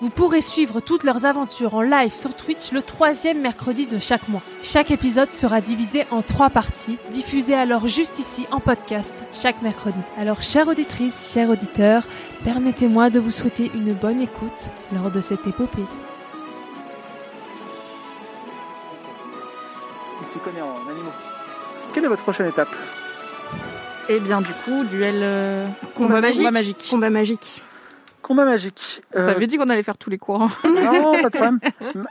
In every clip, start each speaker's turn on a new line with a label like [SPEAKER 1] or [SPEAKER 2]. [SPEAKER 1] Vous pourrez suivre toutes leurs aventures en live sur Twitch le troisième mercredi de chaque mois. Chaque épisode sera divisé en trois parties, diffusées alors juste ici en podcast chaque mercredi. Alors, chères auditrices, chers auditeurs, permettez-moi de vous souhaiter une bonne écoute lors de cette épopée.
[SPEAKER 2] Il se connaît en animaux. Quelle est votre prochaine étape
[SPEAKER 3] Et Eh bien du coup, duel euh,
[SPEAKER 4] Combat magique.
[SPEAKER 3] Combat magique.
[SPEAKER 4] Combat magique.
[SPEAKER 2] Combat magique. Euh,
[SPEAKER 3] T'avais dit qu'on allait faire tous les cours. hein.
[SPEAKER 2] non, pas de problème.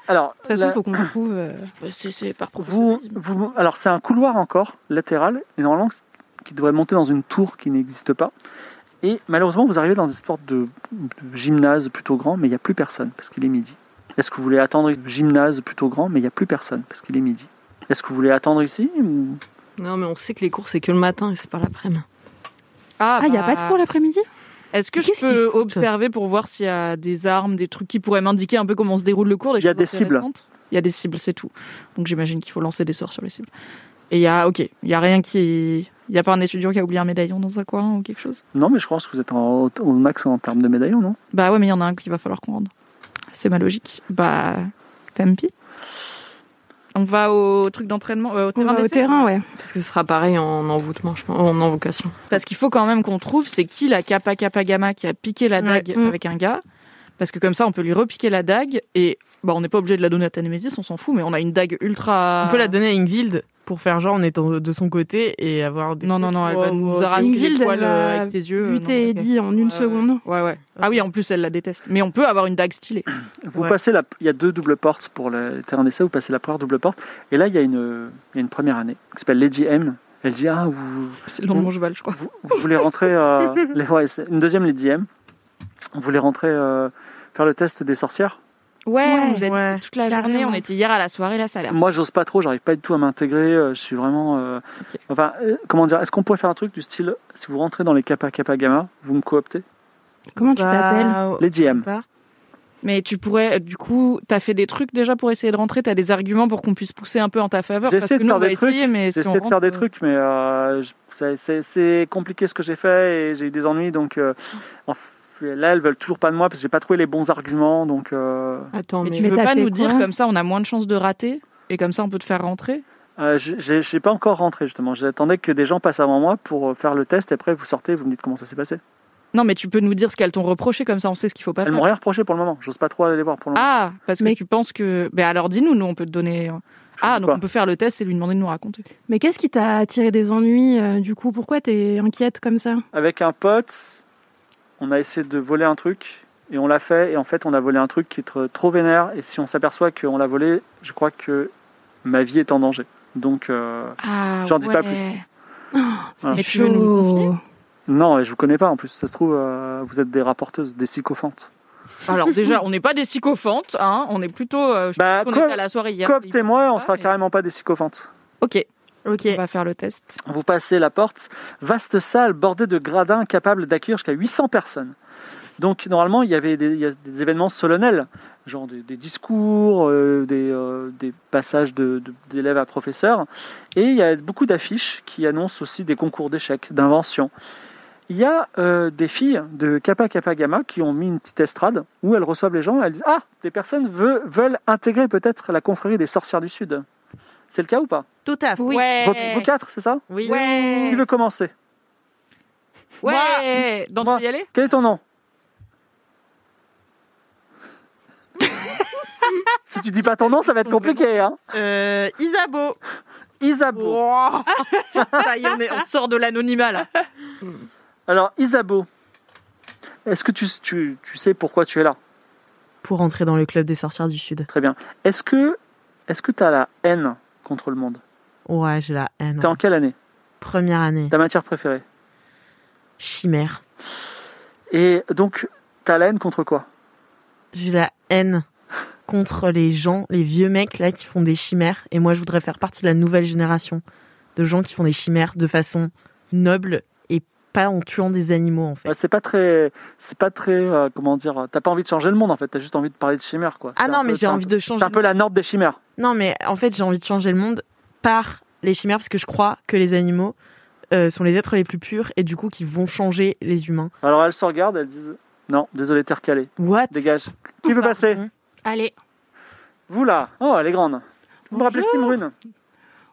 [SPEAKER 2] Alors,
[SPEAKER 4] De toute façon,
[SPEAKER 2] la-
[SPEAKER 4] il faut qu'on trouve. euh,
[SPEAKER 3] C'est c'est par
[SPEAKER 2] vous,
[SPEAKER 3] professionnalisme.
[SPEAKER 2] vous- alors c'est un couloir encore latéral et normalement qui devrait monter dans une tour qui n'existe pas. Et malheureusement, vous arrivez dans une sorte de, de gymnase plutôt grand, mais il n'y a plus personne parce qu'il est midi. Est-ce que vous voulez attendre une gymnase plutôt grand, mais il n'y a plus personne parce qu'il est midi. Est-ce que vous voulez attendre ici ou-
[SPEAKER 3] Non, mais on sait que les cours c'est que le matin et c'est pas l'après-midi. Ah, bah,
[SPEAKER 4] Ah, il n'y a pas de cours l'après-midi
[SPEAKER 3] Est-ce que je
[SPEAKER 4] Qu'est-ce
[SPEAKER 3] peux
[SPEAKER 4] qu'ils foutent
[SPEAKER 3] observer pour voir s'il y a des armes, des trucs qui pourraient m'indiquer un peu comment se déroule le cours
[SPEAKER 2] Il y a
[SPEAKER 3] choses
[SPEAKER 2] des cibles.
[SPEAKER 3] intéressantes Il y a des cibles, c'est tout. Donc j'imagine qu'il faut lancer des sorts sur les cibles. Et il y a, ok, il y a rien qui. Il n'y a pas un étudiant qui a oublié un médaillon dans un coin ou quelque chose
[SPEAKER 2] Non, mais je pense que vous êtes en- au max en termes de médaillons, non
[SPEAKER 3] Bah ouais, mais il y en a un qu'il va falloir qu'on rende. C'est ma logique. Bah, tant pis. On va au truc d'entraînement, euh, au
[SPEAKER 4] On
[SPEAKER 3] terrain
[SPEAKER 4] va au
[SPEAKER 3] d'essai
[SPEAKER 4] terrain, ouais.
[SPEAKER 5] Parce que ce sera pareil en envoûtement, je pense, en invocation.
[SPEAKER 3] Parce qu'il faut quand même qu'on trouve c'est qui la Kappa Kappa Gamma qui a piqué la
[SPEAKER 5] Ouais.
[SPEAKER 3] dague
[SPEAKER 4] Mm.
[SPEAKER 3] avec un gars. Parce que comme ça, on peut lui repiquer la dague et bah, on n'est pas obligé de la donner à Tanemesis, on s'en fout, mais on a une dague ultra.
[SPEAKER 6] On peut la donner à Ingvild pour faire genre on est en- de son côté et avoir des.
[SPEAKER 3] Non, non, non, elle va
[SPEAKER 6] Wow,
[SPEAKER 3] nous
[SPEAKER 6] wow.
[SPEAKER 3] arracher les
[SPEAKER 4] Ingvild,
[SPEAKER 3] poils
[SPEAKER 4] elle va
[SPEAKER 3] euh, avec ses yeux. euh,
[SPEAKER 4] Buter
[SPEAKER 3] non, ok.
[SPEAKER 4] Eddie en une
[SPEAKER 3] Ouais,
[SPEAKER 4] seconde.
[SPEAKER 3] Ouais, ouais. Ah oui, en plus, elle la déteste. Mais on peut avoir une dague stylée.
[SPEAKER 2] Vous
[SPEAKER 6] Ouais.
[SPEAKER 2] passez la, il y a deux doubles portes pour le terrain d'essai. Vous passez la première double porte, et là il y a une, il y a une première année qui s'appelle Lady M. Elle dit ah vous,
[SPEAKER 3] C'est le nom de mon cheval, je crois.
[SPEAKER 2] vous, vous voulez rentrer euh, les, ouais, c'est une deuxième Lady M. Vous voulez rentrer euh, faire le test des sorcières.
[SPEAKER 3] Ouais,
[SPEAKER 4] Ouais,
[SPEAKER 3] on nous a dit
[SPEAKER 6] ouais.
[SPEAKER 3] toute la
[SPEAKER 4] Carrément.
[SPEAKER 3] journée, on était hier à la soirée, là, ça a l'air.
[SPEAKER 2] Moi j'ose pas trop, j'arrive pas du tout à m'intégrer. euh, Je suis vraiment, euh,
[SPEAKER 3] Ok.
[SPEAKER 2] enfin euh, comment dire, est-ce qu'on pourrait faire un truc du style si vous rentrez dans les Kappa Kappa Gamma, vous me cooptez
[SPEAKER 4] Comment
[SPEAKER 3] bah,
[SPEAKER 4] tu t'appelles
[SPEAKER 2] Lady M.
[SPEAKER 3] Mais tu pourrais, euh, du coup, t'as fait des trucs déjà pour essayer de rentrer, t'as des arguments pour qu'on puisse pousser un peu en ta faveur.
[SPEAKER 2] J'ai
[SPEAKER 3] parce
[SPEAKER 2] essayé
[SPEAKER 3] que
[SPEAKER 2] de
[SPEAKER 3] nous,
[SPEAKER 2] faire
[SPEAKER 3] on va
[SPEAKER 2] des trucs,
[SPEAKER 3] essayer, mais si
[SPEAKER 2] J'essaie
[SPEAKER 3] on
[SPEAKER 2] de faire
[SPEAKER 3] rentre,
[SPEAKER 2] des trucs, mais euh, je- c'est- c'est c'est compliqué ce que j'ai fait et j'ai eu des ennuis. Donc euh,
[SPEAKER 3] Ah.
[SPEAKER 2] en fait, là, elles veulent toujours pas de moi parce que j'ai pas trouvé les bons arguments. Donc euh,
[SPEAKER 5] Attends,
[SPEAKER 3] Mais
[SPEAKER 5] mais,
[SPEAKER 3] tu
[SPEAKER 4] Mais
[SPEAKER 3] veux
[SPEAKER 4] t'as
[SPEAKER 3] pas
[SPEAKER 4] fait
[SPEAKER 3] nous dire
[SPEAKER 4] quoi
[SPEAKER 3] comme ça, on a moins de chances de rater et comme ça, on peut te faire rentrer.
[SPEAKER 2] euh, j'ai- j'ai j'ai pas encore rentré justement. J'attendais que des gens passent avant moi pour euh, faire le test. Et après, vous sortez, vous me dites comment ça s'est passé.
[SPEAKER 3] Non, mais tu peux nous dire ce qu'elles t'ont reproché, comme ça, on sait ce qu'il faut pas
[SPEAKER 2] Elles
[SPEAKER 3] faire.
[SPEAKER 2] m'ont rien reproché pour le moment. J'ose pas trop aller les voir pour le moment.
[SPEAKER 3] Ah, parce que
[SPEAKER 4] Mais-
[SPEAKER 3] tu penses que. Ben alors, dis-nous, nous, on peut te donner.
[SPEAKER 2] Je
[SPEAKER 3] Ah,
[SPEAKER 2] dis
[SPEAKER 3] donc
[SPEAKER 2] pas.
[SPEAKER 3] on peut faire le test et lui demander de nous raconter.
[SPEAKER 4] Mais qu'est-ce qui t'a attiré des ennuis euh, du coup Pourquoi t'es inquiète comme ça
[SPEAKER 3] Ah.
[SPEAKER 2] Avec un pote, on a essayé de voler un truc et on l'a fait. Et en fait, on a volé un truc qui est tr- trop vénère. Et si on s'aperçoit qu'on l'a volé, je crois que ma vie est en danger. Donc euh,
[SPEAKER 3] Ah,
[SPEAKER 2] J'en dis pas plus.
[SPEAKER 4] C'est
[SPEAKER 2] Ah.
[SPEAKER 3] Mais tu veux nous le confier
[SPEAKER 2] Non, et je vous connais pas en plus. Ça se trouve, euh, vous êtes des rapporteuses, des sycophantes.
[SPEAKER 3] Alors, déjà, on n'est pas des psychophantes, hein, on est plutôt. euh, je
[SPEAKER 2] Bah,
[SPEAKER 3] pense qu'on
[SPEAKER 2] co-
[SPEAKER 3] était à la soirée hier.
[SPEAKER 2] Cooptez-moi, on
[SPEAKER 3] pas,
[SPEAKER 2] sera
[SPEAKER 3] mais-
[SPEAKER 2] carrément pas des sycophantes.
[SPEAKER 3] Ok,
[SPEAKER 5] ok.
[SPEAKER 3] on va faire le test.
[SPEAKER 2] Vous passez la porte, vaste salle bordée de gradins capables d'accueillir jusqu'à 800 personnes. Donc normalement, il y avait des, il y a des événements solennels, genre des, des discours, euh, des, euh, des passages de- de- d'élèves à professeurs. Et il y a beaucoup d'affiches qui annoncent aussi des concours d'échecs, d'inventions. Il y a euh, des filles de Kappa Kappa Gamma qui ont mis une petite estrade où elles reçoivent les gens. Elles disent Ah, des personnes veu- veulent intégrer peut-être la confrérie des sorcières du Sud. C'est le cas ou pas
[SPEAKER 5] Tout à fait.
[SPEAKER 4] Oui.
[SPEAKER 3] Ouais.
[SPEAKER 2] Vos- Vos quatre, c'est ça
[SPEAKER 5] Oui.
[SPEAKER 3] Ouais.
[SPEAKER 2] Qui veut commencer
[SPEAKER 3] Ouais. Dans
[SPEAKER 2] Moi.
[SPEAKER 3] y aller
[SPEAKER 2] Quel est ton nom Si tu dis pas ton nom, ça va être compliqué. Hein.
[SPEAKER 3] Euh, Isabeau.
[SPEAKER 2] Isabeau.
[SPEAKER 3] Wouah. Ça y est, on, est- on sort de l'anonymat là.
[SPEAKER 2] Alors, Isabeau, est-ce que tu, tu- tu sais pourquoi tu es là
[SPEAKER 6] Pour entrer dans le club des sorcières du Sud.
[SPEAKER 2] Très bien. Est-ce que est-ce que tu as la haine contre le monde
[SPEAKER 6] Ouais, j'ai la haine.
[SPEAKER 2] T'es en quelle année
[SPEAKER 6] Première année.
[SPEAKER 2] Ta matière préférée
[SPEAKER 6] Chimère.
[SPEAKER 2] Et donc, t'as la haine contre quoi
[SPEAKER 6] J'ai la haine contre les gens, les vieux mecs là qui font des chimères. Et moi, je voudrais faire partie de la nouvelle génération de gens qui font des chimères de façon noble et pas en tuant des animaux en fait.
[SPEAKER 2] Ouais, C'est pas très, c'est pas très, euh, comment dire T'as pas envie de changer le monde en fait. T'as juste envie de parler de chimères quoi.
[SPEAKER 6] Ah
[SPEAKER 2] T'es un
[SPEAKER 6] non,
[SPEAKER 2] peu-
[SPEAKER 6] mais
[SPEAKER 2] t'es
[SPEAKER 6] j'ai
[SPEAKER 2] un
[SPEAKER 6] envie
[SPEAKER 2] peu-
[SPEAKER 6] de
[SPEAKER 2] T'es
[SPEAKER 6] changer.
[SPEAKER 2] un peu la nord des chimères.
[SPEAKER 6] Non, mais en fait, j'ai envie de changer le monde par les chimères parce que je crois que les animaux euh, sont les êtres les plus purs et du coup qui vont changer les humains.
[SPEAKER 2] Alors elles se regardent, elles disent non, désolé, t'es recalé.
[SPEAKER 6] What
[SPEAKER 2] Dégage. Qui veut passer
[SPEAKER 6] Pardon.
[SPEAKER 4] Allez.
[SPEAKER 2] Vous là. Oh, elle est grande. Vous me rappelez
[SPEAKER 4] Bonjour.
[SPEAKER 2] Simrune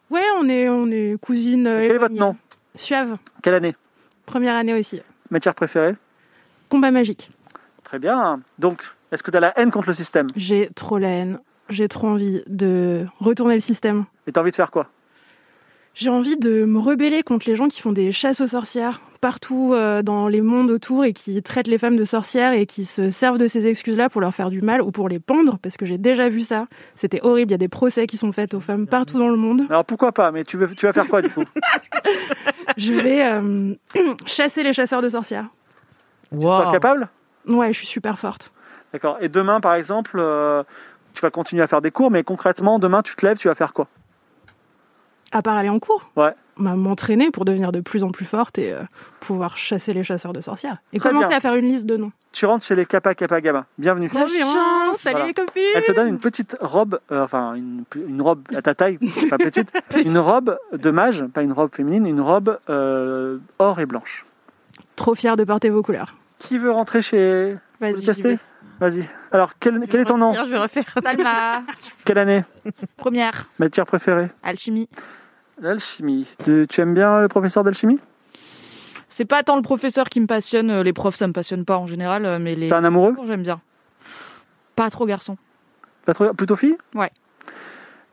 [SPEAKER 4] Ouais, on est, on est cousine.
[SPEAKER 2] Quel est votre nom
[SPEAKER 4] Suave.
[SPEAKER 2] Quelle année
[SPEAKER 4] Première année aussi.
[SPEAKER 2] Matière préférée
[SPEAKER 4] Combat magique.
[SPEAKER 2] Très bien. Donc, est-ce que t'as la haine contre le système
[SPEAKER 4] J'ai trop la haine. J'ai trop envie de retourner le système.
[SPEAKER 2] Et t'as envie de faire quoi
[SPEAKER 4] J'ai envie de me rebeller contre les gens qui font des chasses aux sorcières partout euh, dans les mondes autour et qui traitent les femmes de sorcières et qui se servent de ces excuses-là pour leur faire du mal ou pour les pendre, parce que j'ai déjà vu ça. C'était horrible, il y a des procès qui sont faits aux femmes partout dans le monde.
[SPEAKER 2] Alors pourquoi pas Mais tu veux, tu vas faire quoi du coup
[SPEAKER 4] Je vais euh, chasser les chasseurs de sorcières.
[SPEAKER 2] Tu
[SPEAKER 6] Wow.
[SPEAKER 2] es capable
[SPEAKER 4] Ouais, je suis super forte.
[SPEAKER 2] D'accord. Et demain, par exemple, euh, tu vas continuer à faire des cours, mais concrètement, demain, tu te lèves, tu vas faire quoi
[SPEAKER 4] À part aller en cours
[SPEAKER 2] Ouais.
[SPEAKER 4] Bah, m'entraîner pour devenir de plus en plus forte et euh, pouvoir chasser les chasseurs de sorcières. Et
[SPEAKER 2] Très
[SPEAKER 4] commencer
[SPEAKER 2] bien.
[SPEAKER 4] à faire une liste de noms.
[SPEAKER 2] Tu rentres chez les Kappa Kappa Gamma. Bienvenue.
[SPEAKER 4] Bonne chance Salut
[SPEAKER 2] Voilà.
[SPEAKER 4] les copines
[SPEAKER 2] Elle te donne une petite robe, euh, enfin une, une robe à ta taille, pas petite, une robe de mage, pas une robe féminine, une robe euh, or et blanche.
[SPEAKER 4] Trop fière de porter vos couleurs.
[SPEAKER 2] Qui veut rentrer chez
[SPEAKER 3] Vas-y.
[SPEAKER 2] Vous le
[SPEAKER 3] j'y
[SPEAKER 2] testez
[SPEAKER 3] vais.
[SPEAKER 2] Vas-y. Alors, quel, quel est ton nom
[SPEAKER 3] Je vais refaire. Salma.
[SPEAKER 2] Quelle année
[SPEAKER 3] Première.
[SPEAKER 2] Matière préférée
[SPEAKER 3] Alchimie.
[SPEAKER 2] L'alchimie. Tu, tu aimes bien le professeur d'alchimie
[SPEAKER 3] C'est pas tant le professeur qui me passionne, euh, les profs ça me passionne pas en général, euh, mais les
[SPEAKER 2] T'as un amoureux
[SPEAKER 3] cours, j'aime bien. Pas trop garçon.
[SPEAKER 2] Pas trop- Plutôt fille
[SPEAKER 3] Ouais.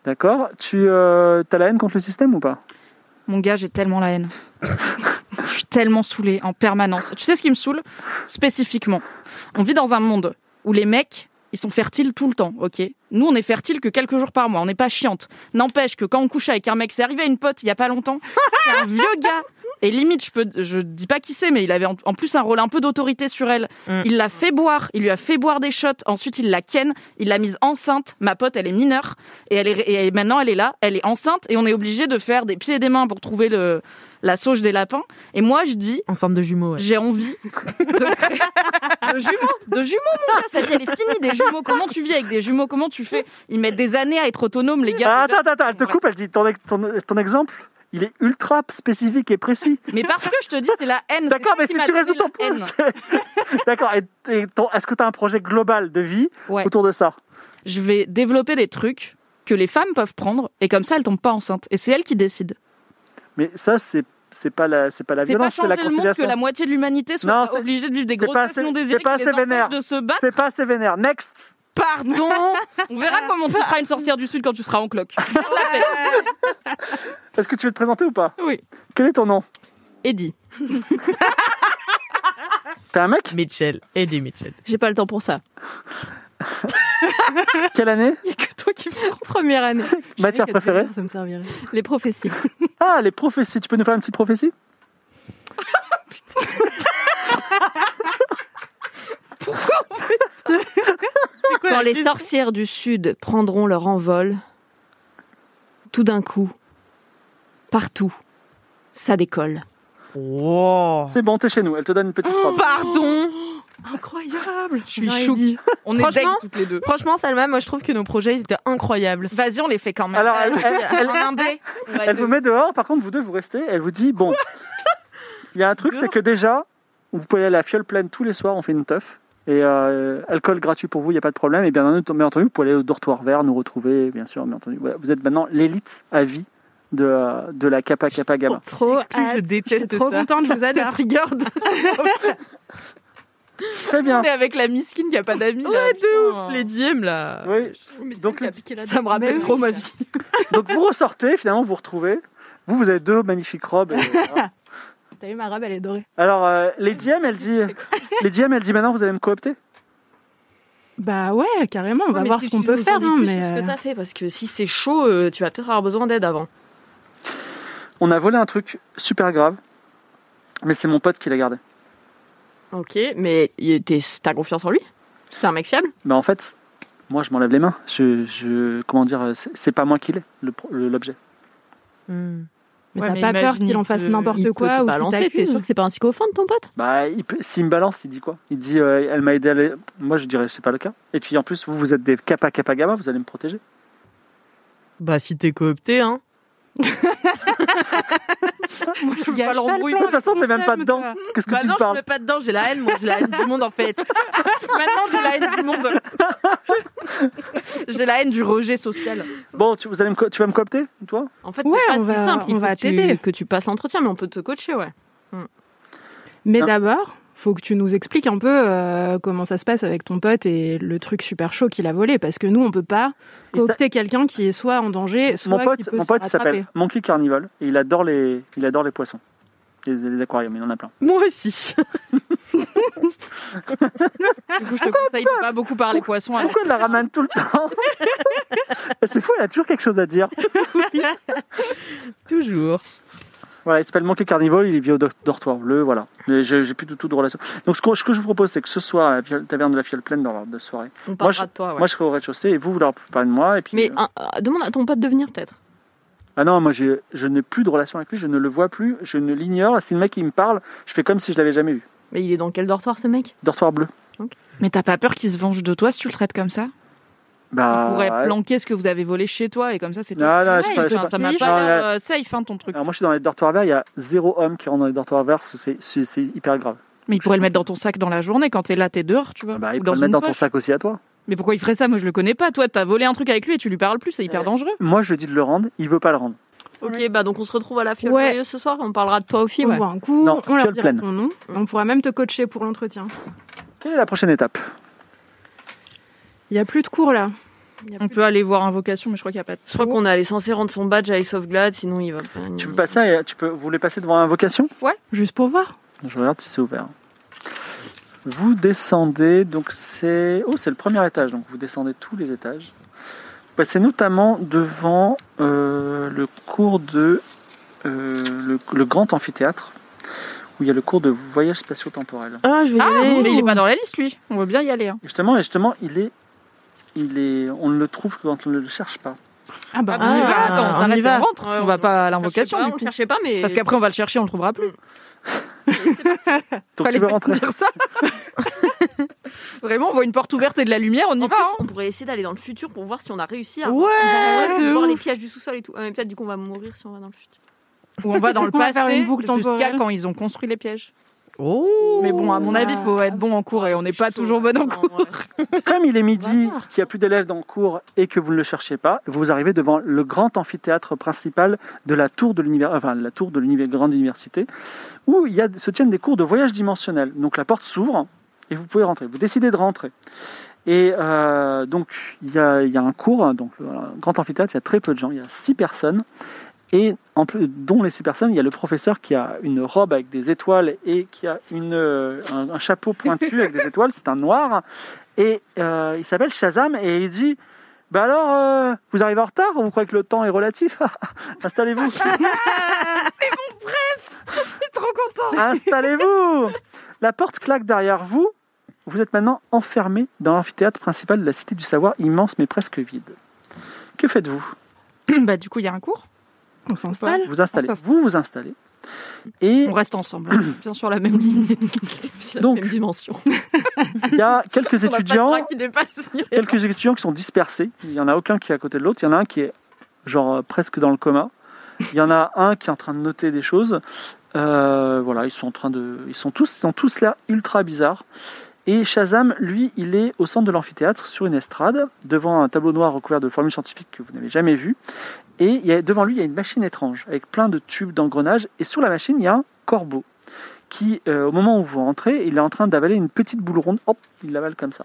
[SPEAKER 2] D'accord. Tu euh, as la haine contre le système ou pas
[SPEAKER 3] Mon gars, j'ai tellement la haine. Je suis tellement saoulée en permanence. Tu sais ce qui me saoule Spécifiquement, on vit dans un monde où les mecs, ils sont fertiles tout le temps, ok Nous, on est fertiles que quelques jours par mois, on n'est pas chiante. N'empêche que quand on couche avec un mec, c'est arrivé à une pote il y a pas longtemps, c'est un vieux gars. Et limite, je peux, je dis pas qui c'est, mais il avait en, en plus un rôle un peu d'autorité sur elle.
[SPEAKER 6] Mm.
[SPEAKER 3] Il l'a fait boire, il lui a fait boire des shots, ensuite il la ken, il l'a mise enceinte. Ma pote, elle est mineure, et, elle est, et maintenant elle est là, elle est enceinte, et on est obligé de faire des pieds et des mains pour trouver le, la sauge des lapins. Et moi, je dis,
[SPEAKER 6] Ensemble de jumeaux, ouais.
[SPEAKER 3] j'ai envie de, créer- de jumeaux, de jumeaux, mon gars. Sa vie, elle est finie. Des jumeaux, comment tu vis avec des jumeaux Comment tu fais Ils mettent des années à être autonomes, les
[SPEAKER 2] Ah,
[SPEAKER 3] gars.
[SPEAKER 2] attends, attends, attends, elle te coupe, elle dit ton, ex- ton- ton exemple, il est ultra spécifique et précis.
[SPEAKER 3] Mais parce que je te dis, c'est la haine.
[SPEAKER 2] D'accord,
[SPEAKER 3] C'est
[SPEAKER 2] mais si
[SPEAKER 3] ça qui
[SPEAKER 2] tu
[SPEAKER 3] m'a
[SPEAKER 2] résous ton
[SPEAKER 3] donné la
[SPEAKER 2] point,
[SPEAKER 3] haine.
[SPEAKER 2] c'est- D'accord, et, et ton- est-ce que tu as un projet global de vie
[SPEAKER 3] Ouais.
[SPEAKER 2] autour de ça
[SPEAKER 3] Je vais développer des trucs que les femmes peuvent prendre, et comme ça, elles tombent pas enceintes. Et c'est elles qui décident.
[SPEAKER 2] Mais ça, c'est c'est pas la, c'est pas la
[SPEAKER 3] C'est pas
[SPEAKER 2] violence, c'est
[SPEAKER 3] changer
[SPEAKER 2] la
[SPEAKER 3] le monde que
[SPEAKER 2] conciliation.
[SPEAKER 3] la moitié de l'humanité soit
[SPEAKER 2] Non,
[SPEAKER 3] pas
[SPEAKER 2] c'est-
[SPEAKER 3] obligée de vivre des
[SPEAKER 2] c'est pas
[SPEAKER 3] grosses
[SPEAKER 2] assez-
[SPEAKER 3] non
[SPEAKER 2] c'est
[SPEAKER 3] désirées,
[SPEAKER 2] pas
[SPEAKER 3] qui
[SPEAKER 2] assez
[SPEAKER 3] les empêchent
[SPEAKER 2] vénère.
[SPEAKER 3] de se battre.
[SPEAKER 2] C'est pas assez vénère. Next
[SPEAKER 3] Pardon On verra comment tu seras une sorcière du Sud quand tu seras en cloque. Garde la paix.
[SPEAKER 2] Est-ce que tu veux te présenter ou pas
[SPEAKER 3] Oui.
[SPEAKER 2] Quel est ton nom
[SPEAKER 3] Eddie.
[SPEAKER 2] T'es un mec
[SPEAKER 6] Mitchell. Eddie Mitchell.
[SPEAKER 3] J'ai pas le temps pour ça.
[SPEAKER 2] Quelle année
[SPEAKER 3] Il y a que toi qui
[SPEAKER 4] Première année.
[SPEAKER 2] Matière
[SPEAKER 4] Je savais que
[SPEAKER 2] préférée
[SPEAKER 4] Ça me servirait.
[SPEAKER 3] Les prophéties.
[SPEAKER 2] Ah, les prophéties. Tu peux nous faire une petite prophétie
[SPEAKER 5] Quand les sorcières du Sud prendront leur envol, tout d'un coup, partout, ça décolle.
[SPEAKER 6] Wow.
[SPEAKER 2] C'est bon, t'es chez nous. Elle te donne une petite robe.
[SPEAKER 6] Pardon
[SPEAKER 4] Incroyable Je
[SPEAKER 3] suis chou. On est
[SPEAKER 6] Franchement-
[SPEAKER 3] deg toutes les deux.
[SPEAKER 6] Franchement, Salma, moi je trouve que nos projets ils étaient incroyables.
[SPEAKER 3] Vas-y, on les fait quand même.
[SPEAKER 2] Alors, elle- elle- elle-
[SPEAKER 3] en indé.
[SPEAKER 2] Elle vous met dehors, par contre, vous deux, vous restez. Elle vous dit Bon, il y a un truc, c'est que déjà, vous pouvez aller à la fiole pleine tous les soirs, on fait une teuf. Et euh, alcool gratuit pour vous, il n'y a pas de problème. Et bien entendu, bien entendu, vous pouvez aller au dortoir vert, nous retrouver, bien sûr, bien entendu. Voilà, vous êtes maintenant l'élite à vie de, euh, de la Kappa Kappa Gamma.
[SPEAKER 6] Trop je
[SPEAKER 4] hâte.
[SPEAKER 6] déteste
[SPEAKER 4] trop
[SPEAKER 6] ça.
[SPEAKER 4] contente, je vous adore.
[SPEAKER 3] triggered.
[SPEAKER 2] Très bien.
[SPEAKER 3] On est avec la miskine qui a pas d'amis. là,
[SPEAKER 6] Ouais, de
[SPEAKER 3] putain.
[SPEAKER 6] ouf, les diem là.
[SPEAKER 2] Oui. Donc,
[SPEAKER 3] Donc, ça me
[SPEAKER 4] Mais
[SPEAKER 3] rappelle
[SPEAKER 4] oui.
[SPEAKER 3] trop ma vie.
[SPEAKER 2] Donc vous ressortez, finalement, vous vous retrouvez. Vous, vous avez deux magnifiques robes. et voilà.
[SPEAKER 4] T'as vu, ma robe, elle est dorée.
[SPEAKER 2] Alors, euh, les DM, elle dit, les DM, elle dit maintenant, vous allez me coopter
[SPEAKER 4] Bah ouais, carrément, on va
[SPEAKER 5] Ouais, mais
[SPEAKER 4] voir
[SPEAKER 5] si
[SPEAKER 4] ce qu'on
[SPEAKER 5] tu
[SPEAKER 4] peut
[SPEAKER 5] nous en
[SPEAKER 4] faire.
[SPEAKER 5] dis
[SPEAKER 4] hein,
[SPEAKER 5] plus sur
[SPEAKER 4] mais...
[SPEAKER 5] ce que t'as fait, parce que si c'est chaud, euh, tu vas peut-être avoir besoin d'aide avant.
[SPEAKER 2] On a volé un truc super grave, mais c'est mon pote qui l'a gardé.
[SPEAKER 5] Ok, mais il- t'es- t'as confiance en lui C'est un mec fiable
[SPEAKER 2] Mais en fait, moi, je m'enlève les mains. Je, je- comment dire, euh, c'est- c'est pas moi qui l'ai, le pro- le- l'objet.
[SPEAKER 6] Hmm.
[SPEAKER 4] Mais
[SPEAKER 3] Ouais,
[SPEAKER 4] t'as
[SPEAKER 3] mais
[SPEAKER 4] pas peur
[SPEAKER 3] imagine,
[SPEAKER 4] qu'il en
[SPEAKER 3] il
[SPEAKER 4] fasse
[SPEAKER 3] te-
[SPEAKER 5] Il
[SPEAKER 4] n'importe
[SPEAKER 5] peut te
[SPEAKER 4] quoi ou
[SPEAKER 5] balancer,
[SPEAKER 4] qu'il
[SPEAKER 5] T'es
[SPEAKER 4] t'accuse.
[SPEAKER 5] sûr que c'est pas un psychophone ton pote
[SPEAKER 2] Bah, il peut- s'il me balance, il dit quoi Il dit, euh, elle m'a aidé à aller- Moi, je dirais, c'est pas le cas. Et puis, en plus, vous, vous êtes des kappa kappa gamma, vous allez me protéger.
[SPEAKER 6] Bah si t'es coopté, hein.
[SPEAKER 4] Moi, je gâche pas
[SPEAKER 3] l'embrouille.
[SPEAKER 4] le
[SPEAKER 2] De toute façon, t'es
[SPEAKER 4] on
[SPEAKER 2] même pas
[SPEAKER 4] s'aime,
[SPEAKER 2] dedans.
[SPEAKER 4] toi.
[SPEAKER 2] Qu'est-ce que
[SPEAKER 6] Bah
[SPEAKER 2] tu me
[SPEAKER 6] non, je me
[SPEAKER 2] parles
[SPEAKER 6] mets pas dedans, j'ai la haine, moi, j'ai la haine du monde en fait.
[SPEAKER 3] Maintenant, j'ai la haine du monde. j'ai la haine du rejet social.
[SPEAKER 2] Bon, tu, vous allez me co- tu vas me coopter, toi
[SPEAKER 5] En fait,
[SPEAKER 4] Ouais,
[SPEAKER 5] c'est pas
[SPEAKER 4] on
[SPEAKER 5] si
[SPEAKER 4] va-
[SPEAKER 5] simple. Il
[SPEAKER 4] on
[SPEAKER 5] faut
[SPEAKER 4] va
[SPEAKER 5] que tu-
[SPEAKER 4] t'aider.
[SPEAKER 5] que tu passes l'entretien, mais on peut te coacher, ouais.
[SPEAKER 4] Mais
[SPEAKER 2] Non.
[SPEAKER 4] d'abord, faut que tu nous expliques un peu euh, comment ça se passe avec ton pote et le truc super chaud qu'il a volé, parce que nous, on peut pas
[SPEAKER 2] Et ça-
[SPEAKER 4] coopter quelqu'un qui est soit en danger, soit
[SPEAKER 2] mon
[SPEAKER 4] qui
[SPEAKER 2] pote,
[SPEAKER 4] peut
[SPEAKER 2] mon
[SPEAKER 4] se
[SPEAKER 2] pote il
[SPEAKER 4] rattraper.
[SPEAKER 2] s'appelle Monkey Carnival et il adore les, il adore les poissons. Les, les aquariums, il en a plein.
[SPEAKER 6] Moi aussi.
[SPEAKER 3] Du coup, je te
[SPEAKER 2] Ah,
[SPEAKER 3] conseille de pas beaucoup parler poisson. alors.
[SPEAKER 2] Pourquoi elle la ramène tout le temps C'est fou, elle a toujours quelque chose à dire.
[SPEAKER 6] Toujours.
[SPEAKER 2] Voilà, il s'appelle Monkey Carnival, il vit au do- dortoir bleu, voilà. Mais je- j'ai plus du tout de relation. Donc ce que, ce que je vous propose, c'est que ce soir, à la Fiole- taverne de la Fiole Pleine, dans l'ordre de soirée,
[SPEAKER 3] On parlera
[SPEAKER 2] je-
[SPEAKER 3] de toi. ouais.
[SPEAKER 2] moi je serai au rez-de-chaussée et vous, vous leur parlez de moi. Et puis,
[SPEAKER 5] Mais
[SPEAKER 2] euh,
[SPEAKER 5] un- euh, demande à ton pote de venir, peut-être.
[SPEAKER 2] Ah non, moi j'ai- je n'ai plus de relation avec lui, je ne le vois plus, je ne l'ignore. Si le mec il me parle, je fais comme si je l'avais jamais vu.
[SPEAKER 5] Mais il est dans quel dortoir, ce mec
[SPEAKER 2] Dortoir bleu.
[SPEAKER 3] Mais t'as pas peur qu'il se venge de toi si tu le traites comme ça
[SPEAKER 2] Bah,
[SPEAKER 3] pourrait
[SPEAKER 2] ouais.
[SPEAKER 3] planquer ce que vous avez volé chez toi et comme ça c'est tout.
[SPEAKER 2] Non, non, je
[SPEAKER 3] Ouais,
[SPEAKER 2] sais pas, je sais
[SPEAKER 3] enfin,
[SPEAKER 2] pas.
[SPEAKER 3] ça m'a
[SPEAKER 2] Non,
[SPEAKER 3] pas
[SPEAKER 2] mais-
[SPEAKER 3] l'air euh, safe hein, ton truc.
[SPEAKER 2] Alors moi je suis dans les dortoirs verts, il y a zéro homme qui rentre dans les dortoirs verts, c'est c'est- c'est hyper grave.
[SPEAKER 3] Mais il pourrait le mettre dans ton sac dans la journée quand t'es là, t'es dehors, tu vois.
[SPEAKER 2] Bah, il
[SPEAKER 3] ou
[SPEAKER 2] peut
[SPEAKER 3] dans
[SPEAKER 2] le mettre
[SPEAKER 3] une
[SPEAKER 2] dans ton
[SPEAKER 3] poche.
[SPEAKER 2] sac aussi à toi.
[SPEAKER 3] Mais pourquoi il ferait ça Moi je le connais pas. Toi t'as volé un truc avec lui et tu lui parles plus, c'est hyper
[SPEAKER 2] Ouais.
[SPEAKER 3] dangereux.
[SPEAKER 2] Moi je lui dis de le rendre, il veut pas le rendre.
[SPEAKER 5] Ok, bah donc on se retrouve à la fiole
[SPEAKER 4] Ouais.
[SPEAKER 5] Furieuse ce soir, on parlera de toi aux filles,
[SPEAKER 4] On
[SPEAKER 5] ouais.
[SPEAKER 4] boit un coup,
[SPEAKER 2] Non,
[SPEAKER 4] on leur
[SPEAKER 2] fiole
[SPEAKER 4] dira
[SPEAKER 2] pleine.
[SPEAKER 4] ton nom, on pourra même te coacher pour l'entretien.
[SPEAKER 2] Quelle est la prochaine étape
[SPEAKER 4] Il y a plus de cours là.
[SPEAKER 3] On peut aller voir Invocation, mais je crois qu'il y a pas de.
[SPEAKER 5] Je crois qu'on est censé rendre son badge à Ace of Glad, sinon il va pas.
[SPEAKER 2] Tu peux passer, à- tu peux, vous voulez passer devant Invocation
[SPEAKER 4] Juste pour voir.
[SPEAKER 2] Je regarde si c'est ouvert. Vous descendez, donc c'est. Oh, c'est le premier étage, donc vous descendez tous les étages. Vous passez notamment devant euh, le cours de. euh, le, le grand amphithéâtre, où il y a le cours de voyage spatio-temporel.
[SPEAKER 6] Ah, je vais y
[SPEAKER 3] Ah,
[SPEAKER 6] aller.
[SPEAKER 3] mais il est pas dans la liste lui. On veut bien y aller. hein.
[SPEAKER 2] Et Justement, et justement, il est, il est, on ne le trouve que quand on ne le cherche pas.
[SPEAKER 4] Ah bah,
[SPEAKER 3] Ah, on y va, attends, on
[SPEAKER 6] on
[SPEAKER 3] s'arrête
[SPEAKER 6] y
[SPEAKER 3] et
[SPEAKER 6] va.
[SPEAKER 3] on rentre.
[SPEAKER 5] Ouais,
[SPEAKER 3] on
[SPEAKER 5] on-
[SPEAKER 3] va pas à
[SPEAKER 5] L'invocation,
[SPEAKER 3] l'invocation du
[SPEAKER 5] on
[SPEAKER 3] coup.
[SPEAKER 5] le cherchait pas, mais.
[SPEAKER 3] Parce qu'après on va le chercher, on le trouvera plus.
[SPEAKER 2] Donc tu veux
[SPEAKER 3] pas
[SPEAKER 2] rentrer
[SPEAKER 3] dire ça. Vraiment, on voit une porte ouverte et de la lumière, on y
[SPEAKER 5] En
[SPEAKER 3] va.
[SPEAKER 5] plus,
[SPEAKER 3] hein.
[SPEAKER 5] on pourrait essayer d'aller dans le futur pour voir si on a réussi à
[SPEAKER 3] Ouais, de
[SPEAKER 5] voir
[SPEAKER 3] ouf.
[SPEAKER 5] les pièges du sous-sol et tout. Ah, mais peut-être du coup on va mourir si on va dans le futur.
[SPEAKER 3] hein. Ou on va dans
[SPEAKER 4] Est-ce
[SPEAKER 3] le
[SPEAKER 4] qu'on va
[SPEAKER 3] passé
[SPEAKER 4] faire une boucle
[SPEAKER 3] jusqu'à
[SPEAKER 4] temporelle
[SPEAKER 3] quand ils ont construit les pièges.
[SPEAKER 6] Oh.
[SPEAKER 3] Mais
[SPEAKER 5] hein.
[SPEAKER 3] bon, à mon
[SPEAKER 4] Ah.
[SPEAKER 3] avis, faut être bon en cours et on n'est pas toujours bon en cours.
[SPEAKER 2] Comme il est midi,
[SPEAKER 5] voir.
[SPEAKER 2] qu'il n'y a plus d'élèves dans le cours et que vous ne le cherchez pas, vous arrivez devant le grand amphithéâtre principal de la tour de l'univers, enfin la tour de l'univers grande université, où il y a, se tiennent des cours de voyage dimensionnel. Donc la porte s'ouvre et vous pouvez rentrer. Vous décidez de rentrer. Et euh, donc il y, a, il y a un cours, hein, donc un grand amphithéâtre, il y a très peu de gens, il y a six personnes. Et en plus, dont les six personnes, il y a le professeur qui a une robe avec des étoiles et qui a une, euh, un, un chapeau pointu avec des étoiles, c'est un noir. Et euh, il s'appelle Shazam et il dit Bah alors, euh, vous arrivez en retard Vous croyez que le temps est relatif Installez-vous
[SPEAKER 3] Trop content.
[SPEAKER 2] Installez-vous La porte claque derrière vous. Vous êtes maintenant enfermé dans l'amphithéâtre principal de la Cité du Savoir, immense mais presque vide. Que faites-vous
[SPEAKER 3] bah du coup, il y a un cours.
[SPEAKER 4] on s'installe.
[SPEAKER 2] Vous installez. Vous vous installez. Et
[SPEAKER 3] On reste ensemble, hein. bien sûr la même ligne. C'est la
[SPEAKER 2] Donc,
[SPEAKER 3] même dimension.
[SPEAKER 2] il y a quelques
[SPEAKER 3] On a pas de
[SPEAKER 2] étudiants
[SPEAKER 3] bras qui dépassent.
[SPEAKER 2] quelques étudiants qui sont dispersés. Il n'y en a aucun qui est à côté de l'autre. Il y en a un qui est genre euh, presque dans le coma. Il y en a un qui est en train de noter des choses. Euh, voilà, ils sont en train de, ils sont tous, ils ont tous l'air ultra bizarres. Et Shazam, lui, il est au centre de l'amphithéâtre sur une estrade devant un tableau noir recouvert de formules scientifiques que vous n'avez jamais vues. Et il y a, devant lui, il y a une machine étrange avec plein de tubes d'engrenages. Et sur la machine, il y a un corbeau qui, euh, au moment où vous rentrez, il est en train d'avaler une petite boule ronde. Hop, il l'avale comme ça.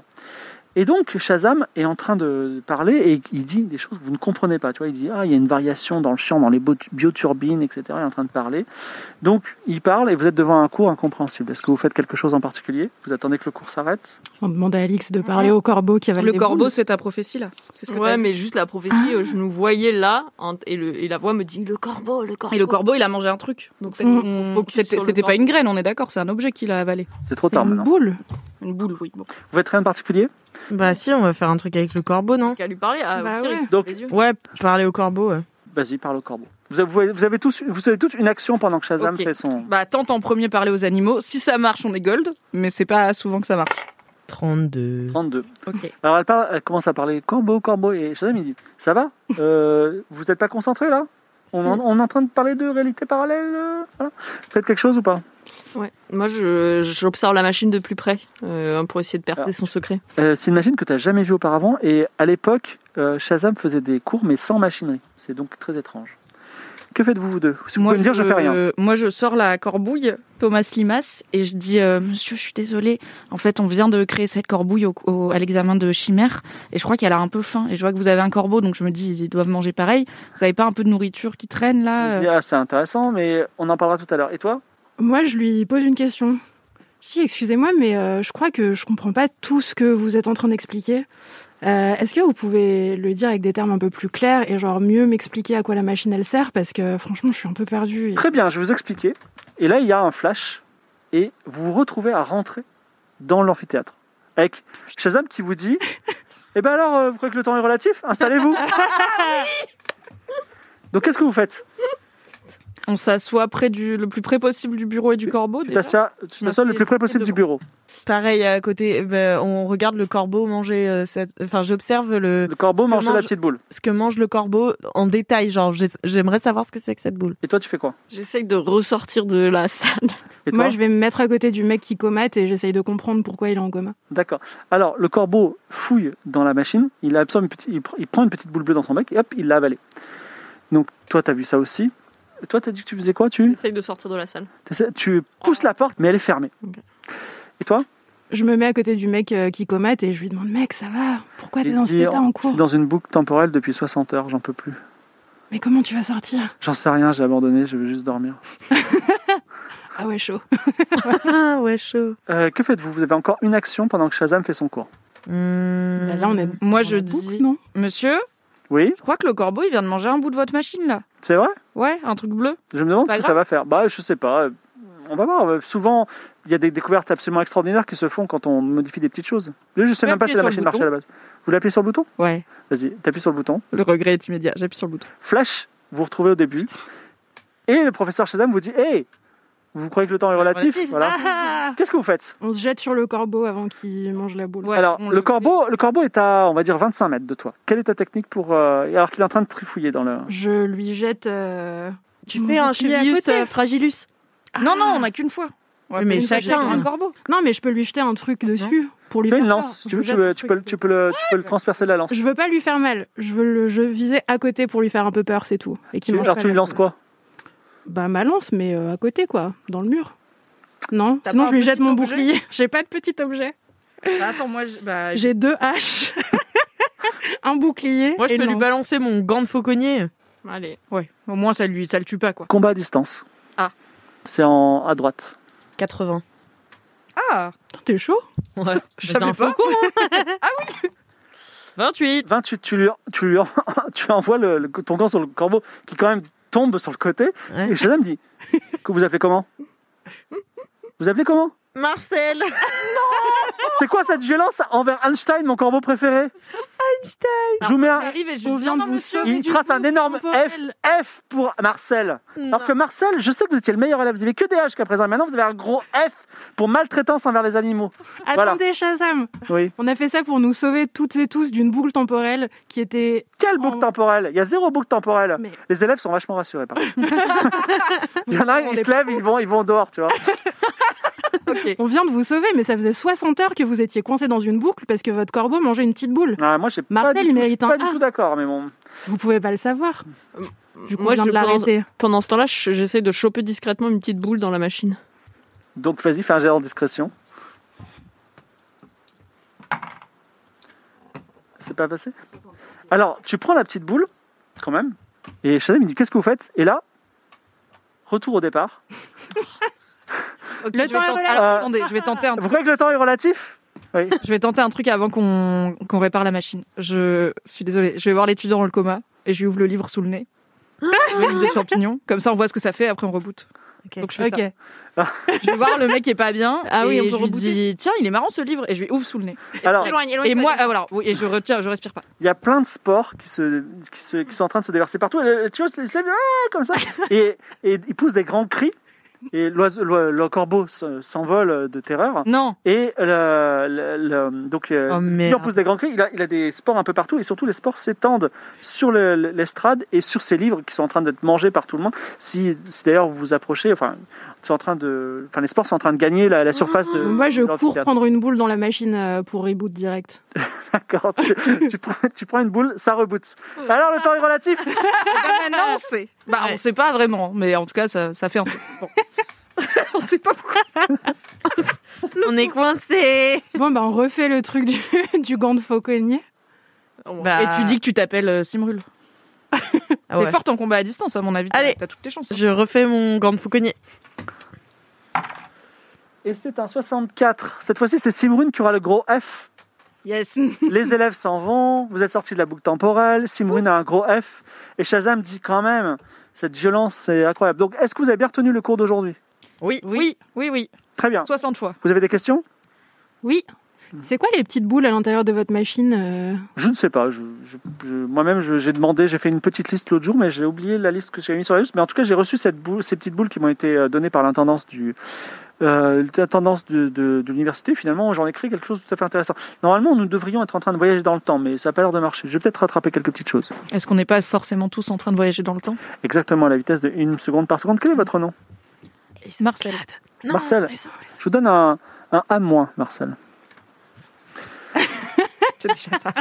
[SPEAKER 2] Et donc, Shazam est en train de parler et il dit des choses que vous ne comprenez pas. Tu vois, il dit Ah, il y a une variation dans le champ, dans les bio- bioturbines, etc. Il est en train de parler. Donc, il parle et vous êtes devant un cours incompréhensible. Est-ce que vous faites quelque chose en particulier Vous attendez que le cours s'arrête
[SPEAKER 4] On demande à Alix
[SPEAKER 3] Ah.
[SPEAKER 4] de parler au corbeau qui avait
[SPEAKER 7] Le corbeau, c'est ta prophétie là. C'est ce que t'as
[SPEAKER 5] Ouais,
[SPEAKER 7] dit.
[SPEAKER 5] mais juste la prophétie, euh, je nous voyais là, en- et, le, et la voix me dit le corbeau, le corbeau.
[SPEAKER 7] Et le corbeau, il a mangé un truc. Donc peut-être
[SPEAKER 4] Mm.
[SPEAKER 7] qu'on-
[SPEAKER 5] Focus
[SPEAKER 7] c'était
[SPEAKER 5] sur le
[SPEAKER 7] c'était pas
[SPEAKER 5] corbeau.
[SPEAKER 7] une graine, on est d'accord, c'est un objet qu'il a avalé.
[SPEAKER 2] C'est trop tard
[SPEAKER 4] une
[SPEAKER 2] maintenant.
[SPEAKER 4] boule.
[SPEAKER 7] Une boule, oui. Bon.
[SPEAKER 2] Vous faites rien de particulier
[SPEAKER 6] Bah si, on va faire un truc avec le corbeau, non
[SPEAKER 5] Qu'à lui parler. Ah,
[SPEAKER 4] Bah
[SPEAKER 5] ok,
[SPEAKER 4] ouais.
[SPEAKER 5] les
[SPEAKER 2] Donc-
[SPEAKER 5] yeux.
[SPEAKER 6] Ouais, parler au corbeau. ouais.
[SPEAKER 2] Vas-y, parle au corbeau. Vous avez, vous avez tous, vous avez toutes une action pendant que Shazam
[SPEAKER 7] Ok.
[SPEAKER 2] fait son.
[SPEAKER 7] Bah tente en premier parler aux animaux. Si ça marche, on est gold, mais c'est pas souvent que ça marche.
[SPEAKER 6] 32.
[SPEAKER 2] 32.
[SPEAKER 7] Ok.
[SPEAKER 2] Alors elle, parle- elle commence à parler corbeau, corbeau, et Shazam il dit Ça va Euh, Vous n'êtes pas concentré là on, en- on est en train de parler de réalité parallèle euh, voilà. Faites quelque chose ou pas
[SPEAKER 5] Ouais. Moi, je- j'observe la machine de plus près euh, pour essayer de percer
[SPEAKER 2] Ah.
[SPEAKER 5] son secret.
[SPEAKER 2] Euh, C'est une machine que tu n'as jamais vue auparavant, et à l'époque, euh, Shazam faisait des cours mais sans machinerie. C'est donc très étrange. Que faites-vous vous deux Si vous pouvez me dire, je fais rien.
[SPEAKER 3] euh, moi, je sors la corbouille, Thomas Limas, et je dis euh, Monsieur, je suis désolée. En fait, on vient de créer cette corbouille au- au- à l'examen de chimère, et je crois qu'elle a un peu faim. Et je vois que vous avez un corbeau, donc je me dis ils doivent manger pareil. Vous avez pas un peu de nourriture qui traîne là
[SPEAKER 2] Il
[SPEAKER 3] euh
[SPEAKER 2] dit, Ah, c'est intéressant, mais on en parlera tout à l'heure. Et toi
[SPEAKER 4] Moi, je lui pose une question. Si, excusez-moi, mais euh, je crois que je comprends pas tout ce que vous êtes en train d'expliquer. Euh, Est-ce que vous pouvez le dire avec des termes un peu plus clairs et genre mieux m'expliquer à quoi la machine elle sert Parce que franchement, je suis un peu perdue. et-
[SPEAKER 2] Très bien, je vais vous expliquer. Et là, il y a un flash, et vous vous retrouvez à rentrer dans l'amphithéâtre. Avec Shazam qui vous dit Eh ben alors, euh, vous croyez que le temps est relatif Installez-vous Donc, qu'est-ce que vous faites
[SPEAKER 3] On s'assoit près du, le plus près possible du bureau et du corbeau.
[SPEAKER 2] Tu
[SPEAKER 3] déjà.
[SPEAKER 2] t'assois tu
[SPEAKER 3] Je
[SPEAKER 2] t'assois le
[SPEAKER 3] m'assieds
[SPEAKER 2] plus près possible du
[SPEAKER 3] devant.
[SPEAKER 2] bureau.
[SPEAKER 6] Pareil à côté, eh ben, on regarde le corbeau manger. euh, cette- Enfin, j'observe le
[SPEAKER 2] Le corbeau mange la
[SPEAKER 6] mange-
[SPEAKER 2] petite boule.
[SPEAKER 6] ce que mange le corbeau en détail. Genre, j'ai- j'aimerais savoir ce que c'est que cette boule.
[SPEAKER 2] Et toi, tu fais quoi
[SPEAKER 5] J'essaye de ressortir de la salle.
[SPEAKER 2] Et toi
[SPEAKER 4] Moi, je vais me mettre à côté du mec qui comate et j'essaye de comprendre pourquoi il est en coma.
[SPEAKER 2] D'accord. Alors, le corbeau fouille dans la machine, il, absorbe une petite- il, pr- il prend une petite boule bleue dans son bec, et hop, il l'a avalée. Donc, toi, t'as vu ça aussi. Et Toi, t'as dit que tu faisais quoi tu
[SPEAKER 5] J'essaye de sortir de la salle.
[SPEAKER 2] T'essaies- Tu pousses la porte, mais elle est fermée.
[SPEAKER 5] Ok.
[SPEAKER 2] Et toi
[SPEAKER 4] Je me mets à côté du mec euh, qui comate et je lui demande Mec, ça va Pourquoi t'es
[SPEAKER 2] Il
[SPEAKER 4] dans cet
[SPEAKER 2] dit,
[SPEAKER 4] état en
[SPEAKER 2] Je
[SPEAKER 4] cours
[SPEAKER 2] suis dans une boucle temporelle depuis 60 heures, j'en peux plus.
[SPEAKER 4] Mais comment tu vas sortir
[SPEAKER 2] J'en sais rien, j'ai abandonné, je veux juste dormir.
[SPEAKER 4] Ah ouais, chaud.
[SPEAKER 6] Ah ouais, chaud.
[SPEAKER 2] Euh, que faites-vous Vous avez encore une action pendant que Shazam fait son cours.
[SPEAKER 6] Hmm.
[SPEAKER 4] Bah là, on est.
[SPEAKER 3] Moi,
[SPEAKER 4] dans
[SPEAKER 3] je
[SPEAKER 4] la boucle,
[SPEAKER 3] dis
[SPEAKER 4] non
[SPEAKER 3] Monsieur,
[SPEAKER 2] Oui,
[SPEAKER 3] je crois que le corbeau, il vient de manger un bout de votre machine là.
[SPEAKER 2] c'est vrai
[SPEAKER 3] Ouais, un truc bleu.
[SPEAKER 2] Je me demande
[SPEAKER 3] Pas
[SPEAKER 2] ce que
[SPEAKER 3] grave.
[SPEAKER 2] ça va faire. Bah, je sais pas. euh, On va voir. Euh, Souvent, il y a des découvertes absolument extraordinaires qui se font quand on modifie des petites choses. Là, Je sais
[SPEAKER 3] Vous
[SPEAKER 2] même pas
[SPEAKER 3] appuyez
[SPEAKER 2] si la
[SPEAKER 3] sur le
[SPEAKER 2] machine marchait à la base. Vous l'appuyez sur le bouton
[SPEAKER 3] Ouais.
[SPEAKER 2] Vas-y, t'appuies sur le bouton.
[SPEAKER 3] Le regret est immédiat. J'appuie sur le bouton.
[SPEAKER 2] Flash, vous vous retrouvez au début. Et le professeur Shazam vous dit Hey Vous croyez que le temps est relatif
[SPEAKER 3] ah.
[SPEAKER 2] Ah. Voilà. Qu'est-ce que vous faites
[SPEAKER 4] On se jette sur le corbeau avant qu'il mange la boule.
[SPEAKER 3] Ouais,
[SPEAKER 2] Alors,
[SPEAKER 3] on
[SPEAKER 2] le corbeau, le corbeau est à, on va dire, 25 mètres de toi. Quelle est ta technique pour. euh, alors qu'il est en train de trifouiller dans le.
[SPEAKER 4] Je lui jette. euh,
[SPEAKER 6] Tu
[SPEAKER 4] mon
[SPEAKER 6] fais un
[SPEAKER 4] bouclier à
[SPEAKER 6] Chibius
[SPEAKER 4] côté.
[SPEAKER 6] euh, fragilus.
[SPEAKER 3] Non, non, on a qu'une fois. hein. On va
[SPEAKER 6] Oui, mais
[SPEAKER 3] pas une fois
[SPEAKER 6] chacun.
[SPEAKER 3] un corbeau.
[SPEAKER 4] Non, mais je peux lui jeter un truc dessus pour lui
[SPEAKER 2] Tu as
[SPEAKER 4] faire
[SPEAKER 2] une
[SPEAKER 4] peur.
[SPEAKER 2] lance. Si tu veux,
[SPEAKER 4] Je
[SPEAKER 2] tu,
[SPEAKER 4] jette
[SPEAKER 2] veux-
[SPEAKER 4] un
[SPEAKER 2] tu peux,
[SPEAKER 4] truc.
[SPEAKER 2] le- tu, peux le, tu peux le transpercer de la lance.
[SPEAKER 4] Je veux pas lui faire mal. Je veux le je viser à côté pour lui faire un peu peur, c'est tout. Et qu'il mange
[SPEAKER 2] Alors
[SPEAKER 4] pas
[SPEAKER 2] tu lui
[SPEAKER 4] la
[SPEAKER 2] lances
[SPEAKER 4] boule.
[SPEAKER 2] quoi
[SPEAKER 4] Bah ma lance, mais euh, à côté quoi, dans le mur. Non,
[SPEAKER 7] T'as
[SPEAKER 4] sinon
[SPEAKER 7] pas
[SPEAKER 4] je
[SPEAKER 7] un
[SPEAKER 4] lui jette
[SPEAKER 7] petit
[SPEAKER 4] mon
[SPEAKER 7] objet
[SPEAKER 4] bouclier. J'ai pas de petit objet.
[SPEAKER 7] Bah, attends, moi, je- bah,
[SPEAKER 4] J'ai deux haches, un bouclier.
[SPEAKER 6] Moi, je
[SPEAKER 4] et
[SPEAKER 6] peux
[SPEAKER 4] une
[SPEAKER 6] lui
[SPEAKER 4] lance.
[SPEAKER 6] balancer mon gant de fauconnier.
[SPEAKER 5] Allez.
[SPEAKER 3] ouais. Au moins, ça lui, ça le tue pas quoi.
[SPEAKER 2] Combat à distance.
[SPEAKER 3] Ah.
[SPEAKER 2] C'est en à droite.
[SPEAKER 6] 80.
[SPEAKER 3] Ah.
[SPEAKER 4] Putain, T'es chaud
[SPEAKER 6] Ouais.
[SPEAKER 3] Je
[SPEAKER 6] J'ai
[SPEAKER 3] savais
[SPEAKER 6] un
[SPEAKER 3] pas.
[SPEAKER 6] faucon. hein.
[SPEAKER 3] Ah
[SPEAKER 6] oui 28.
[SPEAKER 2] 28, tu lui, tu lui, en- tu envoies le, le- ton gant sur le corbeau qui quand même tombe sur le côté.
[SPEAKER 6] Ouais.
[SPEAKER 2] Et Shazam dit que vous appelez comment Vous appelez comment
[SPEAKER 6] Marcel
[SPEAKER 2] C'est quoi cette violence envers Einstein, mon corbeau préféré Einstein Je vous mets un,
[SPEAKER 3] J'arrive et je
[SPEAKER 4] On
[SPEAKER 3] lui dis,
[SPEAKER 4] vient
[SPEAKER 3] non,
[SPEAKER 4] de
[SPEAKER 3] non,
[SPEAKER 4] vous
[SPEAKER 3] monsieur,
[SPEAKER 4] sauver
[SPEAKER 2] il
[SPEAKER 4] Ah, du
[SPEAKER 2] trace
[SPEAKER 4] coup
[SPEAKER 2] un énorme F,
[SPEAKER 4] temporel.
[SPEAKER 2] F pour Marcel. Alors que Marcel, je sais que vous étiez le meilleur élève, vous avez que des H jusqu'à présent. Maintenant, vous avez un gros F pour maltraitance envers les animaux. Voilà.
[SPEAKER 4] Attendez Shazam,
[SPEAKER 2] Oui.
[SPEAKER 4] on a fait ça pour nous sauver toutes et tous d'une boucle temporelle qui était.
[SPEAKER 2] Quelle boucle
[SPEAKER 4] Oh.
[SPEAKER 2] temporelle Il y a zéro boucle temporelle.
[SPEAKER 4] Mais-
[SPEAKER 2] Les élèves sont vachement rassurés. Par contre. Il y en a, ils se lèvent, ils vont, ils vont dehors, tu vois.
[SPEAKER 4] On vient de vous sauver, mais ça faisait 60 heures que vous étiez coincé dans une boucle parce que votre corbeau mangeait une petite boule.
[SPEAKER 2] Ah, moi, j'ai pas
[SPEAKER 4] Marcel,
[SPEAKER 2] du tout,
[SPEAKER 4] il
[SPEAKER 2] je suis
[SPEAKER 4] mérite hein. un
[SPEAKER 2] pas du
[SPEAKER 4] A.
[SPEAKER 2] tout d'accord, mais bon.
[SPEAKER 4] Vous pouvez pas le savoir. Du coup,
[SPEAKER 5] Moi,
[SPEAKER 4] on vient
[SPEAKER 5] je
[SPEAKER 4] de
[SPEAKER 5] pense-
[SPEAKER 4] l'arrêter.
[SPEAKER 5] Pendant ce temps-là, je- j'essaye de choper discrètement une petite boule dans la machine.
[SPEAKER 2] Donc vas-y, fais un jet en discrétion. C'est pas passé Alors, tu prends la petite boule, quand même, et Shazam il dit Qu'est-ce que vous faites Et là, retour au départ.
[SPEAKER 3] Ok, je, vais
[SPEAKER 4] Le temps est
[SPEAKER 3] tenter-
[SPEAKER 4] relatif.
[SPEAKER 3] alors, attendez, je vais tenter un
[SPEAKER 2] Vous croyez que le temps est relatif Oui.
[SPEAKER 3] Je vais tenter un truc avant qu'on qu'on répare la machine. Je suis désolée. Je vais voir l'étudiant dans le coma et je lui ouvre le livre sous le nez. Le livre des champignons. Comme ça, on voit ce que ça fait. Après, on reboot.
[SPEAKER 6] Ok.
[SPEAKER 3] Donc, je fais
[SPEAKER 1] Ok.
[SPEAKER 3] ça. Je vais voir le mec qui est pas bien.
[SPEAKER 6] Ah oui,
[SPEAKER 3] et
[SPEAKER 6] on peut
[SPEAKER 3] je lui
[SPEAKER 6] rebooter.
[SPEAKER 3] dis Tiens, il est marrant ce livre. Et je lui ouvre sous le nez.
[SPEAKER 2] Alors,
[SPEAKER 8] Éloigne, éloigne.
[SPEAKER 3] Et moi, ah, voilà. Oui, et je retiens, je respire pas.
[SPEAKER 2] il y a plein de spores qui, se, qui, se- qui sont en train de se déverser partout. Et le- tu vois, il se lève ah, comme ça. Et, et il pousse des grands cris. Et l'oiseau- le le corbeau se- s'envole de terreur.
[SPEAKER 3] Non.
[SPEAKER 2] Et le, le- le- donc, euh,
[SPEAKER 6] Oh
[SPEAKER 2] il en
[SPEAKER 6] merde.
[SPEAKER 2] pousse des grands cris. Il a, il a des spores un peu partout. Et surtout, les spores s'étendent sur le- l'estrade et sur ses livres qui sont en train d'être mangés par tout le monde. Si, si d'ailleurs vous vous approchez, enfin, ils sont en train de, enfin, les spores sont en train de gagner la, la surface de.
[SPEAKER 4] Moi, je
[SPEAKER 2] de
[SPEAKER 4] cours
[SPEAKER 2] l'amphithéâtre.
[SPEAKER 4] prendre une boule dans la machine euh, pour reboot direct.
[SPEAKER 2] D'accord. Tu, tu prends, tu prends une boule, ça reboot. Alors, le temps est relatif.
[SPEAKER 3] Ah, maintenant, on sait. Bah, on sait pas vraiment. Mais en tout cas, ça, ça fait un truc. Bon. on sait pas pourquoi.
[SPEAKER 6] On est coincé.
[SPEAKER 4] Bon, bah, on refait le truc du, du gant de fauconnier.
[SPEAKER 6] Bah.
[SPEAKER 3] Et tu dis que tu t'appelles euh, Simrul.
[SPEAKER 6] Ah ouais.
[SPEAKER 3] T'es forte en combat à distance, à mon avis. T'as-
[SPEAKER 6] Allez.
[SPEAKER 3] T'as toutes tes chances. hein.
[SPEAKER 6] Je refais mon gant de fauconnier.
[SPEAKER 2] Et c'est un 64. Cette fois-ci, c'est Simrune qui aura le gros F.
[SPEAKER 3] Yes.
[SPEAKER 2] Les élèves s'en vont, vous êtes sortis de la boucle temporelle, Simrune a un gros F. Et Shazam dit quand même, cette violence, c'est incroyable. Donc, est-ce que vous avez bien retenu le cours d'aujourd'hui
[SPEAKER 3] Oui. Oui, oui, oui.
[SPEAKER 2] Très bien.
[SPEAKER 3] 60 fois.
[SPEAKER 2] Vous avez des questions
[SPEAKER 4] Oui. C'est quoi les petites boules à l'intérieur de votre machine euh
[SPEAKER 2] Je ne sais pas. Je, je- je- Moi-même, je- j'ai demandé, j'ai fait une petite liste l'autre jour, mais j'ai oublié la liste que j'avais mise sur la liste. Mais en tout cas, j'ai reçu cette boule, ces petites boules qui m'ont été euh, données par l'intendance du. Euh, l'intendance de, de- de l'université, finalement, j'en ai créé quelque chose de tout à fait intéressant. Normalement, nous devrions être en train de voyager dans le temps, mais ça n'a pas l'air de marcher. Je vais peut-être rattraper quelques petites choses.
[SPEAKER 3] Est-ce qu'on n'est pas forcément tous en train de voyager dans le temps
[SPEAKER 2] Exactement à la vitesse de 1 seconde par seconde. Quel est votre nom
[SPEAKER 3] Marcel.
[SPEAKER 2] Marcel Je vous donne un, un A moins, Marcel.
[SPEAKER 3] C'est déjà ça.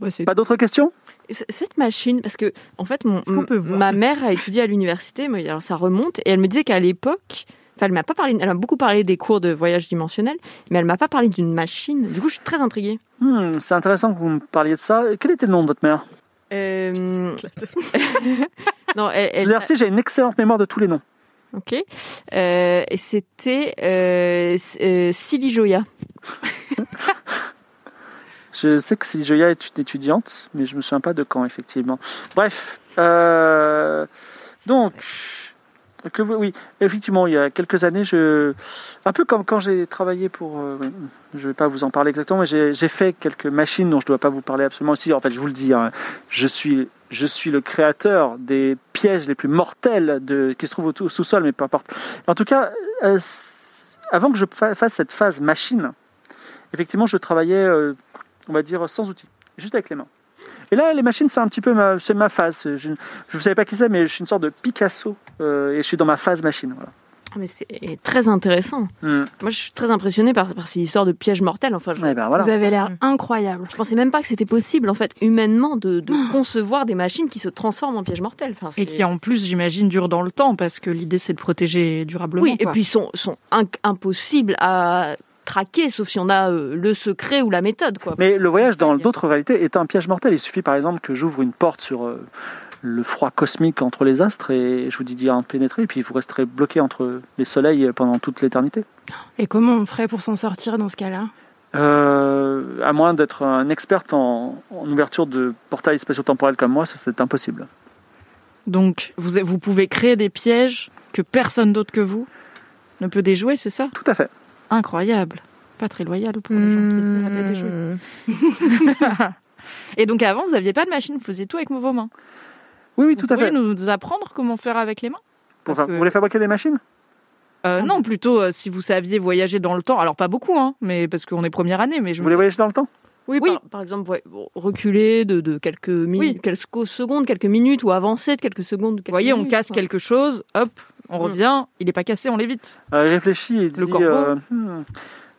[SPEAKER 8] Ouais, c'est-
[SPEAKER 2] Pas d'autres questions
[SPEAKER 8] Et c- Cette machine, parce que en fait, mon,
[SPEAKER 6] Est-ce qu'on peut
[SPEAKER 8] m-
[SPEAKER 6] voir
[SPEAKER 8] ma mère a étudié à l'université, mais alors ça remonte, et elle me disait qu'à l'époque, enfin, elle m'a pas parlé, elle m'a beaucoup parlé des cours de voyage dimensionnel, mais elle m'a pas parlé d'une machine. Du coup, je suis très intriguée.
[SPEAKER 2] Hmm, C'est intéressant que vous me parliez de ça. Quel était le nom de votre mère
[SPEAKER 6] Hmm.
[SPEAKER 8] Euh, non, elle,
[SPEAKER 2] Je
[SPEAKER 8] elle-
[SPEAKER 2] vous avertis, j'ai une excellente mémoire de tous les noms.
[SPEAKER 8] ok. Euh, et c'était euh, c- euh, Silly Joya.
[SPEAKER 2] Je sais que si Joya est une étudiante, mais je me souviens pas de quand, effectivement. Bref, euh, donc, que vous- oui, effectivement, il y a quelques années, je, un peu comme quand j'ai travaillé pour, euh, oui, je vais pas vous en parler exactement, mais j'ai j'ai fait quelques machines dont je dois pas vous parler absolument aussi. En fait, je vous le dis, hein, je suis, je suis le créateur des pièges les plus mortels de, qui se trouvent au, tout- au sous-sol, mais peu importe. En tout cas, euh, s- avant que je fa- fasse cette phase machine, effectivement, je travaillais euh, on va dire, sans outils, juste avec les mains. Et là, les machines, c'est un petit peu ma, c'est ma phase. Je ne je vous savais pas qui c'est, mais je suis une sorte de Picasso euh, et je suis dans ma phase machine. Voilà.
[SPEAKER 8] Ah, Mais c'est très intéressant.
[SPEAKER 2] Hmm.
[SPEAKER 8] Moi, je suis très impressionnée par, par ces histoires de pièges mortels. Enfin, je,
[SPEAKER 2] Eh ben voilà.
[SPEAKER 4] Vous avez l'air incroyable.
[SPEAKER 8] je pensais même pas que c'était possible, en fait, humainement, de, de concevoir des machines qui se transforment Ah. en pièges mortels. Enfin,
[SPEAKER 3] Et
[SPEAKER 8] c'est-
[SPEAKER 3] qui en plus, j'imagine, dure dans le temps parce que l'idée c'est de protéger durablement.
[SPEAKER 8] Oui, et
[SPEAKER 3] quoi.
[SPEAKER 8] puis ils sont, sont inc- impossibles à traquer, sauf si on a euh, le secret ou la méthode, quoi.
[SPEAKER 2] Mais le voyage dans d'autres réalités est un piège mortel. Il suffit par exemple que j'ouvre une porte sur euh, le froid cosmique entre les astres et je vous dis d'y pénétrer, et puis vous resterez bloqué entre les soleils pendant toute l'éternité.
[SPEAKER 4] Et comment on ferait pour s'en sortir dans ce cas-là
[SPEAKER 2] Euh, à moins d'être un expert en, en ouverture de portails spatio-temporels comme moi, ça, c'est impossible.
[SPEAKER 3] Donc, vous, vous pouvez créer des pièges que personne d'autre que vous ne peut déjouer, c'est ça
[SPEAKER 2] Tout à fait.
[SPEAKER 3] Incroyable. Pas très loyal pour les gens qui essaieraient de les déjouer.
[SPEAKER 6] Hmm.
[SPEAKER 3] Et donc, avant, vous n'aviez pas de machine, vous faisiez tout avec vos mains.
[SPEAKER 2] Oui, oui,
[SPEAKER 3] Vous
[SPEAKER 2] tout à
[SPEAKER 3] pouvez
[SPEAKER 2] fait.
[SPEAKER 3] nous apprendre comment faire avec les mains
[SPEAKER 2] Pour
[SPEAKER 3] parce
[SPEAKER 2] faire-
[SPEAKER 3] que-
[SPEAKER 2] Vous voulez fabriquer des machines
[SPEAKER 3] Euh, non, plutôt euh, si vous saviez voyager dans le temps. Alors pas beaucoup, hein, mais parce qu'on est première année. Mais je
[SPEAKER 2] Vous voulez voyager dans le temps
[SPEAKER 8] Oui,
[SPEAKER 3] Oui.
[SPEAKER 8] Par, par exemple, ouais, bon, reculer de, de quelques, mi-
[SPEAKER 3] Oui.
[SPEAKER 8] quelques secondes, quelques minutes, ou avancer de quelques secondes. Quelques
[SPEAKER 3] vous voyez, on
[SPEAKER 8] minutes,
[SPEAKER 3] casse
[SPEAKER 8] quoi.
[SPEAKER 3] quelque chose, hop, on
[SPEAKER 8] Mm.
[SPEAKER 3] revient. Il est pas cassé, on l'évite.
[SPEAKER 2] Euh, il réfléchit et dit.
[SPEAKER 3] Le corbeau.
[SPEAKER 2] euh, Hmm,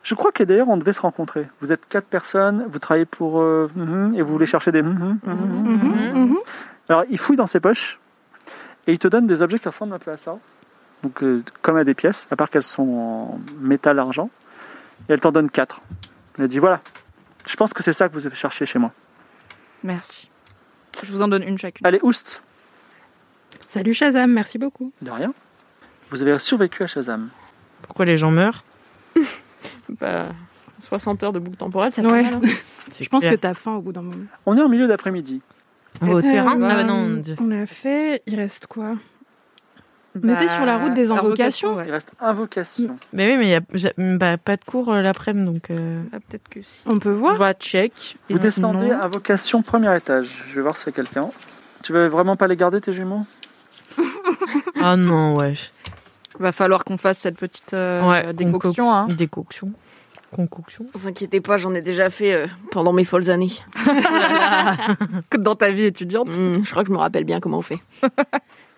[SPEAKER 2] je crois que d'ailleurs on devait se rencontrer. Vous êtes quatre personnes, vous travaillez pour euh, mhm, et vous voulez chercher des. mhm, mhm.
[SPEAKER 4] Mhm, mhm.
[SPEAKER 2] Alors il fouille dans ses poches et il te donne des objets qui ressemblent un peu à ça. donc, euh, comme à des pièces, à part qu'elles sont en métal argent. Et elle t'en donne 4. Elle dit voilà, je pense que c'est ça que vous avez cherché chez moi.
[SPEAKER 3] Merci. Je vous en donne une chacune.
[SPEAKER 2] Allez, Oust
[SPEAKER 4] Salut Shazam, merci beaucoup.
[SPEAKER 2] De rien. Vous avez survécu à Shazam.
[SPEAKER 6] Pourquoi les gens meurent
[SPEAKER 8] Bah, 60 heures de boucle temporelle, ça
[SPEAKER 4] Ouais.
[SPEAKER 8] fait mal. hein.
[SPEAKER 4] Je pense
[SPEAKER 6] clair.
[SPEAKER 4] que t'as faim au bout d'un moment.
[SPEAKER 2] On est en milieu d'après-midi.
[SPEAKER 6] On va au
[SPEAKER 4] Euh,
[SPEAKER 6] terrain
[SPEAKER 4] bah,
[SPEAKER 6] Ah bah non, mon Dieu.
[SPEAKER 4] On a fait, il reste quoi
[SPEAKER 3] On
[SPEAKER 8] Bah,
[SPEAKER 4] était sur la route des invocations.
[SPEAKER 2] Il reste invocation.
[SPEAKER 6] Mais oui, mais il y a j'ai- bah, pas de cours euh, l'après-midi, donc... euh,
[SPEAKER 3] Peut-être que si.
[SPEAKER 4] On peut
[SPEAKER 3] On
[SPEAKER 4] voir
[SPEAKER 3] va check.
[SPEAKER 2] Vous descendez invocation premier étage. Je vais voir si c'est quelqu'un. Tu veux vraiment pas les garder tes jumeaux
[SPEAKER 6] Ah non, wesh.
[SPEAKER 3] Va falloir qu'on fasse cette petite euh,
[SPEAKER 6] Ouais,
[SPEAKER 3] décoction. Hein.
[SPEAKER 6] Décoction. Concoction.
[SPEAKER 8] Ne vous inquiétez pas, j'en ai déjà fait euh, pendant mes folles années.
[SPEAKER 3] Dans ta vie étudiante.
[SPEAKER 2] Mm.
[SPEAKER 8] Hmm, je crois que je me rappelle bien comment on fait.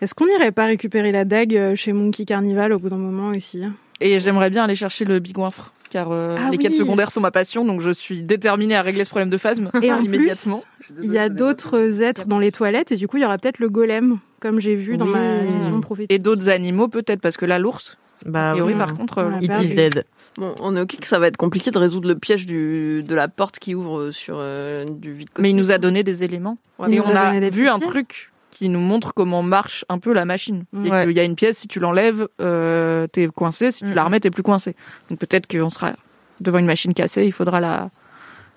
[SPEAKER 4] Est-ce qu'on irait pas récupérer la dague euh, chez Monkey Carnival au bout d'un moment aussi
[SPEAKER 3] Et j'aimerais bien aller chercher le bigouinfre, car euh,
[SPEAKER 4] Ah
[SPEAKER 3] les
[SPEAKER 4] oui.
[SPEAKER 3] quêtes secondaires sont ma passion, donc je suis déterminée à régler ce problème de phasme
[SPEAKER 4] Et en
[SPEAKER 3] immédiatement.
[SPEAKER 2] Je suis
[SPEAKER 4] Il
[SPEAKER 2] désolé,
[SPEAKER 4] y a
[SPEAKER 2] je connais pas.
[SPEAKER 4] d'autres êtres dans les toilettes et du coup il y aura peut-être le golem, comme j'ai vu dans
[SPEAKER 6] Oui.
[SPEAKER 4] ma vision prophétique.
[SPEAKER 3] Et d'autres animaux peut-être, parce que là, l'ours, a
[SPEAKER 6] Bah
[SPEAKER 3] priori,
[SPEAKER 6] oui,
[SPEAKER 3] par contre, euh,
[SPEAKER 4] Ouais.
[SPEAKER 6] It
[SPEAKER 4] Perdu.
[SPEAKER 6] is dead.
[SPEAKER 8] Bon, on est ok que ça va être compliqué de résoudre le piège du, de la porte qui ouvre sur euh, du vide.
[SPEAKER 3] mais il nous a donné des éléments.
[SPEAKER 8] Ouais,
[SPEAKER 3] et
[SPEAKER 4] nous
[SPEAKER 3] on
[SPEAKER 4] a
[SPEAKER 3] a
[SPEAKER 4] donné des
[SPEAKER 3] vu un
[SPEAKER 4] pièces.
[SPEAKER 3] truc qui nous montre comment marche un peu la machine.
[SPEAKER 4] Mm.
[SPEAKER 3] Et
[SPEAKER 6] Ouais.
[SPEAKER 3] qu'il y a une pièce, si tu l'enlèves, euh, t'es coincé, si tu la
[SPEAKER 6] Mm.
[SPEAKER 3] remets, t'es plus coincé. Donc peut-être qu'on sera devant une machine cassée, il faudra la,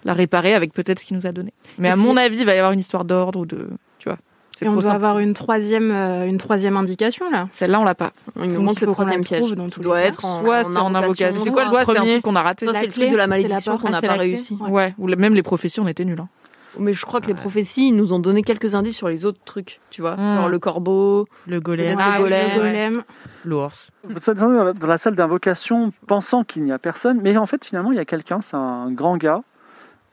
[SPEAKER 3] la réparer avec peut-être ce qu'il nous a donné. Mais
[SPEAKER 4] Et
[SPEAKER 3] à
[SPEAKER 4] puis-
[SPEAKER 3] mon avis, il va y avoir une histoire d'ordre ou de... Tu vois, c'est
[SPEAKER 4] Et on
[SPEAKER 3] trop
[SPEAKER 4] doit
[SPEAKER 3] simple.
[SPEAKER 4] avoir une troisième, euh, une troisième indication là.
[SPEAKER 3] Celle-là, on l'a pas.
[SPEAKER 8] Il nous
[SPEAKER 4] Donc,
[SPEAKER 8] manque
[SPEAKER 4] il
[SPEAKER 8] le
[SPEAKER 4] faut qu'on la
[SPEAKER 8] troisième piège.
[SPEAKER 4] trouve dans tous
[SPEAKER 8] Qui
[SPEAKER 4] les
[SPEAKER 8] doit
[SPEAKER 4] cas.
[SPEAKER 8] être en,
[SPEAKER 3] soit c'est en invocation, c'est quoi le doigt C'est un
[SPEAKER 6] Premier.
[SPEAKER 3] truc qu'on a raté.
[SPEAKER 8] Soit
[SPEAKER 4] La
[SPEAKER 8] c'est le
[SPEAKER 4] clé,
[SPEAKER 8] truc de la
[SPEAKER 4] c'est la
[SPEAKER 8] malédiction
[SPEAKER 4] porte.
[SPEAKER 8] qu'on
[SPEAKER 4] Ah,
[SPEAKER 8] n'a
[SPEAKER 4] c'est
[SPEAKER 8] pas
[SPEAKER 4] la clé.
[SPEAKER 8] réussi.
[SPEAKER 4] Ouais.
[SPEAKER 3] Ouais, ou le- même les prophéties, on était nuls. hein.
[SPEAKER 8] Mais je crois que les prophéties, ils nous ont donné quelques indices sur les autres trucs, tu vois.
[SPEAKER 3] Ah.
[SPEAKER 8] Genre le corbeau.
[SPEAKER 6] Le golem,
[SPEAKER 8] Ah,
[SPEAKER 4] le
[SPEAKER 8] golem, ouais.
[SPEAKER 4] golem.
[SPEAKER 6] l'ours.
[SPEAKER 2] Vous descendez dans la, dans la salle d'invocation pensant qu'il n'y a personne, mais en fait finalement il y a quelqu'un, c'est un grand gars,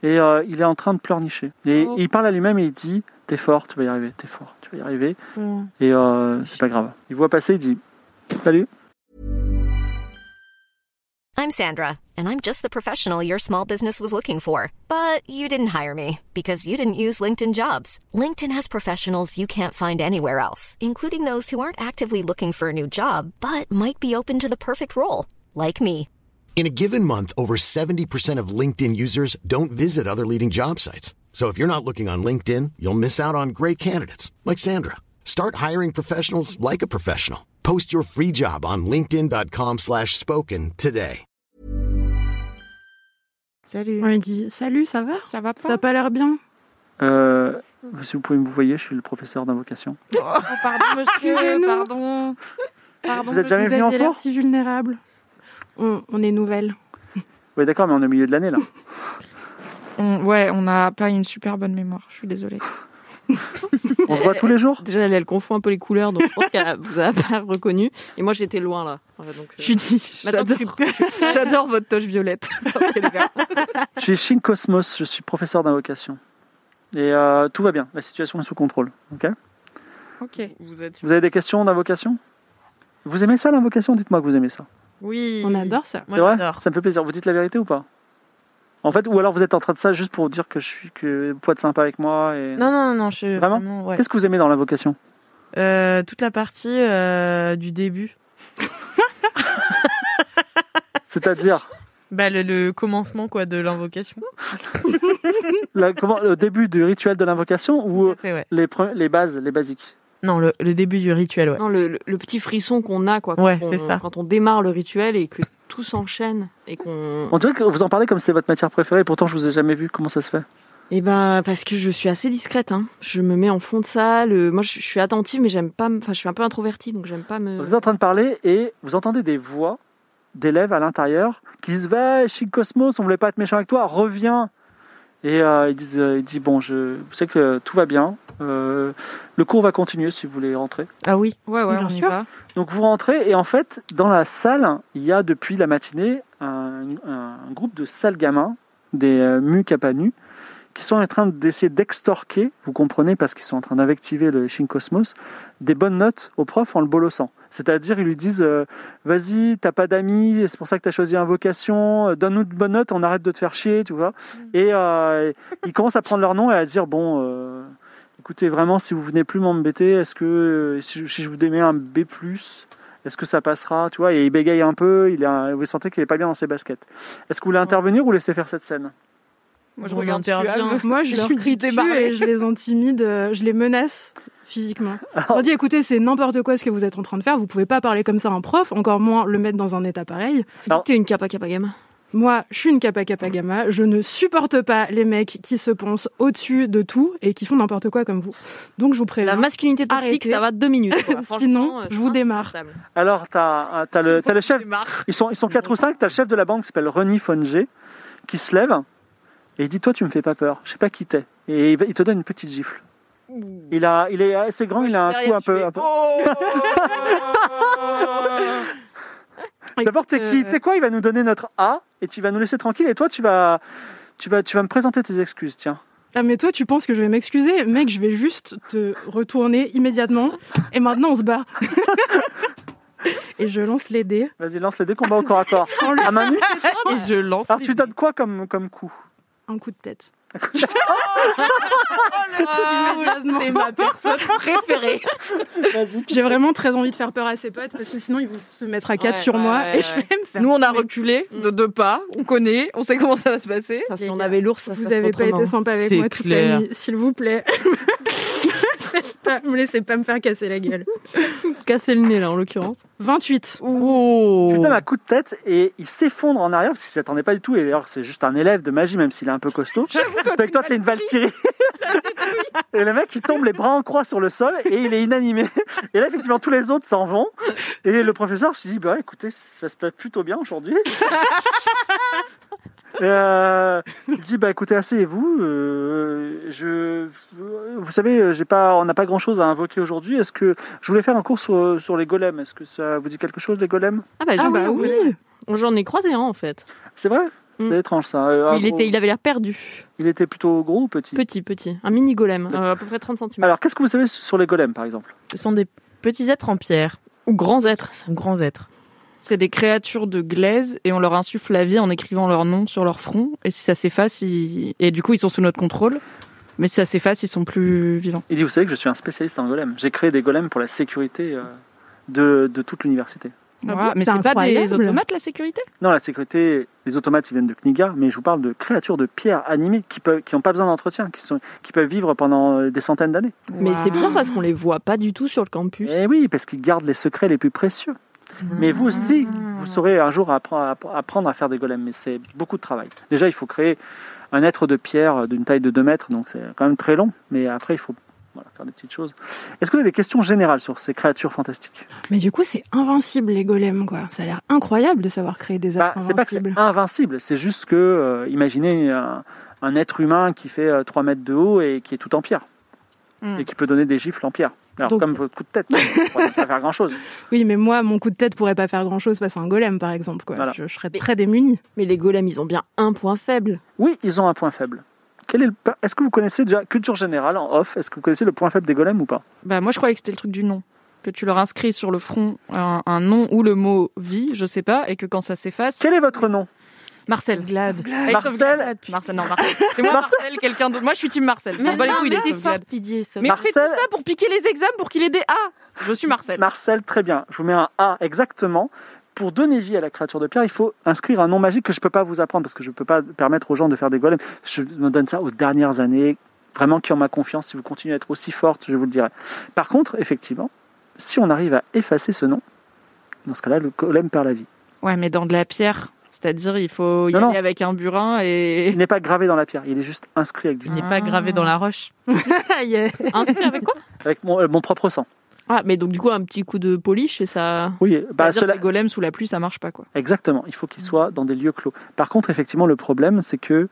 [SPEAKER 2] et euh, il est en train de pleurnicher. Et
[SPEAKER 6] Oh.
[SPEAKER 2] il parle à lui-même et il dit T'es fort, tu vas y arriver, t'es fort, tu vas y arriver, et euh, c'est pas grave. Il voit passer, il dit Salut.
[SPEAKER 9] I'm Sandra, and I'm just the professional your small business was looking for. But you didn't hire me because you didn't use LinkedIn jobs. LinkedIn has professionals you can't find anywhere else, including those who aren't actively looking for a new job but might be open to the perfect role, like me.
[SPEAKER 10] In a given month, over 70% of LinkedIn users don't visit other leading job sites. So if you're not looking on LinkedIn, you'll miss out on great candidates like Sandra. Start hiring professionals like a professional. Post your free job on linkedin.com/spoken slash spoken today.
[SPEAKER 3] Salut.
[SPEAKER 4] On lui dit Salut, ça va
[SPEAKER 3] Ça va
[SPEAKER 4] T'as
[SPEAKER 3] pas
[SPEAKER 4] pas l'air bien
[SPEAKER 2] Euh, si vous pouvez me vous voyez, je suis le professeur d'invocation.
[SPEAKER 3] Pardon, monsieur,
[SPEAKER 4] Excusez-nous.
[SPEAKER 3] pardon. Pardon.
[SPEAKER 2] Vous êtes jamais
[SPEAKER 4] Vous
[SPEAKER 2] venu en
[SPEAKER 4] aviez l'air
[SPEAKER 2] cours
[SPEAKER 4] si vulnérable. On, on est nouvelle.
[SPEAKER 2] Oui, d'accord, mais on est au milieu de l'année là.
[SPEAKER 3] On- ouais, on n'a pas une super bonne mémoire, je suis désolée.
[SPEAKER 2] On se voit tous les jours
[SPEAKER 8] Déjà, elle, elle confond un peu les couleurs, donc je pense qu'elle a- vous a pas reconnu. Et moi, j'étais loin, là. Ouais, donc, euh,
[SPEAKER 3] Je suis dit,
[SPEAKER 8] Maintenant,
[SPEAKER 3] j'adore j'adore votre toche violette. Ok, les gars.
[SPEAKER 2] Je suis Shin Cosmos, je suis professeur d'invocation. Et euh, tout va bien, la situation est sous contrôle. ok
[SPEAKER 3] ok. Vous êtes...
[SPEAKER 2] vous avez des questions d'invocation Vous aimez ça l'invocation Dites-moi que vous aimez ça.
[SPEAKER 6] Oui.
[SPEAKER 4] On adore ça.
[SPEAKER 6] Moi
[SPEAKER 2] C'est vrai
[SPEAKER 6] j'adore.
[SPEAKER 2] Ça me fait plaisir. Vous dites la vérité ou pas En fait, ou alors vous êtes en train de ça juste pour dire que je suis que pour être sympa avec moi et.
[SPEAKER 6] Non, non, non, je...
[SPEAKER 2] Vraiment
[SPEAKER 6] ouais.
[SPEAKER 2] Qu'est-ce que vous aimez dans l'invocation
[SPEAKER 6] Euh, toute la partie euh, du début.
[SPEAKER 2] C'est-à-dire
[SPEAKER 6] Bah, le, le commencement quoi de l'invocation.
[SPEAKER 2] la- comment- le début du rituel de l'invocation
[SPEAKER 6] Tout
[SPEAKER 2] ou
[SPEAKER 6] à fait, ouais.
[SPEAKER 2] les, pre- les bases, les basiques
[SPEAKER 6] Non, le, le début du rituel, ouais.
[SPEAKER 8] non, le, le- le petit frisson qu'on a, quoi. quand
[SPEAKER 6] Ouais,
[SPEAKER 8] on-
[SPEAKER 6] c'est ça.
[SPEAKER 8] Quand on démarre le rituel et que tout s'enchaîne et qu'on.
[SPEAKER 2] On dirait que vous en parlez comme c'était votre matière préférée, pourtant je vous ai jamais vu. Comment ça se fait
[SPEAKER 8] Eh ben, parce que je suis assez discrète, hein. Je me mets en fond de salle. euh, Moi, je je suis attentive, mais j'aime pas. me- Enfin, je suis un peu introvertie, donc j'aime pas
[SPEAKER 2] Vous
[SPEAKER 8] me.
[SPEAKER 2] êtes en train de parler et vous entendez des voix d'élèves à l'intérieur qui disent Va, Chic Cosmos, on voulait pas être méchant avec toi, reviens Et euh, ils disent euh, il dit, Bon, je vous savez que tout va bien, euh, le cours va continuer si vous voulez rentrer.
[SPEAKER 6] Ah oui.
[SPEAKER 3] Ouais, ouais,
[SPEAKER 4] Bien
[SPEAKER 3] on y
[SPEAKER 4] sûr.
[SPEAKER 3] va.
[SPEAKER 2] Donc vous rentrez et en fait, dans la salle, il y a depuis la matinée un, un groupe de sales gamins, des euh, mu capanus, qui sont en train d'essayer d'extorquer, vous comprenez, parce qu'ils sont en train d'invectiver le Shin Cosmos, des bonnes notes au prof en le bolossant. C'est-à-dire, ils lui disent euh, Vas-y, t'as pas d'amis, c'est pour ça que t'as choisi Invocation, euh, donne-nous de bonnes notes, on arrête de te faire chier, tu vois. Et euh, ils commencent à prendre leur nom et à dire Bon. euh, Écoutez, vraiment, si vous venez plus m'embêter, est-ce que euh, si je, si je vous démets un B+, Est-ce que ça passera Tu vois, et il bégaye un peu, il a, vous sentez qu'il n'est pas bien dans ses baskets. Est-ce que vous voulez intervenir ou laisser faire cette scène
[SPEAKER 4] Moi,
[SPEAKER 3] je regarde Intervient.
[SPEAKER 4] Moi, je
[SPEAKER 3] Leur
[SPEAKER 4] suis
[SPEAKER 3] cri
[SPEAKER 4] dessus
[SPEAKER 3] débarré.
[SPEAKER 4] et je les intimide, euh, je les menace physiquement. On dit écoutez, c'est n'importe quoi ce que vous êtes en train de faire, vous pouvez pas parler comme ça à un prof, encore moins le mettre dans un état pareil.
[SPEAKER 8] T'es une kappa kappa gamma.
[SPEAKER 4] Moi, je suis une kappa kappa gamma, je ne supporte pas les mecs qui se pensent au-dessus de tout et qui font n'importe quoi comme vous. Donc je vous préviens.
[SPEAKER 8] La masculinité toxique,
[SPEAKER 4] arrêtez.
[SPEAKER 8] ça va deux minutes.
[SPEAKER 4] Sinon,
[SPEAKER 8] quoi. Franchement, euh,
[SPEAKER 4] je vous démarre.
[SPEAKER 2] Alors, tu as, le, t'as le chef. Ils sont, ils sont 4 ou 5. Tu as le chef de la banque qui s'appelle Ronnie Fonge qui se lève et il dit Toi, tu me fais pas peur. Je sais pas qui t'es. Et il va- il te donne une petite gifle. Il, a, il est assez grand, il a un cou un peu. un peu- D'abord, t'es qui Tu sais quoi Il va nous donner notre A et tu vas nous laisser tranquille. Et toi, tu vas, tu vas, tu vas me présenter tes excuses. Tiens.
[SPEAKER 4] Ah mais toi tu penses que je vais m'excuser Mec, je vais juste te retourner immédiatement et maintenant on se bat. et je lance les dés.
[SPEAKER 2] Vas-y, lance les dés combat au corps à corps. À main nue
[SPEAKER 6] Ah, bah.
[SPEAKER 3] Et je lance.
[SPEAKER 2] Alors, Ah, tu donnes quoi comme, comme coup
[SPEAKER 4] Un coup de tête.
[SPEAKER 3] Oh C'est ma personne préférée.
[SPEAKER 4] J'ai vraiment très envie de faire peur à ses potes parce que sinon ils vont se mettre à quatre
[SPEAKER 3] Ouais,
[SPEAKER 4] sur
[SPEAKER 3] ouais,
[SPEAKER 4] moi
[SPEAKER 3] ouais,
[SPEAKER 4] et je vais me faire.
[SPEAKER 3] Nous, on a reculé
[SPEAKER 4] Mm.
[SPEAKER 3] de deux pas. On connaît. On sait comment ça va se passer.
[SPEAKER 8] si on avait l'ours, ça se
[SPEAKER 4] Vous
[SPEAKER 8] passe
[SPEAKER 4] avez pas
[SPEAKER 8] autrement.
[SPEAKER 4] été sympa avec
[SPEAKER 3] C'est
[SPEAKER 4] moi toute
[SPEAKER 3] clair.
[SPEAKER 4] la nuit, s'il vous plaît. Me laissez pas- me laissez pas me faire casser la gueule.
[SPEAKER 8] Casser le nez, là, en l'occurrence.
[SPEAKER 4] 28.
[SPEAKER 2] Tu
[SPEAKER 3] Oh.
[SPEAKER 2] donnes un coup de tête et il s'effondre en arrière parce qu'il s'y attendait pas du tout. Et d'ailleurs, c'est juste un élève de magie, même s'il est un peu costaud. Avec toi, t'es une Valkyrie. et le mec, il tombe les bras en croix sur le sol et il est inanimé. Et là, effectivement, tous les autres s'en vont. Et le professeur se dit Bah écoutez, ça se passe plutôt bien aujourd'hui. Euh, il dit bah écoutez asseyez-vous. euh, je, vous savez, j'ai pas, on n'a pas grand-chose à invoquer aujourd'hui. Est-ce que je voulais faire un cours sur, sur les golems Est-ce que ça vous dit quelque chose les golems
[SPEAKER 8] Ah bah,
[SPEAKER 4] Ah
[SPEAKER 8] je-
[SPEAKER 4] bah
[SPEAKER 8] oui.
[SPEAKER 4] oui.
[SPEAKER 8] J'en ai croisé un, en fait.
[SPEAKER 2] C'est vrai
[SPEAKER 8] Mm.
[SPEAKER 2] C'est étrange ça. Euh, un
[SPEAKER 8] il,
[SPEAKER 2] gros-
[SPEAKER 8] était, il avait l'air perdu.
[SPEAKER 2] il était plutôt gros ou petit,
[SPEAKER 8] Petit, petit. Un mini golem, euh, à peu près 30 cm.
[SPEAKER 2] Alors qu'est-ce que vous savez sur les golems par exemple
[SPEAKER 6] Ce sont des petits êtres en pierre,
[SPEAKER 3] Ou grands êtres.
[SPEAKER 6] grands êtres.
[SPEAKER 3] C'est des créatures de glaise et on leur insuffle la vie en écrivant leur nom sur leur front. Et si ça s'efface, ils... et du coup, ils sont sous notre contrôle. Mais si ça s'efface, ils sont plus vivants.
[SPEAKER 2] Il dit vous savez que je suis un spécialiste en golems. J'ai créé des golems pour la sécurité euh, de, de toute l'université.
[SPEAKER 3] Voilà.
[SPEAKER 4] bon
[SPEAKER 3] mais
[SPEAKER 4] C'est
[SPEAKER 3] c'est pas des
[SPEAKER 4] incroyable.
[SPEAKER 3] automates, la sécurité
[SPEAKER 2] Non, la sécurité, les automates, ils viennent de Kniga, mais je vous parle de créatures de pierre animées qui peuvent, qui n'ont pas besoin d'entretien, qui sont, qui peuvent vivre pendant euh, des centaines d'années.
[SPEAKER 8] Mais c'est bizarre parce qu'on les voit pas du tout sur le campus.
[SPEAKER 2] Eh oui, parce qu'ils gardent les secrets les plus précieux. Mais vous aussi,
[SPEAKER 4] Ah.
[SPEAKER 2] vous saurez un jour appren- app- apprendre à faire des golems, mais c'est beaucoup de travail. Déjà, il faut créer un être de pierre euh, d'une taille de 2 mètres, donc c'est quand même très long, mais après, il faut voilà, faire des petites choses. Est-ce que vous avez des questions générales sur ces créatures fantastiques
[SPEAKER 4] Mais du coup, c'est invincible les golems quoi. Ça a l'air incroyable de savoir créer des
[SPEAKER 2] Bah,
[SPEAKER 4] arcs
[SPEAKER 2] C'est pas que
[SPEAKER 4] invincibles.
[SPEAKER 2] c'est invincible, c'est juste que, euh, imaginez un, un être humain qui fait euh, 3 mètres de haut et qui est tout en pierre,
[SPEAKER 3] Mm.
[SPEAKER 2] et qui peut donner des gifles en pierre. Alors,
[SPEAKER 4] Hmm. Donc-
[SPEAKER 2] comme votre coup de tête, on pourrait pas faire grand-chose.
[SPEAKER 4] Oui, mais moi, mon coup de tête pourrait pas faire grand chose face à un golem, par exemple. Quoi.
[SPEAKER 2] Voilà.
[SPEAKER 4] Je, je serais très démunie.
[SPEAKER 8] Mais les golems, ils ont bien un point faible.
[SPEAKER 2] Oui, ils ont un point faible. Quel est le... Est-ce que vous connaissez déjà culture générale en off Est-ce que vous connaissez le point faible des golems ou pas
[SPEAKER 3] Bah, moi, je croyais que c'était le truc du nom. Que tu leur inscris sur le front un, un nom ou le mot vie, je sais pas, et que quand ça s'efface.
[SPEAKER 2] Quel est votre nom
[SPEAKER 3] Marcel.
[SPEAKER 6] Glad.
[SPEAKER 3] Hey,
[SPEAKER 2] Marcel.
[SPEAKER 3] sauvegarde. Marcel, non, Marcel. C'est moi,
[SPEAKER 2] Marcel.
[SPEAKER 3] Marcel, quelqu'un d'autre. Moi, je suis team Marcel.
[SPEAKER 6] Mais
[SPEAKER 3] On bat les
[SPEAKER 6] non,
[SPEAKER 3] couilles
[SPEAKER 6] mais
[SPEAKER 3] des
[SPEAKER 6] t'es
[SPEAKER 3] sauvegardes.
[SPEAKER 6] fort, Didier. sauve-
[SPEAKER 3] Mais on fait
[SPEAKER 2] Marcel.
[SPEAKER 3] tout ça pour piquer les examens, pour qu'il ait des A. Je suis Marcel.
[SPEAKER 2] Marcel, très bien. Je vous mets un A exactement. Pour donner vie à la créature de pierre, il faut inscrire un nom magique que je ne peux pas vous apprendre parce que je ne peux pas permettre aux gens de faire des golems. Je me donne ça aux dernières années, vraiment qui ont ma confiance. Si vous continuez à être aussi forte, je vous le dirai. Par contre, effectivement, si on arrive à effacer ce nom, dans ce cas-là, le golem perd la vie.
[SPEAKER 3] Ouais, mais dans de la pierre. C'est-à-dire, il faut y
[SPEAKER 2] Non,
[SPEAKER 3] aller
[SPEAKER 2] non.
[SPEAKER 3] avec un burin
[SPEAKER 2] Il
[SPEAKER 3] et.
[SPEAKER 2] n'est pas gravé dans la pierre, il est juste inscrit avec du
[SPEAKER 6] Il n'est pas gravé dans la roche.
[SPEAKER 4] Aïe.
[SPEAKER 8] Inscrit avec quoi
[SPEAKER 2] avec mon, euh, mon propre sang.
[SPEAKER 8] Ah, mais donc du coup, un petit coup de polish et ça.
[SPEAKER 2] Oui, bah,
[SPEAKER 3] C'est-à-dire
[SPEAKER 2] cela,
[SPEAKER 3] que les golems sous la pluie, ça marche pas, quoi.
[SPEAKER 2] Exactement, il faut
[SPEAKER 8] Mm.
[SPEAKER 2] qu'il soit dans des lieux clos. Par contre, effectivement, le problème, c'est que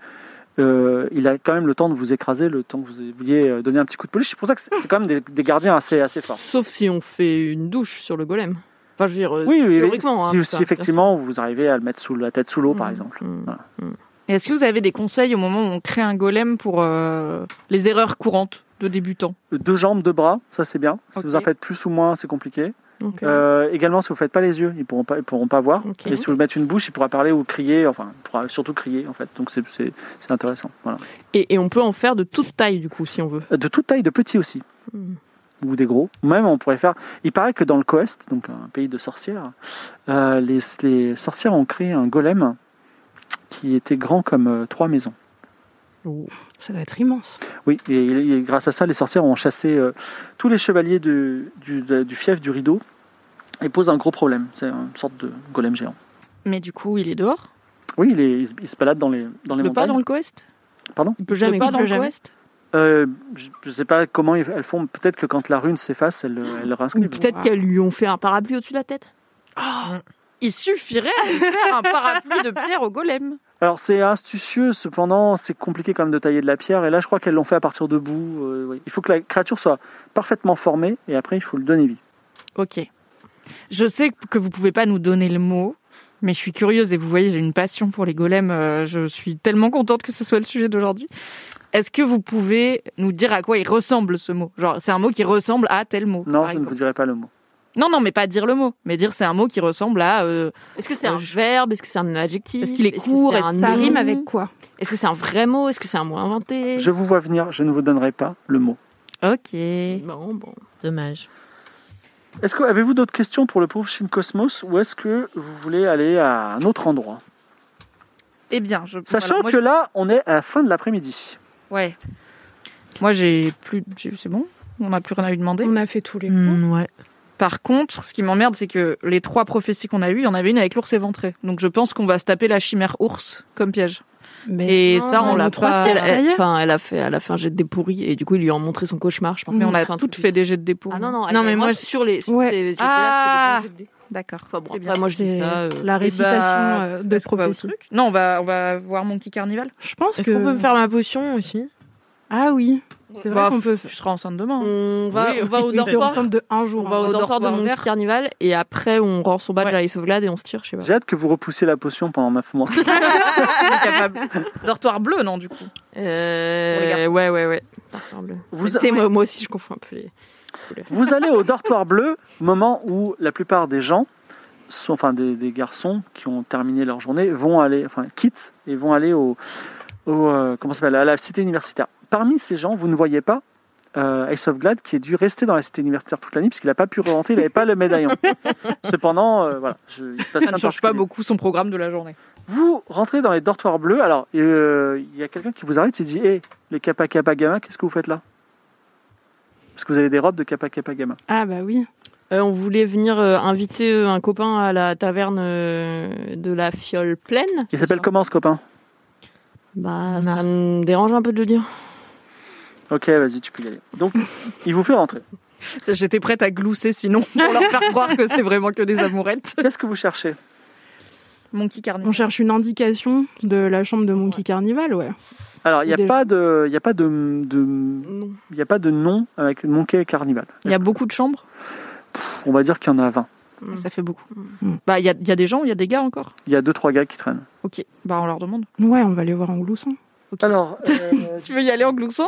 [SPEAKER 2] euh, il a quand même le temps de vous écraser, le temps que vous vouliez euh, donner un petit coup de polish. C'est pour ça que c'est c'est quand même des, des gardiens assez, assez forts.
[SPEAKER 8] Sauf si on fait une douche sur le golem. Enfin, je veux dire, euh,
[SPEAKER 2] Oui, oui, oui.
[SPEAKER 8] théoriquement. hein,
[SPEAKER 2] si,
[SPEAKER 8] tout
[SPEAKER 2] si
[SPEAKER 8] ça.
[SPEAKER 2] effectivement vous arrivez à le mettre sous la tête sous l'eau, par exemple.
[SPEAKER 8] Mm.
[SPEAKER 3] Et Est-ce que vous avez des conseils au moment où on crée un golem pour euh, les erreurs courantes de débutants
[SPEAKER 2] Deux jambes, deux bras, ça c'est bien. Si
[SPEAKER 3] Ok.
[SPEAKER 2] vous en faites plus ou moins, c'est compliqué.
[SPEAKER 8] Ok.
[SPEAKER 2] Euh, également, si vous faites pas les yeux, ils pourront pas, ils pourront pas voir.
[SPEAKER 8] Ok.
[SPEAKER 2] Et si vous mettez une bouche, il pourra parler ou crier. Enfin, il pourra surtout crier en fait. Donc c'est- c'est c'est intéressant. Voilà.
[SPEAKER 8] Et, et on peut en faire de toute taille, du coup, si on veut.
[SPEAKER 3] Hmm.
[SPEAKER 2] De toute taille, de petit aussi.
[SPEAKER 8] Mm.
[SPEAKER 2] ou des gros. Même, on pourrait faire. Il paraît que dans le Coest, donc un pays de sorcières, euh, les, les sorcières ont créé un golem qui était grand comme euh, trois maisons.
[SPEAKER 4] Ça doit être immense.
[SPEAKER 2] Oui, et, et grâce à ça, les sorcières ont chassé euh, tous les chevaliers du, du, de- du fief du rideau et posent un gros problème. C'est une sorte de golem géant.
[SPEAKER 3] Mais du coup, il est dehors.
[SPEAKER 2] Oui, il, est- il se- il se balade dans les, dans les
[SPEAKER 3] Le pas
[SPEAKER 2] montagnes.
[SPEAKER 3] dans le Coest.
[SPEAKER 2] Pardon
[SPEAKER 3] peut jamais- Le pas il peut dans le jamais. Coest
[SPEAKER 2] Euh, Je ne sais pas comment ils- elles font. Peut-être que quand la rune s'efface, elles, elles le réinscrivent.
[SPEAKER 8] Peut-être qu'elles lui ont fait un parapluie au-dessus de la tête.
[SPEAKER 3] Oh, Il suffirait de faire un parapluie de pierre au golem.
[SPEAKER 2] Alors c'est astucieux, cependant c'est compliqué quand même de tailler de la pierre. Et là je crois qu'elles l'ont fait à partir de boue. euh, oui. Il faut que la créature soit parfaitement formée et après il faut le donner vie.
[SPEAKER 3] Ok. Je sais que vous pouvez pas nous donner le mot, mais je suis curieuse et vous voyez, j'ai une passion pour les golems. euh, Je suis tellement contente que ce soit le sujet d'aujourd'hui. Est-ce que vous pouvez nous dire à quoi il ressemble ce mot Genre, c'est un mot qui ressemble à tel mot.
[SPEAKER 2] Non,
[SPEAKER 3] par
[SPEAKER 2] je ne
[SPEAKER 3] exemple.
[SPEAKER 2] vous dirai pas le mot.
[SPEAKER 3] Non, non, mais pas dire le mot, mais dire c'est un mot qui ressemble à. euh,
[SPEAKER 8] Est-ce que c'est un verbe Est-ce que c'est un adjectif
[SPEAKER 3] Est-ce qu'il est
[SPEAKER 8] Euh, Mmh. Est-ce que
[SPEAKER 3] court
[SPEAKER 8] c'est
[SPEAKER 3] Est-ce
[SPEAKER 8] un
[SPEAKER 3] que ça
[SPEAKER 8] nom
[SPEAKER 3] rime avec
[SPEAKER 4] quoi
[SPEAKER 8] Est-ce que c'est un vrai mot Est-ce que c'est un mot inventé
[SPEAKER 2] Je vous vois venir, je ne vous donnerai pas le mot.
[SPEAKER 3] Ok.
[SPEAKER 8] Bon, bon.
[SPEAKER 6] Dommage.
[SPEAKER 2] Est-ce que avez-vous d'autres questions pour le pauvre Shin Cosmos ou est-ce que vous voulez aller à un autre endroit
[SPEAKER 3] Eh bien, je.
[SPEAKER 2] Sachant
[SPEAKER 3] voilà, moi,
[SPEAKER 2] que
[SPEAKER 3] je-
[SPEAKER 2] là on est à la fin de l'après-midi.
[SPEAKER 3] Ouais. Moi, j'ai plus. j'ai- C'est bon On n'a plus rien à lui demander
[SPEAKER 4] On a fait tous les
[SPEAKER 8] Mmh.
[SPEAKER 6] ouais.
[SPEAKER 3] Par contre, ce qui m'emmerde, c'est que les trois prophéties qu'on a eues, il y en avait une avec l'ours éventré. Donc je pense qu'on va se taper la chimère ours comme piège.
[SPEAKER 4] Mais
[SPEAKER 3] Et ça, on l'a pas.
[SPEAKER 8] Elle,
[SPEAKER 3] Elle-
[SPEAKER 8] elle-
[SPEAKER 3] elle-
[SPEAKER 8] enfin, elle a fait, elle a fait un jet de dépourri et du coup, ils lui ont montré son cauchemar, je pense.
[SPEAKER 3] Mais on a
[SPEAKER 8] Enfin,
[SPEAKER 3] toutes fait des jets de dépôt.
[SPEAKER 8] Ah non, non,
[SPEAKER 6] mais
[SPEAKER 8] mais
[SPEAKER 6] moi,
[SPEAKER 8] moi,
[SPEAKER 6] je-
[SPEAKER 8] sur les. sur
[SPEAKER 4] Ouais.
[SPEAKER 8] les- j'ai fait
[SPEAKER 3] Ah.
[SPEAKER 8] là, je fais des jets de dés.
[SPEAKER 3] D'accord.
[SPEAKER 8] Enfin, bon,
[SPEAKER 3] C'est
[SPEAKER 8] après,
[SPEAKER 3] bien.
[SPEAKER 8] moi, je dis ça. euh,
[SPEAKER 4] la récitation
[SPEAKER 3] bah,
[SPEAKER 4] euh, de prophétie.
[SPEAKER 3] Non, on va, on va voir Monkey Carnival.
[SPEAKER 4] Je pense
[SPEAKER 6] Est-ce qu'on peut
[SPEAKER 4] que.
[SPEAKER 6] me faire ma potion aussi
[SPEAKER 4] Ah oui, c'est vrai
[SPEAKER 3] Bah,
[SPEAKER 4] qu'on peut.
[SPEAKER 3] Tu seras enceinte demain.
[SPEAKER 8] On va,
[SPEAKER 3] Mm. Oui,
[SPEAKER 8] on va au
[SPEAKER 3] oui,
[SPEAKER 4] On peut
[SPEAKER 8] dortoir.
[SPEAKER 4] ensemble de un jour. hein.
[SPEAKER 8] On va au dortoir de
[SPEAKER 3] dortoir
[SPEAKER 8] mon
[SPEAKER 3] vert.
[SPEAKER 8] carnival et après on rend son badge
[SPEAKER 3] Ouais.
[SPEAKER 8] à la sauvegarde et on se tire, je sais pas.
[SPEAKER 2] J'ai hâte que vous repoussiez la potion pendant 9 mois.
[SPEAKER 3] On est capable. Dortoir bleu, non, du coup. Pour les
[SPEAKER 8] Euh,
[SPEAKER 3] garçons.
[SPEAKER 8] ouais, ouais, ouais. Dortoir bleu.
[SPEAKER 2] Vous-
[SPEAKER 8] Tu sais, moi, moi aussi je confonds un peu les.
[SPEAKER 2] Vous allez au dortoir bleu, moment où la plupart des gens, sont, enfin des, des garçons qui ont terminé leur journée, vont aller, enfin quittent et vont aller au, au, euh, comment ça s'appelle, à la cité universitaire. Parmi ces gens, vous ne voyez pas euh, Ace of Glad qui a dû rester dans la cité universitaire toute la nuit parce qu'il n'a pas pu rentrer, il n'avait pas le médaillon. Cependant, euh, voilà, je, il se passe
[SPEAKER 3] Ça
[SPEAKER 2] rien
[SPEAKER 3] ne
[SPEAKER 2] de
[SPEAKER 3] change pas
[SPEAKER 2] particulier.
[SPEAKER 3] beaucoup son programme de la journée.
[SPEAKER 2] Vous rentrez dans les dortoirs bleus, alors euh, il y a quelqu'un qui vous arrête et dit Hé, les Kappa Kappa Gamma, qu'est-ce que vous faites là Parce que vous avez des robes de Kappa Kappa Gamma.
[SPEAKER 4] Ah bah oui.
[SPEAKER 8] Euh, on voulait venir euh, inviter euh, un copain à la taverne euh, de la fiole pleine.
[SPEAKER 2] Il s'appelle comment ce copain
[SPEAKER 8] Bah,
[SPEAKER 6] Non.
[SPEAKER 8] ça me dérange un peu de le dire.
[SPEAKER 2] Ok, vas-y, tu peux y aller. Donc, il vous fait rentrer.
[SPEAKER 3] Ça, J'étais prête à glousser sinon pour leur faire croire que c'est vraiment que des amourettes.
[SPEAKER 2] Qu'est-ce que vous cherchez
[SPEAKER 3] Monkey
[SPEAKER 4] On
[SPEAKER 3] Carnival.
[SPEAKER 4] cherche une indication de la chambre de Monkey Carnival, ouais.
[SPEAKER 2] Alors, il n'y a,
[SPEAKER 4] Déjà.
[SPEAKER 2] pas de, il y a pas de, de-
[SPEAKER 8] Non.
[SPEAKER 2] il y a pas de nom avec Monkey Carnival.
[SPEAKER 3] Il y a beaucoup de chambres.
[SPEAKER 2] On va dire qu'il y en a 20.
[SPEAKER 3] Ça fait beaucoup. Bah, il y a, il y a des gens, il y a des gars encore.
[SPEAKER 2] Il y a 2-3 gars qui traînent.
[SPEAKER 3] Ok. Bah, on leur demande.
[SPEAKER 4] Ouais, on va les voir en gloussant.
[SPEAKER 2] Alors, euh,
[SPEAKER 3] Tu veux y aller en gloussant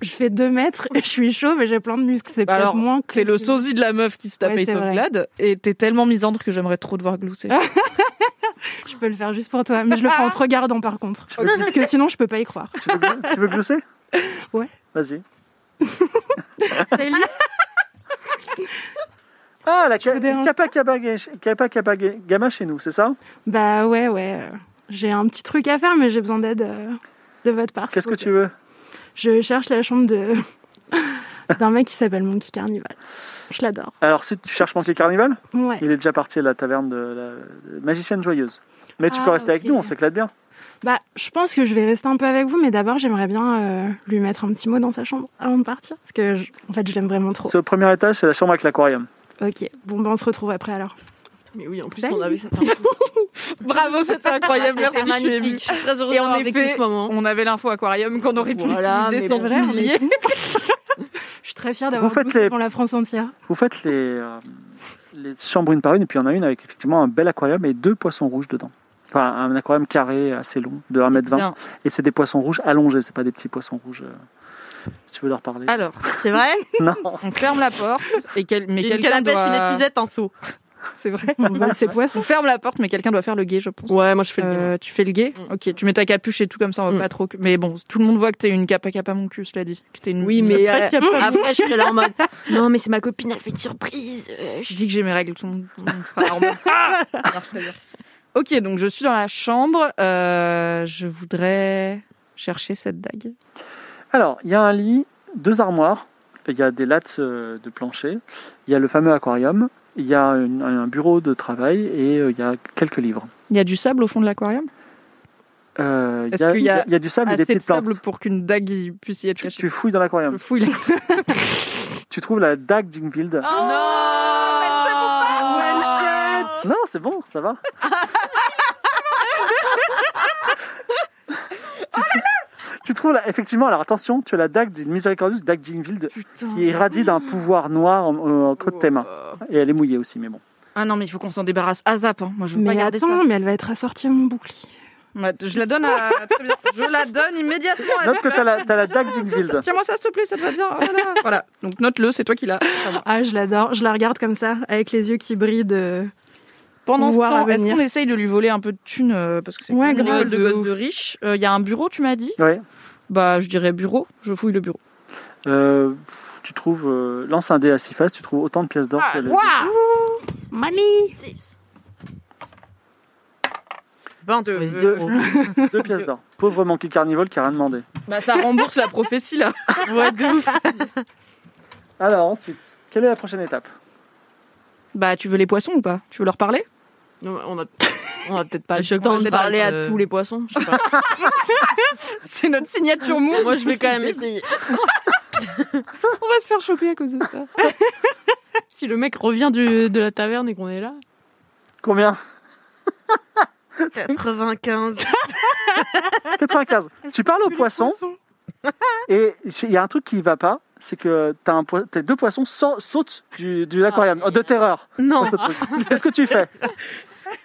[SPEAKER 4] Je fais 2 mètres et je suis chaud, mais j'ai plein de muscles. C'est
[SPEAKER 3] Bah
[SPEAKER 4] peut-être
[SPEAKER 3] alors,
[SPEAKER 4] moins que.
[SPEAKER 3] T'es le sosie de la meuf qui se tape
[SPEAKER 4] Ouais,
[SPEAKER 3] Ace
[SPEAKER 4] c'est
[SPEAKER 3] of
[SPEAKER 4] vrai.
[SPEAKER 3] Glad et t'es tellement misandre que j'aimerais trop te voir glousser.
[SPEAKER 4] Je peux le faire juste pour toi, mais je le fais en te regardant par contre.
[SPEAKER 2] Tu veux-
[SPEAKER 4] Parce que sinon, je peux pas y croire.
[SPEAKER 2] tu, veux, gl- tu veux glousser
[SPEAKER 4] Ouais.
[SPEAKER 2] Vas-y.
[SPEAKER 4] C'est lui.
[SPEAKER 2] Ah, la
[SPEAKER 4] vous dérange
[SPEAKER 2] Kappa Kappa Ga- Kappa Kappa Ga- Gamma chez nous, c'est ça
[SPEAKER 4] Bah ouais, ouais. euh, J'ai un petit truc à faire, mais j'ai besoin d'aide euh, de votre part.
[SPEAKER 2] Qu'est-ce que
[SPEAKER 4] s'il
[SPEAKER 2] tu veux
[SPEAKER 4] Je cherche la chambre de d'un mec qui s'appelle Monkey Carnival. Je l'adore.
[SPEAKER 2] Alors, si tu cherches Monkey Carnival,
[SPEAKER 4] Ouais.
[SPEAKER 2] il est déjà parti à la taverne de la magicienne joyeuse. Mais tu
[SPEAKER 4] Ah,
[SPEAKER 2] peux rester avec
[SPEAKER 4] ok.
[SPEAKER 2] nous, on s'éclate bien.
[SPEAKER 4] Bah, je pense que je vais rester un peu avec vous, mais d'abord, j'aimerais bien euh, lui mettre un petit mot dans sa chambre avant de partir, parce que je- en fait, je l'aime vraiment trop.
[SPEAKER 2] C'est au premier étage, c'est la chambre avec l'aquarium.
[SPEAKER 4] Ok. Bon, ben on se retrouve après alors.
[SPEAKER 8] Mais Bah oui, en plus,
[SPEAKER 4] Salut.
[SPEAKER 8] on avait cette
[SPEAKER 3] Bravo, c'était incroyable. Merci,
[SPEAKER 8] Ah, C'était
[SPEAKER 3] je suis émue.
[SPEAKER 8] magnifique. Je suis très heureuse
[SPEAKER 3] Et en
[SPEAKER 8] d'avoir vécu
[SPEAKER 3] effet,
[SPEAKER 8] ce moment.
[SPEAKER 3] On avait l'info aquarium qu'on aurait pu
[SPEAKER 8] Voilà,
[SPEAKER 3] utiliser
[SPEAKER 8] mais
[SPEAKER 3] sans
[SPEAKER 8] bon.
[SPEAKER 3] vrai,
[SPEAKER 4] Vrai, Je suis très fière d'avoir
[SPEAKER 2] faites
[SPEAKER 4] bossé
[SPEAKER 2] les-
[SPEAKER 4] pour la France entière.
[SPEAKER 2] Vous faites les, euh, les chambres une par une, et puis il y en a une avec effectivement un bel aquarium et deux poissons rouges dedans. Enfin, un aquarium carré assez long, de 1m20.
[SPEAKER 3] Bien.
[SPEAKER 2] Et c'est des poissons rouges allongés, c'est pas des petits poissons rouges. euh, si tu veux leur parler
[SPEAKER 4] Ah,
[SPEAKER 3] Alors,
[SPEAKER 6] C'est vrai
[SPEAKER 2] Non
[SPEAKER 3] on ferme la porte et quel, mais
[SPEAKER 6] Une
[SPEAKER 3] quelqu'un
[SPEAKER 6] canne à pêche,
[SPEAKER 3] doit...
[SPEAKER 6] une épuisette, un seau.
[SPEAKER 3] C'est vrai. On vole ses poissons. On ferme la porte, mais quelqu'un doit faire le guet, je pense. Ouais, moi je
[SPEAKER 8] Euh,
[SPEAKER 3] fais le Tu fais le guet
[SPEAKER 6] Mm.
[SPEAKER 3] Ok, tu mets ta capuche et tout comme ça, on va pas trop. Mais bon, tout le monde voit que t'es une capa capa mon cul, cela dit. Que t'es une.
[SPEAKER 8] Oui,
[SPEAKER 3] une-
[SPEAKER 8] mais
[SPEAKER 3] Pas
[SPEAKER 8] euh,
[SPEAKER 3] de capa, mon cul.
[SPEAKER 8] après, je serais là en mode. Non, mais c'est ma copine, elle fait une surprise. euh,
[SPEAKER 3] Je dis que j'ai mes règles, tout le monde, tout le monde sera armé. Ah Ça marche très bien. Ok, donc je suis dans la chambre. euh, je voudrais chercher cette dague.
[SPEAKER 2] Alors, il y a un lit, deux armoires, il y a des lattes euh, de plancher, il y a le fameux aquarium, il y a une- un bureau de travail et euh, il y a quelques livres.
[SPEAKER 3] Il y a du sable au fond de l'aquarium
[SPEAKER 2] Euh, il, y
[SPEAKER 3] Est-ce
[SPEAKER 2] a,
[SPEAKER 3] qu'il y a
[SPEAKER 2] il y a du sable et des
[SPEAKER 3] assez de
[SPEAKER 2] petites plantes.
[SPEAKER 3] sable pour qu'une dague y puisse y être cachée
[SPEAKER 2] Tu fouilles dans l'aquarium.
[SPEAKER 3] Je fouille la-
[SPEAKER 2] Tu trouves la dague d'Ingvild. Non, c'est bon, ça va. Tu trouves là, effectivement, alors attention, tu as la dague d'une miséricordieuse dague d'Ingvild qui est irradie d'un pouvoir noir en- en- au creux de tes mains. Et elle est mouillée aussi, mais bon.
[SPEAKER 3] Ah non, mais il faut qu'on s'en débarrasse à zap. hein. Moi, je veux pas
[SPEAKER 4] Mais
[SPEAKER 3] garder
[SPEAKER 4] attends,
[SPEAKER 3] ça.
[SPEAKER 4] mais elle va être assortie à mon bouclier.
[SPEAKER 3] Ouais, Je la donne à. très bien. Je la donne immédiatement. à-
[SPEAKER 2] Note que tu as la, t'as la dague d'Ingvild.
[SPEAKER 3] Tiens-moi ça, s'il te plaît, ça te va bien. Voilà. Voilà. Donc note-le, c'est toi qui l'as. Ça va.
[SPEAKER 4] Ah, je l'adore. Je la regarde comme ça, avec les yeux qui brillent de.
[SPEAKER 3] Pendant ce
[SPEAKER 4] Voir
[SPEAKER 3] temps, est-ce
[SPEAKER 4] l'avenir.
[SPEAKER 3] qu'on essaye de lui voler un peu de thunes euh, Parce que c'est
[SPEAKER 4] Ouais,
[SPEAKER 3] une
[SPEAKER 4] grave,
[SPEAKER 3] école de
[SPEAKER 4] de
[SPEAKER 3] gosse
[SPEAKER 4] ouf.
[SPEAKER 3] de riche. Il y a un bureau, tu m'as dit
[SPEAKER 2] Ouais.
[SPEAKER 3] Bah, je dirais bureau. Je fouille le bureau.
[SPEAKER 2] Euh, tu trouves, euh, lance un dé à six faces, tu trouves autant de pièces d'or que
[SPEAKER 3] Ah,
[SPEAKER 2] les-
[SPEAKER 4] Mamie
[SPEAKER 2] deux,
[SPEAKER 6] Euh,
[SPEAKER 2] deux pièces d'or. Pauvre monkey carnivore qui a rien demandé.
[SPEAKER 3] Bah, ça rembourse la prophétie, là. Ouais, de ouf.
[SPEAKER 2] Alors ensuite, quelle est la prochaine étape
[SPEAKER 3] Bah, tu veux les poissons ou pas Tu veux leur parler
[SPEAKER 8] Non, on a, on a peut-être pas
[SPEAKER 3] Je
[SPEAKER 8] le temps de
[SPEAKER 3] crois
[SPEAKER 8] parler
[SPEAKER 3] que-
[SPEAKER 8] à tous les poissons. je sais pas.
[SPEAKER 3] C'est notre signature mou.
[SPEAKER 8] Moi, je vais quand même essayer.
[SPEAKER 3] On va se faire choper à cause de ça.
[SPEAKER 8] Si le mec revient du- de la taverne et qu'on est là.
[SPEAKER 2] Combien
[SPEAKER 6] 95.
[SPEAKER 2] 95. Tu parles aux poissons et il y a un truc qui va pas, c'est que t'as un poi- tes deux poissons sa- sautent du, de l'aquarium, Oh, de terreur.
[SPEAKER 6] Non.
[SPEAKER 2] Qu'est-ce que tu fais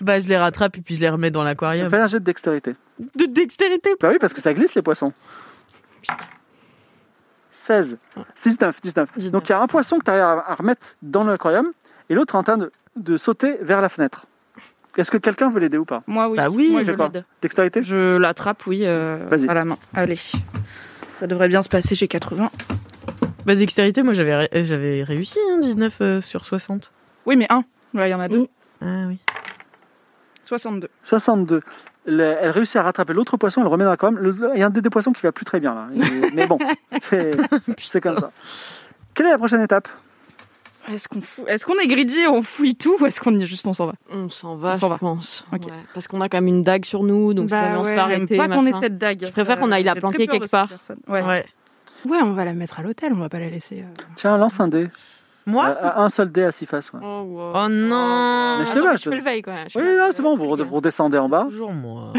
[SPEAKER 6] Bah, je les rattrape et puis je les remets dans l'aquarium.
[SPEAKER 2] Fais un jet de dextérité.
[SPEAKER 6] De dextérité.
[SPEAKER 2] Bah oui, parce que ça glisse les poissons. 16. 19, 19. Donc il y a un poisson que tu arrives à à remettre dans l'aquarium et l'autre est en train de, de sauter vers la fenêtre. Est-ce que quelqu'un veut l'aider ou pas
[SPEAKER 3] Moi, oui.
[SPEAKER 6] Bah oui,
[SPEAKER 3] Moi,
[SPEAKER 2] je
[SPEAKER 3] je
[SPEAKER 2] sais pas.
[SPEAKER 3] l'aide.
[SPEAKER 2] Dextérité
[SPEAKER 3] Je l'attrape, oui, euh,
[SPEAKER 2] Vas-y.
[SPEAKER 3] à la main. Allez. Ça devrait bien se passer, j'ai 80.
[SPEAKER 6] Bah, dextérité, moi j'avais ré- euh, j'avais réussi, hein, 19 euh, sur 60.
[SPEAKER 3] Oui, mais un. Là, il y en a deux.
[SPEAKER 6] Ah oui.
[SPEAKER 3] 62.
[SPEAKER 2] 62. Le- elle réussit à rattraper l'autre poisson, elle le remet dans l'aquarium. Le- Il y a un des deux poissons qui va plus très bien là. Et- mais bon, c'est c'est comme ça. Quelle est la prochaine étape
[SPEAKER 3] Est-ce qu'on fou- est-ce qu'on est greedy et on fouille tout ou est-ce qu'on y juste on s'en va
[SPEAKER 8] On s'en va,
[SPEAKER 3] On s'en va.
[SPEAKER 8] je pense.
[SPEAKER 3] Ok.
[SPEAKER 8] Ouais, Parce qu'on a quand même une dague sur nous, donc
[SPEAKER 4] Bah
[SPEAKER 8] si jamais on se
[SPEAKER 4] ouais,
[SPEAKER 8] fait
[SPEAKER 3] J'aime
[SPEAKER 8] arrêter,
[SPEAKER 3] pas qu'on ait
[SPEAKER 8] machin.
[SPEAKER 3] cette dague. Je
[SPEAKER 8] préfère qu'on aille la planquer quelque part.
[SPEAKER 3] Ouais.
[SPEAKER 6] Ouais.
[SPEAKER 4] Ouais, on va la mettre à l'hôtel, on va pas la laisser. euh.
[SPEAKER 2] Tiens, lance un dé.
[SPEAKER 6] Moi
[SPEAKER 2] Euh, un seul dé à six faces. ouais.
[SPEAKER 8] Oh, wow.
[SPEAKER 6] Oh non
[SPEAKER 2] Mais je
[SPEAKER 8] Ah non,
[SPEAKER 2] te
[SPEAKER 8] mais
[SPEAKER 2] bats,
[SPEAKER 8] je fais
[SPEAKER 2] je-
[SPEAKER 8] le veille quand même. je fais
[SPEAKER 2] Oui,
[SPEAKER 8] le
[SPEAKER 2] non,
[SPEAKER 8] veille.
[SPEAKER 2] c'est bon, vous, vous redescendez en bas.
[SPEAKER 6] Toujours moi.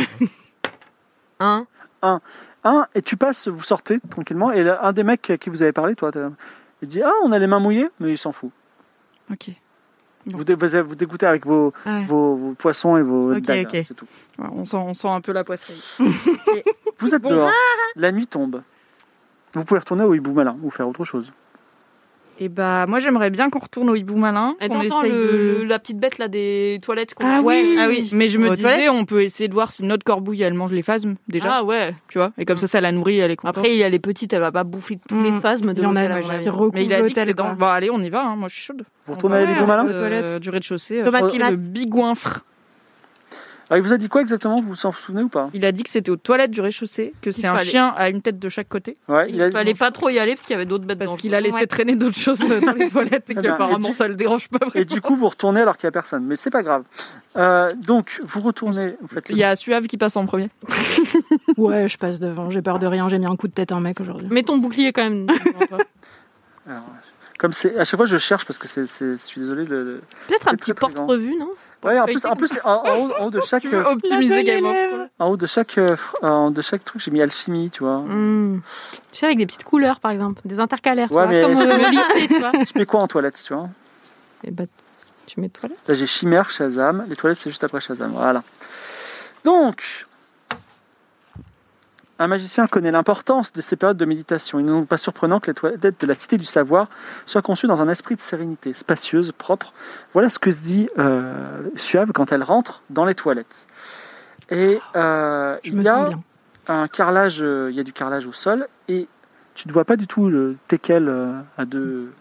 [SPEAKER 8] Hein
[SPEAKER 6] 1.
[SPEAKER 2] un, et tu passes, vous sortez tranquillement, et là, un des mecs à qui vous avez parlé, toi, t'as- il dit Ah, on a les mains mouillées, mais il s'en fout.
[SPEAKER 3] Ok.
[SPEAKER 2] Vous, dé- vous, vous dégoûtez avec vos,
[SPEAKER 6] Ouais.
[SPEAKER 2] vos, vos poissons et vos
[SPEAKER 6] Ok,
[SPEAKER 2] dagues,
[SPEAKER 6] ok.
[SPEAKER 2] hein, c'est tout.
[SPEAKER 3] Ouais, on, sent, on sent un peu la poisserie.
[SPEAKER 2] Vous êtes
[SPEAKER 3] Bon.
[SPEAKER 2] dehors, la nuit tombe. Vous pouvez retourner au hibou malin ou faire autre chose.
[SPEAKER 3] Et bah, moi j'aimerais bien qu'on retourne au hibou malin.
[SPEAKER 8] Et
[SPEAKER 3] qu'on
[SPEAKER 8] t'entends
[SPEAKER 3] essaye
[SPEAKER 8] le-
[SPEAKER 3] de-
[SPEAKER 8] le- la petite bête là des toilettes qu'on
[SPEAKER 4] Ah
[SPEAKER 3] Ouais,
[SPEAKER 4] oui.
[SPEAKER 3] ah oui. Mais je me
[SPEAKER 6] Aux
[SPEAKER 3] disais, on peut essayer de voir si notre corbouille elle mange les phasmes déjà.
[SPEAKER 8] Ah ouais.
[SPEAKER 3] Tu vois Et comme ça, ça la nourrit, elle est contente.
[SPEAKER 8] Après, elle est petite, elle va pas bouffer tous les
[SPEAKER 4] Mm.
[SPEAKER 8] phasmes de
[SPEAKER 4] Il y en a
[SPEAKER 8] l'hôtel, à
[SPEAKER 4] ouais,
[SPEAKER 8] mon
[SPEAKER 4] qui
[SPEAKER 8] avis.
[SPEAKER 4] recouvrent
[SPEAKER 3] mais il a dit que
[SPEAKER 4] l'hôtel.
[SPEAKER 3] c'était dans. Bon, allez, on y va, hein, moi je suis chaude.
[SPEAKER 6] Ah
[SPEAKER 2] Vous
[SPEAKER 6] bah
[SPEAKER 2] retournez à l'hibou malin
[SPEAKER 3] Euh,
[SPEAKER 4] toilettes.
[SPEAKER 3] Du rez-de-chaussée. euh,
[SPEAKER 6] Thomas
[SPEAKER 3] je
[SPEAKER 6] qui
[SPEAKER 3] crois,
[SPEAKER 6] lasse.
[SPEAKER 3] le bigouinfre.
[SPEAKER 2] Ah, Il vous a dit quoi exactement Vous vous en souvenez ou pas
[SPEAKER 3] Il a dit que c'était aux toilettes du rez-de-chaussée, que c'est un
[SPEAKER 8] fallait-
[SPEAKER 3] chien à une tête de chaque côté.
[SPEAKER 2] ouais,
[SPEAKER 8] Il fallait pas trop y aller parce qu'il y avait d'autres bêtes
[SPEAKER 3] Parce
[SPEAKER 8] dans
[SPEAKER 3] qu'il a laissé traîner d'autres choses dans les toilettes et
[SPEAKER 2] Très bien.
[SPEAKER 3] qu'apparemment
[SPEAKER 2] Et Ah bah, tu-
[SPEAKER 3] ça le dérange pas
[SPEAKER 2] Et
[SPEAKER 3] vraiment.
[SPEAKER 2] du coup, vous retournez alors qu'il n'y a personne, mais c'est pas grave. Euh, donc, vous retournez, vous faites le-
[SPEAKER 3] Il y a Suave qui passe en premier.
[SPEAKER 4] Ouais, je passe devant, j'ai peur de rien, j'ai mis un coup de tête à un mec aujourd'hui.
[SPEAKER 8] Mais ton bouclier quand même.
[SPEAKER 2] Alors, comme c'est à chaque fois, je cherche parce que c'est, c'est- je suis désolé. Le, le-
[SPEAKER 8] Peut-être un
[SPEAKER 2] C'est très,
[SPEAKER 8] petit
[SPEAKER 2] très grand.
[SPEAKER 8] porte-revue, non
[SPEAKER 2] Ouais, en plus, en plus, en, en haut, en haut de chaque, euh,
[SPEAKER 3] Tu veux optimiser Game of Thrones.
[SPEAKER 2] en haut de chaque, euh, en haut de chaque truc, j'ai mis alchimie, tu vois.
[SPEAKER 8] Mm. Tu sais, avec des petites couleurs par exemple, des intercalaires, tu
[SPEAKER 2] Ouais,
[SPEAKER 8] vois,
[SPEAKER 2] mais-
[SPEAKER 8] comme euh, au lycée, tu vois.
[SPEAKER 2] Je mets quoi en toilette, tu vois
[SPEAKER 8] Et bah, tu mets toilette.
[SPEAKER 2] Là, j'ai Chimère, Shazam. Les toilettes, c'est juste après Shazam. Voilà. Donc, Un magicien connaît l'importance de ces périodes de méditation. Il n'est donc pas surprenant que les toilettes de la Cité du Savoir soient conçues dans un esprit de sérénité, spacieuse, propre. Voilà ce que se dit euh, Suave quand elle rentre dans les toilettes. Et euh, il y a un carrelage, euh, il y a du carrelage au sol et tu ne vois pas du tout le teckel euh, à deux,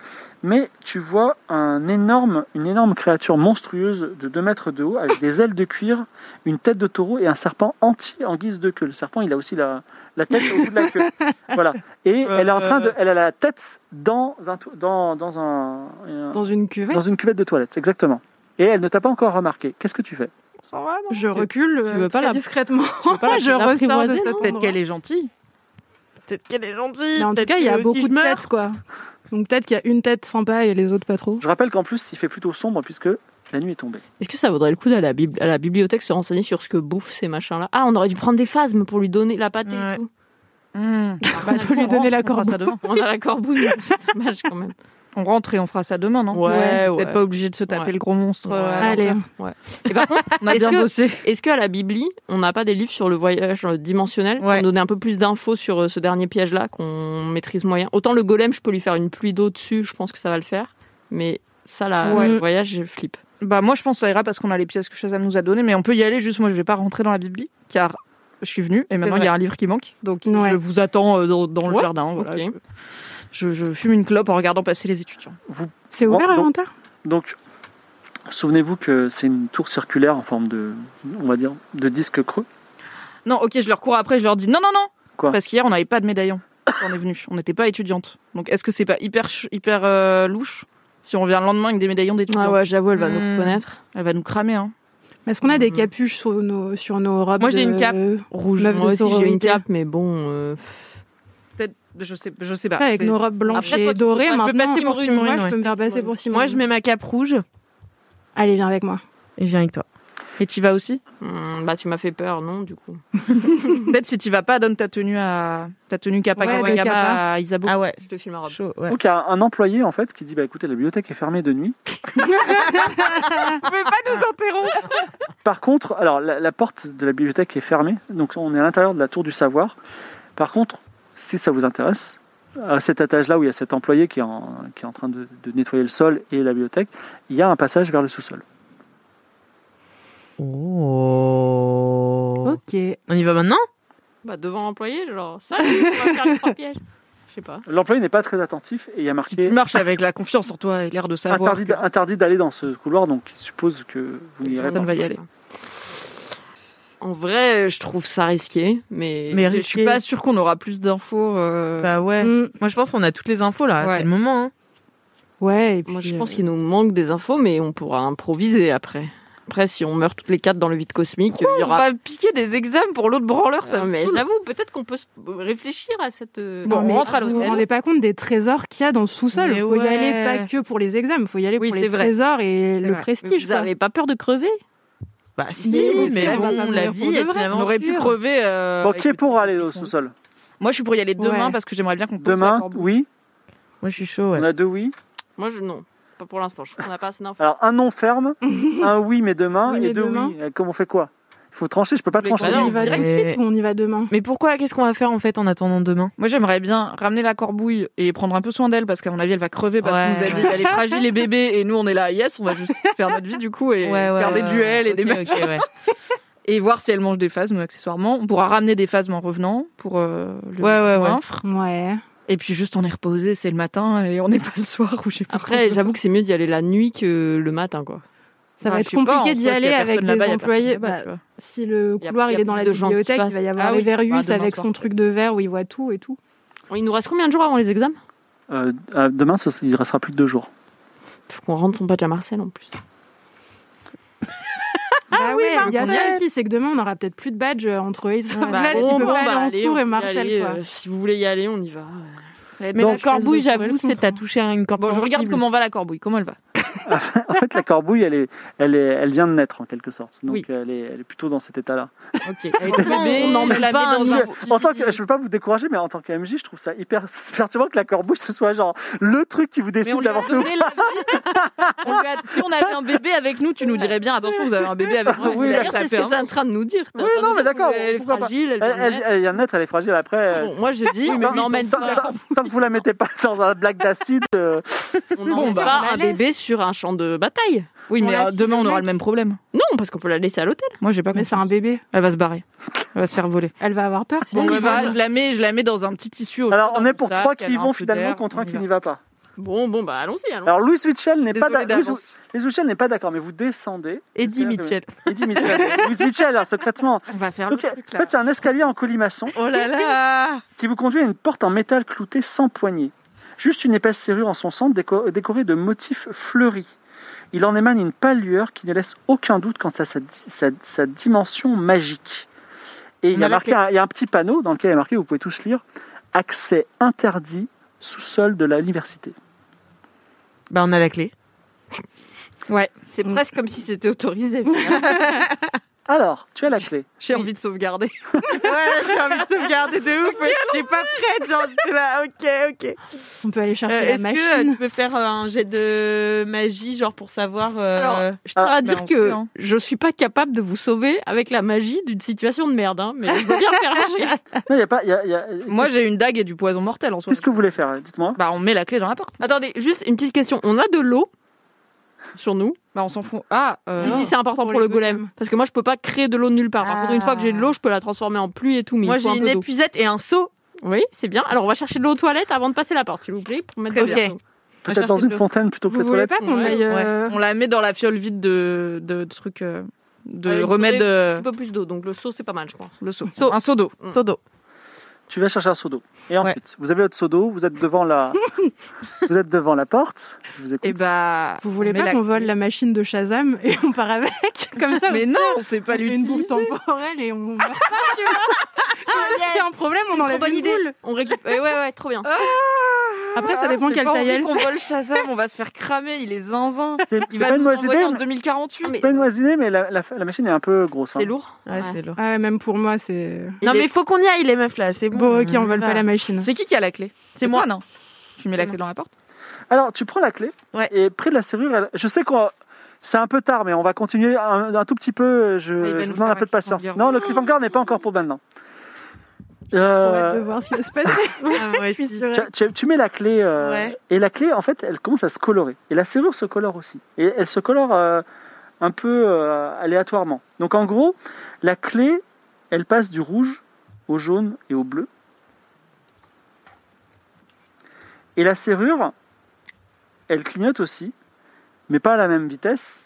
[SPEAKER 2] mais tu vois un énorme, une énorme créature monstrueuse de 2 mètres de haut avec des ailes de cuir, une tête de taureau et un serpent entier en guise de queue. Le serpent, il a aussi la, la tête au bout de la queue. Voilà. Et elle est en train de, elle a la tête dans un, to- dans, dans un, un-
[SPEAKER 4] Dans une cuvette
[SPEAKER 2] dans une cuvette de toilette, exactement. Et elle ne t'a pas encore remarqué. Qu'est-ce que tu fais
[SPEAKER 4] Je recule euh,
[SPEAKER 3] Tu veux pas
[SPEAKER 4] très
[SPEAKER 3] la-
[SPEAKER 4] discrètement. je
[SPEAKER 3] la
[SPEAKER 4] ressors de
[SPEAKER 3] apprivoiser,
[SPEAKER 4] cet
[SPEAKER 3] non Peut-être
[SPEAKER 4] endroit.
[SPEAKER 3] qu'elle est gentille. Peut-être qu'elle est gentille.
[SPEAKER 4] Mais en tout
[SPEAKER 3] peut-être
[SPEAKER 4] cas, il y a
[SPEAKER 3] que si
[SPEAKER 4] beaucoup
[SPEAKER 3] je
[SPEAKER 4] de
[SPEAKER 3] meurs-
[SPEAKER 4] têtes, quoi. Donc peut-être qu'il y a une tête sympa et les autres pas trop.
[SPEAKER 2] Je rappelle qu'en plus, il fait plutôt sombre puisque la nuit est tombée.
[SPEAKER 8] Est-ce que ça vaudrait le coup d'aller à, la bibli- à la bibliothèque se renseigner sur ce que bouffent ces machins-là Ah, on aurait dû prendre des phasmes pour lui donner la pâtée et tout.
[SPEAKER 3] On peut Bah, lui donner la corbouille.
[SPEAKER 8] Hmm. On a la corbouille, c'est dommage quand même.
[SPEAKER 3] On rentre et on fera ça demain, non
[SPEAKER 8] Ouais, ouais.
[SPEAKER 3] Peut-être pas obligé de se taper
[SPEAKER 8] Ouais.
[SPEAKER 3] le gros monstre. euh, à
[SPEAKER 8] Allez.
[SPEAKER 3] l'envers.
[SPEAKER 8] Ouais. Et par contre,
[SPEAKER 3] On a
[SPEAKER 8] est-ce
[SPEAKER 3] bien
[SPEAKER 8] que-
[SPEAKER 3] bossé.
[SPEAKER 8] Est-ce qu'à la Bibli, on n'a pas des livres sur le voyage euh, dimensionnel pour nous donner un peu plus d'infos sur euh, ce dernier piège-là qu'on maîtrise moyen Autant le golem, je peux lui faire une pluie d'eau dessus, je pense que ça va le faire. Mais ça, là,
[SPEAKER 3] Ouais.
[SPEAKER 8] le voyage, je flippe.
[SPEAKER 3] Bah moi je pense que ça ira parce qu'on a les pièces que Shazam nous a données, mais on peut y aller. Juste moi je vais pas rentrer dans la bibli car je suis venue et maintenant il y a un livre qui manque, donc je vous attends euh, dans, dans le
[SPEAKER 8] Ouais,
[SPEAKER 3] jardin. voilà.
[SPEAKER 8] ok.
[SPEAKER 3] Je, je- je fume une clope en regardant passer les étudiants.
[SPEAKER 4] C'est ouvert
[SPEAKER 2] Bon, donc-
[SPEAKER 4] l'inventaire
[SPEAKER 2] Donc, souvenez-vous que c'est une tour circulaire en forme de, on va dire, de disque creux.
[SPEAKER 3] Non, ok, je leur cours après, je leur dis non non non
[SPEAKER 2] Quoi
[SPEAKER 3] parce qu'hier on n'avait pas de médaillon. quand on est venu, on n'était pas étudiante. Donc est-ce que c'est pas hyper ch- hyper euh, louche si on revient le lendemain avec des médaillons d'étudiants
[SPEAKER 8] Ah ouais, j'avoue, elle va nous
[SPEAKER 3] Hmm.
[SPEAKER 8] reconnaître.
[SPEAKER 3] Elle va nous cramer hein.
[SPEAKER 4] Mais Est-ce qu'on a des capuches sur nos, sur nos robes
[SPEAKER 3] Moi, j'ai
[SPEAKER 4] de-
[SPEAKER 3] une cape
[SPEAKER 8] Rouge,
[SPEAKER 4] meuf
[SPEAKER 8] moi
[SPEAKER 4] de
[SPEAKER 8] aussi j'ai une
[SPEAKER 4] sororité.
[SPEAKER 8] cape, mais bon. euh,
[SPEAKER 3] Peut-être je sais je sais pas.
[SPEAKER 4] Ouais, avec
[SPEAKER 3] C'est-
[SPEAKER 4] nos robes blanches
[SPEAKER 6] Après, toi,
[SPEAKER 4] et
[SPEAKER 6] tu-
[SPEAKER 4] dorées.
[SPEAKER 6] moi, je peux
[SPEAKER 4] maintenant,
[SPEAKER 6] passer pour
[SPEAKER 4] moi,
[SPEAKER 6] Simone,
[SPEAKER 4] je
[SPEAKER 6] ouais.
[SPEAKER 4] peux me faire passer pour Simon.
[SPEAKER 6] Moi, je mets ma cape rouge
[SPEAKER 4] Allez, viens avec moi.
[SPEAKER 6] et je viens avec toi.
[SPEAKER 3] Et tu vas aussi
[SPEAKER 8] hmm, bah, tu m'as fait peur, non, du coup
[SPEAKER 3] Peut-être si tu vas pas, donne ta tenue à ta tenue Kappa
[SPEAKER 4] Ouais,
[SPEAKER 3] Kappa
[SPEAKER 4] de
[SPEAKER 3] Gamma
[SPEAKER 4] Kappa.
[SPEAKER 3] à Isabeau.
[SPEAKER 6] Ah ouais.
[SPEAKER 8] Je te filme ma robe.
[SPEAKER 6] Chaud, ouais.
[SPEAKER 2] Donc, il y a un employé en fait qui dit bah écoutez, la bibliothèque est fermée de nuit. Par contre, alors la, la porte de la bibliothèque est fermée, donc on est à l'intérieur de la tour du savoir. Par contre, si ça vous intéresse, à cet étage-là où il y a cet employé qui est en, qui est en train de, de nettoyer le sol et la bibliothèque, il y a un passage vers le sous-sol.
[SPEAKER 6] Oh.
[SPEAKER 4] Ok.
[SPEAKER 6] On y va maintenant
[SPEAKER 8] Bah, devant l'employé, genre, ça, on va faire les trois pièges. Je sais pas.
[SPEAKER 2] L'employé n'est pas très attentif et il y a
[SPEAKER 3] Si tu
[SPEAKER 2] marqué
[SPEAKER 3] marches avec la confiance en toi et l'air de savoir,
[SPEAKER 2] interdit, d'a- interdit d'aller dans ce couloir, donc il suppose que vous n'irez pas.
[SPEAKER 3] personne va y aller.
[SPEAKER 8] En vrai, je trouve ça risqué, mais.
[SPEAKER 6] Mais
[SPEAKER 3] Je suis pas sûre qu'on aura plus d'infos. euh,
[SPEAKER 6] Bah ouais.
[SPEAKER 4] Mm.
[SPEAKER 6] Moi, je pense qu'on a toutes les infos là.
[SPEAKER 3] Ouais.
[SPEAKER 6] C'est le moment. hein.
[SPEAKER 4] Ouais, et puis,
[SPEAKER 8] Moi, je
[SPEAKER 4] euh,
[SPEAKER 8] pense qu'il nous manque des infos, mais on pourra improviser après. Après, si on meurt toutes les quatre dans le vide cosmique, il y
[SPEAKER 3] On
[SPEAKER 8] aura.
[SPEAKER 3] va piquer des examens pour l'autre branleur, ça me
[SPEAKER 8] mais
[SPEAKER 3] saoule.
[SPEAKER 8] j'avoue, peut-être qu'on peut se- réfléchir à cette. euh,
[SPEAKER 3] Bon,
[SPEAKER 4] non,
[SPEAKER 3] on
[SPEAKER 4] mais
[SPEAKER 3] rentre à
[SPEAKER 4] Vous
[SPEAKER 3] l'hôtel.
[SPEAKER 4] vous rendez pas compte des trésors qu'il y a dans le sous-sol.
[SPEAKER 6] Mais
[SPEAKER 4] Faut y
[SPEAKER 6] ouais.
[SPEAKER 4] aller pas que pour les examens, faut y aller
[SPEAKER 8] Oui,
[SPEAKER 4] pour
[SPEAKER 8] c'est
[SPEAKER 4] les
[SPEAKER 8] vrai.
[SPEAKER 4] trésors et le
[SPEAKER 3] vrai.
[SPEAKER 8] Mais
[SPEAKER 4] prestige.
[SPEAKER 8] Vous
[SPEAKER 4] quoi.
[SPEAKER 8] avez pas peur de crever
[SPEAKER 6] Bah si,
[SPEAKER 4] Mais bon,
[SPEAKER 6] mais,
[SPEAKER 4] ça, on va pas
[SPEAKER 6] bon, la
[SPEAKER 4] mourir
[SPEAKER 6] vie
[SPEAKER 4] pour de
[SPEAKER 6] est
[SPEAKER 4] vrai.
[SPEAKER 6] une
[SPEAKER 3] On aurait pu
[SPEAKER 6] aventure.
[SPEAKER 3] crever. euh,
[SPEAKER 2] Bon,
[SPEAKER 3] avec
[SPEAKER 2] qui est
[SPEAKER 3] le-
[SPEAKER 2] pour aller au sous-sol
[SPEAKER 3] Moi, je suis pour y aller demain
[SPEAKER 4] Ouais.
[SPEAKER 3] parce que j'aimerais bien qu'on pose la
[SPEAKER 2] Demain,
[SPEAKER 3] corde.
[SPEAKER 2] oui.
[SPEAKER 6] Moi, je suis chaud. ouais.
[SPEAKER 2] On a deux oui.
[SPEAKER 8] Moi, je non. Pas pour l'instant. Je crois qu'on n'a pas assez d'infos.
[SPEAKER 2] Alors un non ferme, un oui mais demain
[SPEAKER 4] Oui,
[SPEAKER 2] et
[SPEAKER 4] mais
[SPEAKER 2] deux
[SPEAKER 4] demain.
[SPEAKER 2] oui. Euh, Comment on fait quoi Il faut trancher, je peux pas
[SPEAKER 3] Mais
[SPEAKER 2] trancher.
[SPEAKER 3] bah
[SPEAKER 4] on
[SPEAKER 3] non,
[SPEAKER 4] y va tout de
[SPEAKER 6] mais-
[SPEAKER 4] suite ou on y va demain
[SPEAKER 6] Mais pourquoi Qu'est-ce qu'on va faire en fait en attendant demain
[SPEAKER 3] Moi, j'aimerais bien ramener la corbouille et prendre un peu soin d'elle parce qu'à mon avis, elle va crever parce qu'on
[SPEAKER 6] Ouais.
[SPEAKER 3] nous a dit elle est fragile les bébés et nous on est là yes, on va juste faire notre vie du coup et faire des duels et des
[SPEAKER 6] Ok,
[SPEAKER 3] matchs.
[SPEAKER 6] ok, ouais.
[SPEAKER 3] et voir si elle mange des phasmes accessoirement. On pourra ramener des phasmes en revenant pour euh, le
[SPEAKER 6] Ouais, ouais, ouais.
[SPEAKER 3] convaincre.
[SPEAKER 4] Ouais.
[SPEAKER 3] Et puis juste on est reposé, c'est le matin et on n'est pas le soir ou je sais pas.
[SPEAKER 8] Après, j'avoue que c'est mieux d'y aller la nuit que le matin, quoi.
[SPEAKER 4] Ça
[SPEAKER 3] Ah,
[SPEAKER 4] va
[SPEAKER 3] je
[SPEAKER 4] être
[SPEAKER 3] sais pas, en
[SPEAKER 4] compliqué d'y
[SPEAKER 3] soi, s'il y
[SPEAKER 4] aller
[SPEAKER 3] a
[SPEAKER 4] avec
[SPEAKER 3] personne là-bas,
[SPEAKER 4] des
[SPEAKER 3] il y a personne
[SPEAKER 4] employés.
[SPEAKER 3] là-bas,
[SPEAKER 4] Bah,
[SPEAKER 3] tu vois.
[SPEAKER 4] si le
[SPEAKER 8] Y a-
[SPEAKER 4] couloir
[SPEAKER 8] y a
[SPEAKER 4] il est dans
[SPEAKER 8] plus
[SPEAKER 4] la
[SPEAKER 8] de gens qui
[SPEAKER 4] bibliothèque, il
[SPEAKER 8] passent.
[SPEAKER 4] va y avoir
[SPEAKER 3] Ah
[SPEAKER 4] les
[SPEAKER 3] oui. Bah,
[SPEAKER 4] verrues
[SPEAKER 3] demain
[SPEAKER 4] avec
[SPEAKER 3] soir,
[SPEAKER 4] son truc de verre où il voit tout et tout.
[SPEAKER 8] Il nous reste combien de jours avant les examens
[SPEAKER 2] Euh, ah, demain, ce- il restera plus de deux jours.
[SPEAKER 8] Faut qu'on rende son badge à Marcel en plus.
[SPEAKER 4] Ah ouais, il y a ça aussi, c'est que demain on aura peut-être plus de badge euh, entre ils.
[SPEAKER 3] Ouais, bah,
[SPEAKER 4] Vlad,
[SPEAKER 3] bon,
[SPEAKER 4] il peut
[SPEAKER 3] bon,
[SPEAKER 4] pas
[SPEAKER 3] bah,
[SPEAKER 4] aller en
[SPEAKER 8] allez,
[SPEAKER 4] cours
[SPEAKER 8] on
[SPEAKER 4] et
[SPEAKER 8] peut y aller,
[SPEAKER 4] Marcel quoi.
[SPEAKER 8] euh, si vous voulez y aller, on y va.
[SPEAKER 3] Mais
[SPEAKER 6] Mais la
[SPEAKER 4] corbouille,
[SPEAKER 6] corbouille,
[SPEAKER 4] j'avoue,
[SPEAKER 6] Ah j'avoue,
[SPEAKER 4] c'est-
[SPEAKER 6] c'est t'as touché à une corde.
[SPEAKER 3] Bon, je regarde
[SPEAKER 6] sensible.
[SPEAKER 3] comment va la corbouille, comment elle va.
[SPEAKER 2] en fait, la corbouille, elle, est, elle, est, elle vient de naître en quelque sorte. Donc
[SPEAKER 3] Oui.
[SPEAKER 2] elle, est, elle est plutôt dans cet état-là.
[SPEAKER 3] Ok. Avec le bébé, on en met la met dans un.
[SPEAKER 2] En tant que, je veux pas vous décourager, mais en tant que MJ, je trouve ça hyper perturbant que la corbouille ce soit genre le truc qui vous décide d'avancer ou
[SPEAKER 3] Donner la vie. On lui a- Si on avait un bébé avec nous, tu nous dirais bien attention, vous avez un bébé avec nous.
[SPEAKER 2] Oui,
[SPEAKER 3] D'ailleurs,
[SPEAKER 2] t'as
[SPEAKER 3] c'est ce
[SPEAKER 2] fait,
[SPEAKER 3] que t'es en train de nous dire. T'es en
[SPEAKER 2] Oui,
[SPEAKER 3] train de
[SPEAKER 2] non, mais
[SPEAKER 3] dire
[SPEAKER 2] d'accord.
[SPEAKER 3] qu'elle est
[SPEAKER 2] pourquoi pas.
[SPEAKER 3] fragile, elle
[SPEAKER 2] elle,
[SPEAKER 3] vient de
[SPEAKER 2] elle-
[SPEAKER 3] naître.
[SPEAKER 2] elle vient de naître, elle est fragile après.
[SPEAKER 3] Bon, moi, je dis, on n'emmène
[SPEAKER 2] tant,
[SPEAKER 3] pas-
[SPEAKER 2] tant- tant que vous la mettez pas dans un black d'acide. euh, bon,
[SPEAKER 8] On n'emmène
[SPEAKER 2] bah,
[SPEAKER 8] pas
[SPEAKER 2] on la
[SPEAKER 8] un
[SPEAKER 2] laisse.
[SPEAKER 8] bébé sur un champ de bataille.
[SPEAKER 3] Oui, mais, euh, demain, on aura le même problème.
[SPEAKER 8] Non, parce qu'on peut la laisser à l'hôtel.
[SPEAKER 3] Moi, j'ai pas
[SPEAKER 8] Mais c'est un
[SPEAKER 4] bébé.
[SPEAKER 3] Elle va se barrer. Elle va se faire voler.
[SPEAKER 4] Elle va avoir peur.
[SPEAKER 3] Bon,
[SPEAKER 4] sinon
[SPEAKER 3] on
[SPEAKER 4] ils
[SPEAKER 3] y va,
[SPEAKER 4] vont-
[SPEAKER 3] je la mets, je la mets dans un petit tissu. au
[SPEAKER 2] Alors,
[SPEAKER 3] fond,
[SPEAKER 2] on
[SPEAKER 3] dans
[SPEAKER 2] est
[SPEAKER 3] le
[SPEAKER 2] pour
[SPEAKER 3] sac,
[SPEAKER 2] trois qui
[SPEAKER 3] elle
[SPEAKER 2] y
[SPEAKER 3] a un
[SPEAKER 2] vont
[SPEAKER 3] peu
[SPEAKER 2] finalement
[SPEAKER 3] d'air,
[SPEAKER 2] contre
[SPEAKER 3] on
[SPEAKER 2] un
[SPEAKER 3] y
[SPEAKER 2] qui
[SPEAKER 3] va.
[SPEAKER 2] n'y va pas.
[SPEAKER 8] Bon, bon, bah allons-y. Allons
[SPEAKER 2] Alors Louis Mitchell n'est pas
[SPEAKER 8] Désolée
[SPEAKER 2] d'accord. Louis,
[SPEAKER 8] d'avance.
[SPEAKER 2] Louis Mitchell n'est pas d'accord, mais vous descendez.
[SPEAKER 6] Eddie
[SPEAKER 2] C'est-à-dire que-
[SPEAKER 6] Mitchell.
[SPEAKER 2] Eddie Mitchell. Louis Mitchell, hein, secrètement.
[SPEAKER 3] On va faire
[SPEAKER 2] Donc,
[SPEAKER 3] le truc
[SPEAKER 2] en
[SPEAKER 3] là.
[SPEAKER 2] fait, c'est un escalier en colimaçon
[SPEAKER 3] Oh là là
[SPEAKER 2] qui vous conduit à une porte en métal cloutée sans poignée. Juste une épaisse serrure en son centre déco- décorée de motifs fleuris. Il en émane une pâle lueur qui ne laisse aucun doute quant à sa, di- sa- sa dimension magique. Et il y,
[SPEAKER 3] On
[SPEAKER 2] a
[SPEAKER 3] a
[SPEAKER 2] marqué un, il y a un petit panneau dans lequel il est marqué, vous pouvez tous lire, accès interdit sous-sol de l'université.
[SPEAKER 6] Bah, on a la clé.
[SPEAKER 3] Ouais.
[SPEAKER 8] C'est presque comme si c'était autorisé.
[SPEAKER 2] Alors, tu as la clé.
[SPEAKER 8] J'ai envie de sauvegarder.
[SPEAKER 6] Ouais, j'ai envie de sauvegarder de ouf. J'étais pas prête, genre, j'étais là, ok, ok.
[SPEAKER 4] On peut aller
[SPEAKER 8] Euh,
[SPEAKER 4] chercher la
[SPEAKER 8] Est-ce que euh,
[SPEAKER 4] machine.
[SPEAKER 8] tu peux faire euh, un jet de magie, genre pour savoir euh,
[SPEAKER 6] Alors,
[SPEAKER 8] Je
[SPEAKER 2] Ah,
[SPEAKER 8] tiens à
[SPEAKER 3] bah,
[SPEAKER 8] dire
[SPEAKER 3] on
[SPEAKER 8] que
[SPEAKER 3] peut, hein.
[SPEAKER 8] je suis pas capable de vous sauver avec la magie d'une situation de merde, hein, mais je veux bien me faire lâcher.
[SPEAKER 2] Non, il y a pas. il y a- il y a-
[SPEAKER 3] Moi, j'ai une dague et du poison mortel en soi.
[SPEAKER 2] Qu'est-ce que vous voulez faire Dites-moi.
[SPEAKER 3] Bah, on met la clé dans la porte.
[SPEAKER 8] Attendez, juste une petite question. On a de l'eau sur nous
[SPEAKER 3] Bah, on s'en fout. Ah, euh,
[SPEAKER 8] Si, si, c'est important
[SPEAKER 4] Pour
[SPEAKER 8] pour,
[SPEAKER 4] les
[SPEAKER 8] le golem. Parce que moi, je peux pas créer de l'eau de nulle part. Par contre, une fois que j'ai de l'eau, je peux la transformer en pluie et tout. Mais
[SPEAKER 6] Moi,
[SPEAKER 8] il faut
[SPEAKER 6] j'ai
[SPEAKER 8] un
[SPEAKER 6] une
[SPEAKER 8] peu d'eau.
[SPEAKER 6] épuisette et un seau.
[SPEAKER 8] Oui, c'est bien. Alors, on va chercher de l'eau aux toilettes avant de passer la porte, s'il vous plaît, pour mettre
[SPEAKER 6] Très
[SPEAKER 8] de
[SPEAKER 6] bien.
[SPEAKER 8] l'eau.
[SPEAKER 2] Peut-être dans une fontaine plutôt que
[SPEAKER 4] Vous
[SPEAKER 2] les
[SPEAKER 4] voulez
[SPEAKER 2] toilettes.
[SPEAKER 4] pas qu'on
[SPEAKER 8] Ouais,
[SPEAKER 4] aille euh,
[SPEAKER 3] ouais. On la met dans la fiole vide de, de, de trucs. euh, de
[SPEAKER 8] Avec
[SPEAKER 3] remède.
[SPEAKER 8] des-
[SPEAKER 3] euh,
[SPEAKER 8] Un peu plus d'eau, donc le seau, c'est pas mal, je pense.
[SPEAKER 3] le seau. Un seau d'eau.
[SPEAKER 8] Mm.
[SPEAKER 6] Seau d'eau.
[SPEAKER 2] Tu vas chercher un seau d'eau. Et ensuite, vous avez votre seau d'eau, vous êtes devant la, vous êtes devant la porte. Je vous écoute.
[SPEAKER 3] Et bah.
[SPEAKER 4] Vous
[SPEAKER 3] on
[SPEAKER 4] voulez
[SPEAKER 3] met
[SPEAKER 4] pas
[SPEAKER 3] la
[SPEAKER 4] qu'on
[SPEAKER 3] clé.
[SPEAKER 4] vole la machine de Shazam et on part avec Comme ça,
[SPEAKER 3] Mais
[SPEAKER 4] on
[SPEAKER 3] non, on sait pas
[SPEAKER 4] fait une boucle
[SPEAKER 3] l'utiliser.
[SPEAKER 4] temporelle et on meurt pas, tu vois. Et S'il y a un problème, on enlève une boule.
[SPEAKER 8] On récupère. ouais, ouais, trop bien.
[SPEAKER 4] Après, ça dépend quelle taille elle
[SPEAKER 3] Ah, on vole Shazam, on va se faire cramer, il est zinzin.
[SPEAKER 2] C'est
[SPEAKER 3] Il
[SPEAKER 2] c'est
[SPEAKER 3] va
[SPEAKER 2] pas une
[SPEAKER 3] nous
[SPEAKER 2] mauvaise idée.
[SPEAKER 3] envoyer en
[SPEAKER 2] mais-
[SPEAKER 3] 2048.
[SPEAKER 2] C'est pas une mauvaise idée, mais la, la- la machine est un peu grosse. hein.
[SPEAKER 8] C'est lourd.
[SPEAKER 6] Ouais, c'est lourd.
[SPEAKER 4] Ah Ouais, même pour moi, c'est.
[SPEAKER 6] Non, mais faut qu'on y aille, les meufs, là. C'est bon.
[SPEAKER 4] Bon, ok, on vole pas la machine.
[SPEAKER 3] C'est qui qui a la clé
[SPEAKER 6] C'est moi.
[SPEAKER 3] toi, non Tu mets la clé dans la porte
[SPEAKER 2] Alors, tu prends la clé
[SPEAKER 6] Ouais.
[SPEAKER 2] et près de la serrure. elle- Je sais qu'on, c'est un peu tard, mais on va continuer un, un tout petit peu. Je,
[SPEAKER 3] il va
[SPEAKER 2] je
[SPEAKER 3] nous
[SPEAKER 2] vous demande un
[SPEAKER 3] faire
[SPEAKER 2] peu de
[SPEAKER 3] un
[SPEAKER 2] patience.
[SPEAKER 3] cliffhanger.
[SPEAKER 2] Non, le cliffhanger n'est pas encore pour maintenant.
[SPEAKER 4] On va
[SPEAKER 2] Euh,
[SPEAKER 4] voir ce qui va se passer.
[SPEAKER 6] ouais,
[SPEAKER 4] Je suis sûre.
[SPEAKER 2] tu, tu- tu mets la clé euh,
[SPEAKER 6] Ouais.
[SPEAKER 2] et la clé en fait elle commence à se colorer et la serrure se colore aussi et elle se colore euh, un peu euh, aléatoirement donc en gros la clé elle passe du rouge au jaune et au bleu et la serrure elle clignote aussi mais pas à la même vitesse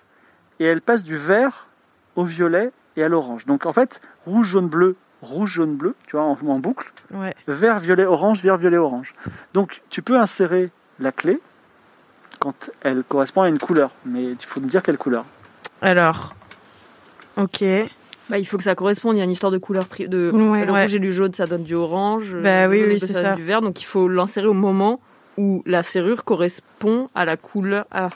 [SPEAKER 2] et elle passe du vert au violet et à l'orange donc en fait rouge jaune bleu rouge jaune bleu tu vois en- en boucle
[SPEAKER 6] Ouais.
[SPEAKER 2] vert, violet, orange, vert, violet, orange. Donc tu peux insérer la clé quand elle correspond à une couleur, mais il faut me dire quelle couleur.
[SPEAKER 6] Alors. Ok.
[SPEAKER 8] Bah, il faut que ça corresponde. Il y a une histoire de couleur pri- de
[SPEAKER 4] Ouais.
[SPEAKER 8] le
[SPEAKER 6] Ouais.
[SPEAKER 8] rouge et du jaune, ça donne du orange. euh,
[SPEAKER 6] Bah
[SPEAKER 8] le
[SPEAKER 6] oui,
[SPEAKER 8] jaune
[SPEAKER 6] oui,
[SPEAKER 8] et
[SPEAKER 6] c'est
[SPEAKER 8] bleu, ça. donne
[SPEAKER 6] ça.
[SPEAKER 8] Du vert, donc il faut l'insérer au moment où la serrure correspond à la couleur. ah.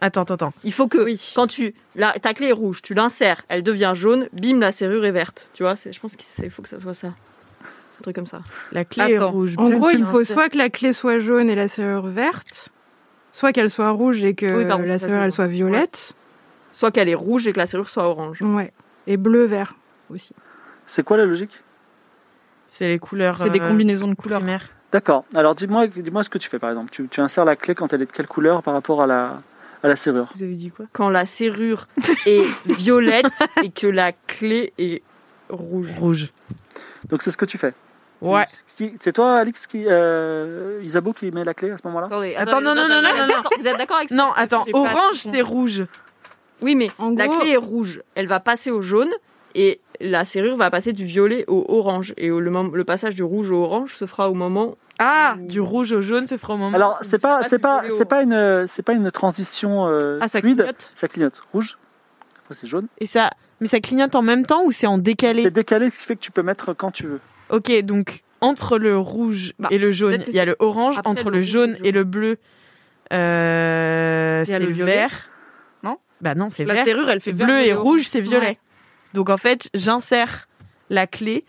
[SPEAKER 6] Attends, attends, attends.
[SPEAKER 8] Il faut que quand tu la, ta clé est rouge, tu l'insères, elle devient jaune, bim, la serrure est verte. Tu vois, c'est- je pense qu'il faut que ça soit ça, un truc comme ça.
[SPEAKER 6] La clé est
[SPEAKER 3] Attends.
[SPEAKER 6] rouge.
[SPEAKER 4] En
[SPEAKER 2] Tu-
[SPEAKER 4] gros,
[SPEAKER 2] tu
[SPEAKER 4] il
[SPEAKER 2] me
[SPEAKER 4] faut
[SPEAKER 2] dis-
[SPEAKER 4] soit que la clé soit jaune et la serrure verte, soit qu'elle soit rouge et que
[SPEAKER 8] Oui, pardon,
[SPEAKER 4] la
[SPEAKER 8] c'est
[SPEAKER 4] serrure
[SPEAKER 8] pas
[SPEAKER 4] elle soit violette.
[SPEAKER 8] Soit qu'elle est rouge et que la serrure soit orange.
[SPEAKER 4] Ouais. Et bleu vert aussi.
[SPEAKER 2] C'est quoi la logique
[SPEAKER 6] C'est les couleurs.
[SPEAKER 3] C'est des
[SPEAKER 6] euh,
[SPEAKER 3] combinaisons de couleurs.
[SPEAKER 6] primaires.
[SPEAKER 2] D'accord, alors dis-moi dis-moi ce que tu fais par exemple. Tu, tu insères la clé quand elle est de quelle couleur par rapport à la, à la serrure
[SPEAKER 6] Vous avez dit quoi
[SPEAKER 8] Quand la serrure est violette et que la clé est rouge.
[SPEAKER 6] Rouge.
[SPEAKER 2] Donc c'est ce que tu fais.
[SPEAKER 6] Ouais.
[SPEAKER 2] Qui- C'est toi, Alix, qui, euh, Isabeau, qui met la clé à ce moment-là
[SPEAKER 8] Attendez,
[SPEAKER 6] Attends, non, non, non, non, non, non.
[SPEAKER 8] Vous êtes d'accord avec ça
[SPEAKER 6] Non, attends.
[SPEAKER 3] J'ai pas
[SPEAKER 6] Orange,
[SPEAKER 3] de son.
[SPEAKER 6] c'est rouge.
[SPEAKER 8] Oui, mais
[SPEAKER 4] En
[SPEAKER 8] la
[SPEAKER 4] gros-
[SPEAKER 8] clé est rouge. Elle va passer au jaune et la serrure va passer du violet au orange. Et au- le, mom- le passage du rouge au orange se fera au moment.
[SPEAKER 6] Ah Du rouge au jaune, c'est moment.
[SPEAKER 2] Alors c'est pas
[SPEAKER 8] Euh, pas
[SPEAKER 2] c'est
[SPEAKER 8] du
[SPEAKER 2] pas
[SPEAKER 8] violet au
[SPEAKER 2] c'est pas une c'est pas une transition euh,
[SPEAKER 8] Ah, ça
[SPEAKER 2] fluide.
[SPEAKER 8] clignote
[SPEAKER 2] Ça clignote rouge. Après c'est jaune.
[SPEAKER 6] Et ça. Mais ça clignote en même temps ou c'est en décalé
[SPEAKER 2] C'est décalé, ce qui fait que tu peux mettre quand tu veux.
[SPEAKER 6] Ok, donc entre le rouge
[SPEAKER 8] Bah,
[SPEAKER 6] et le jaune,
[SPEAKER 8] peut-être que
[SPEAKER 6] il y a
[SPEAKER 8] c'est
[SPEAKER 6] le orange.
[SPEAKER 8] après
[SPEAKER 6] Entre
[SPEAKER 8] le
[SPEAKER 6] le
[SPEAKER 8] rouge et
[SPEAKER 6] jaune
[SPEAKER 8] le
[SPEAKER 6] et le bleu, Euh,
[SPEAKER 3] Il y a
[SPEAKER 6] c'est
[SPEAKER 3] le violet.
[SPEAKER 6] vert.
[SPEAKER 3] Non
[SPEAKER 6] Bah non, c'est
[SPEAKER 3] La
[SPEAKER 6] vert.
[SPEAKER 3] serrure, elle fait vert,
[SPEAKER 6] bleu et
[SPEAKER 3] violet,
[SPEAKER 6] rouge, c'est
[SPEAKER 3] rouge.
[SPEAKER 6] violet.
[SPEAKER 3] Ouais.
[SPEAKER 6] Donc en fait, j'insère la clé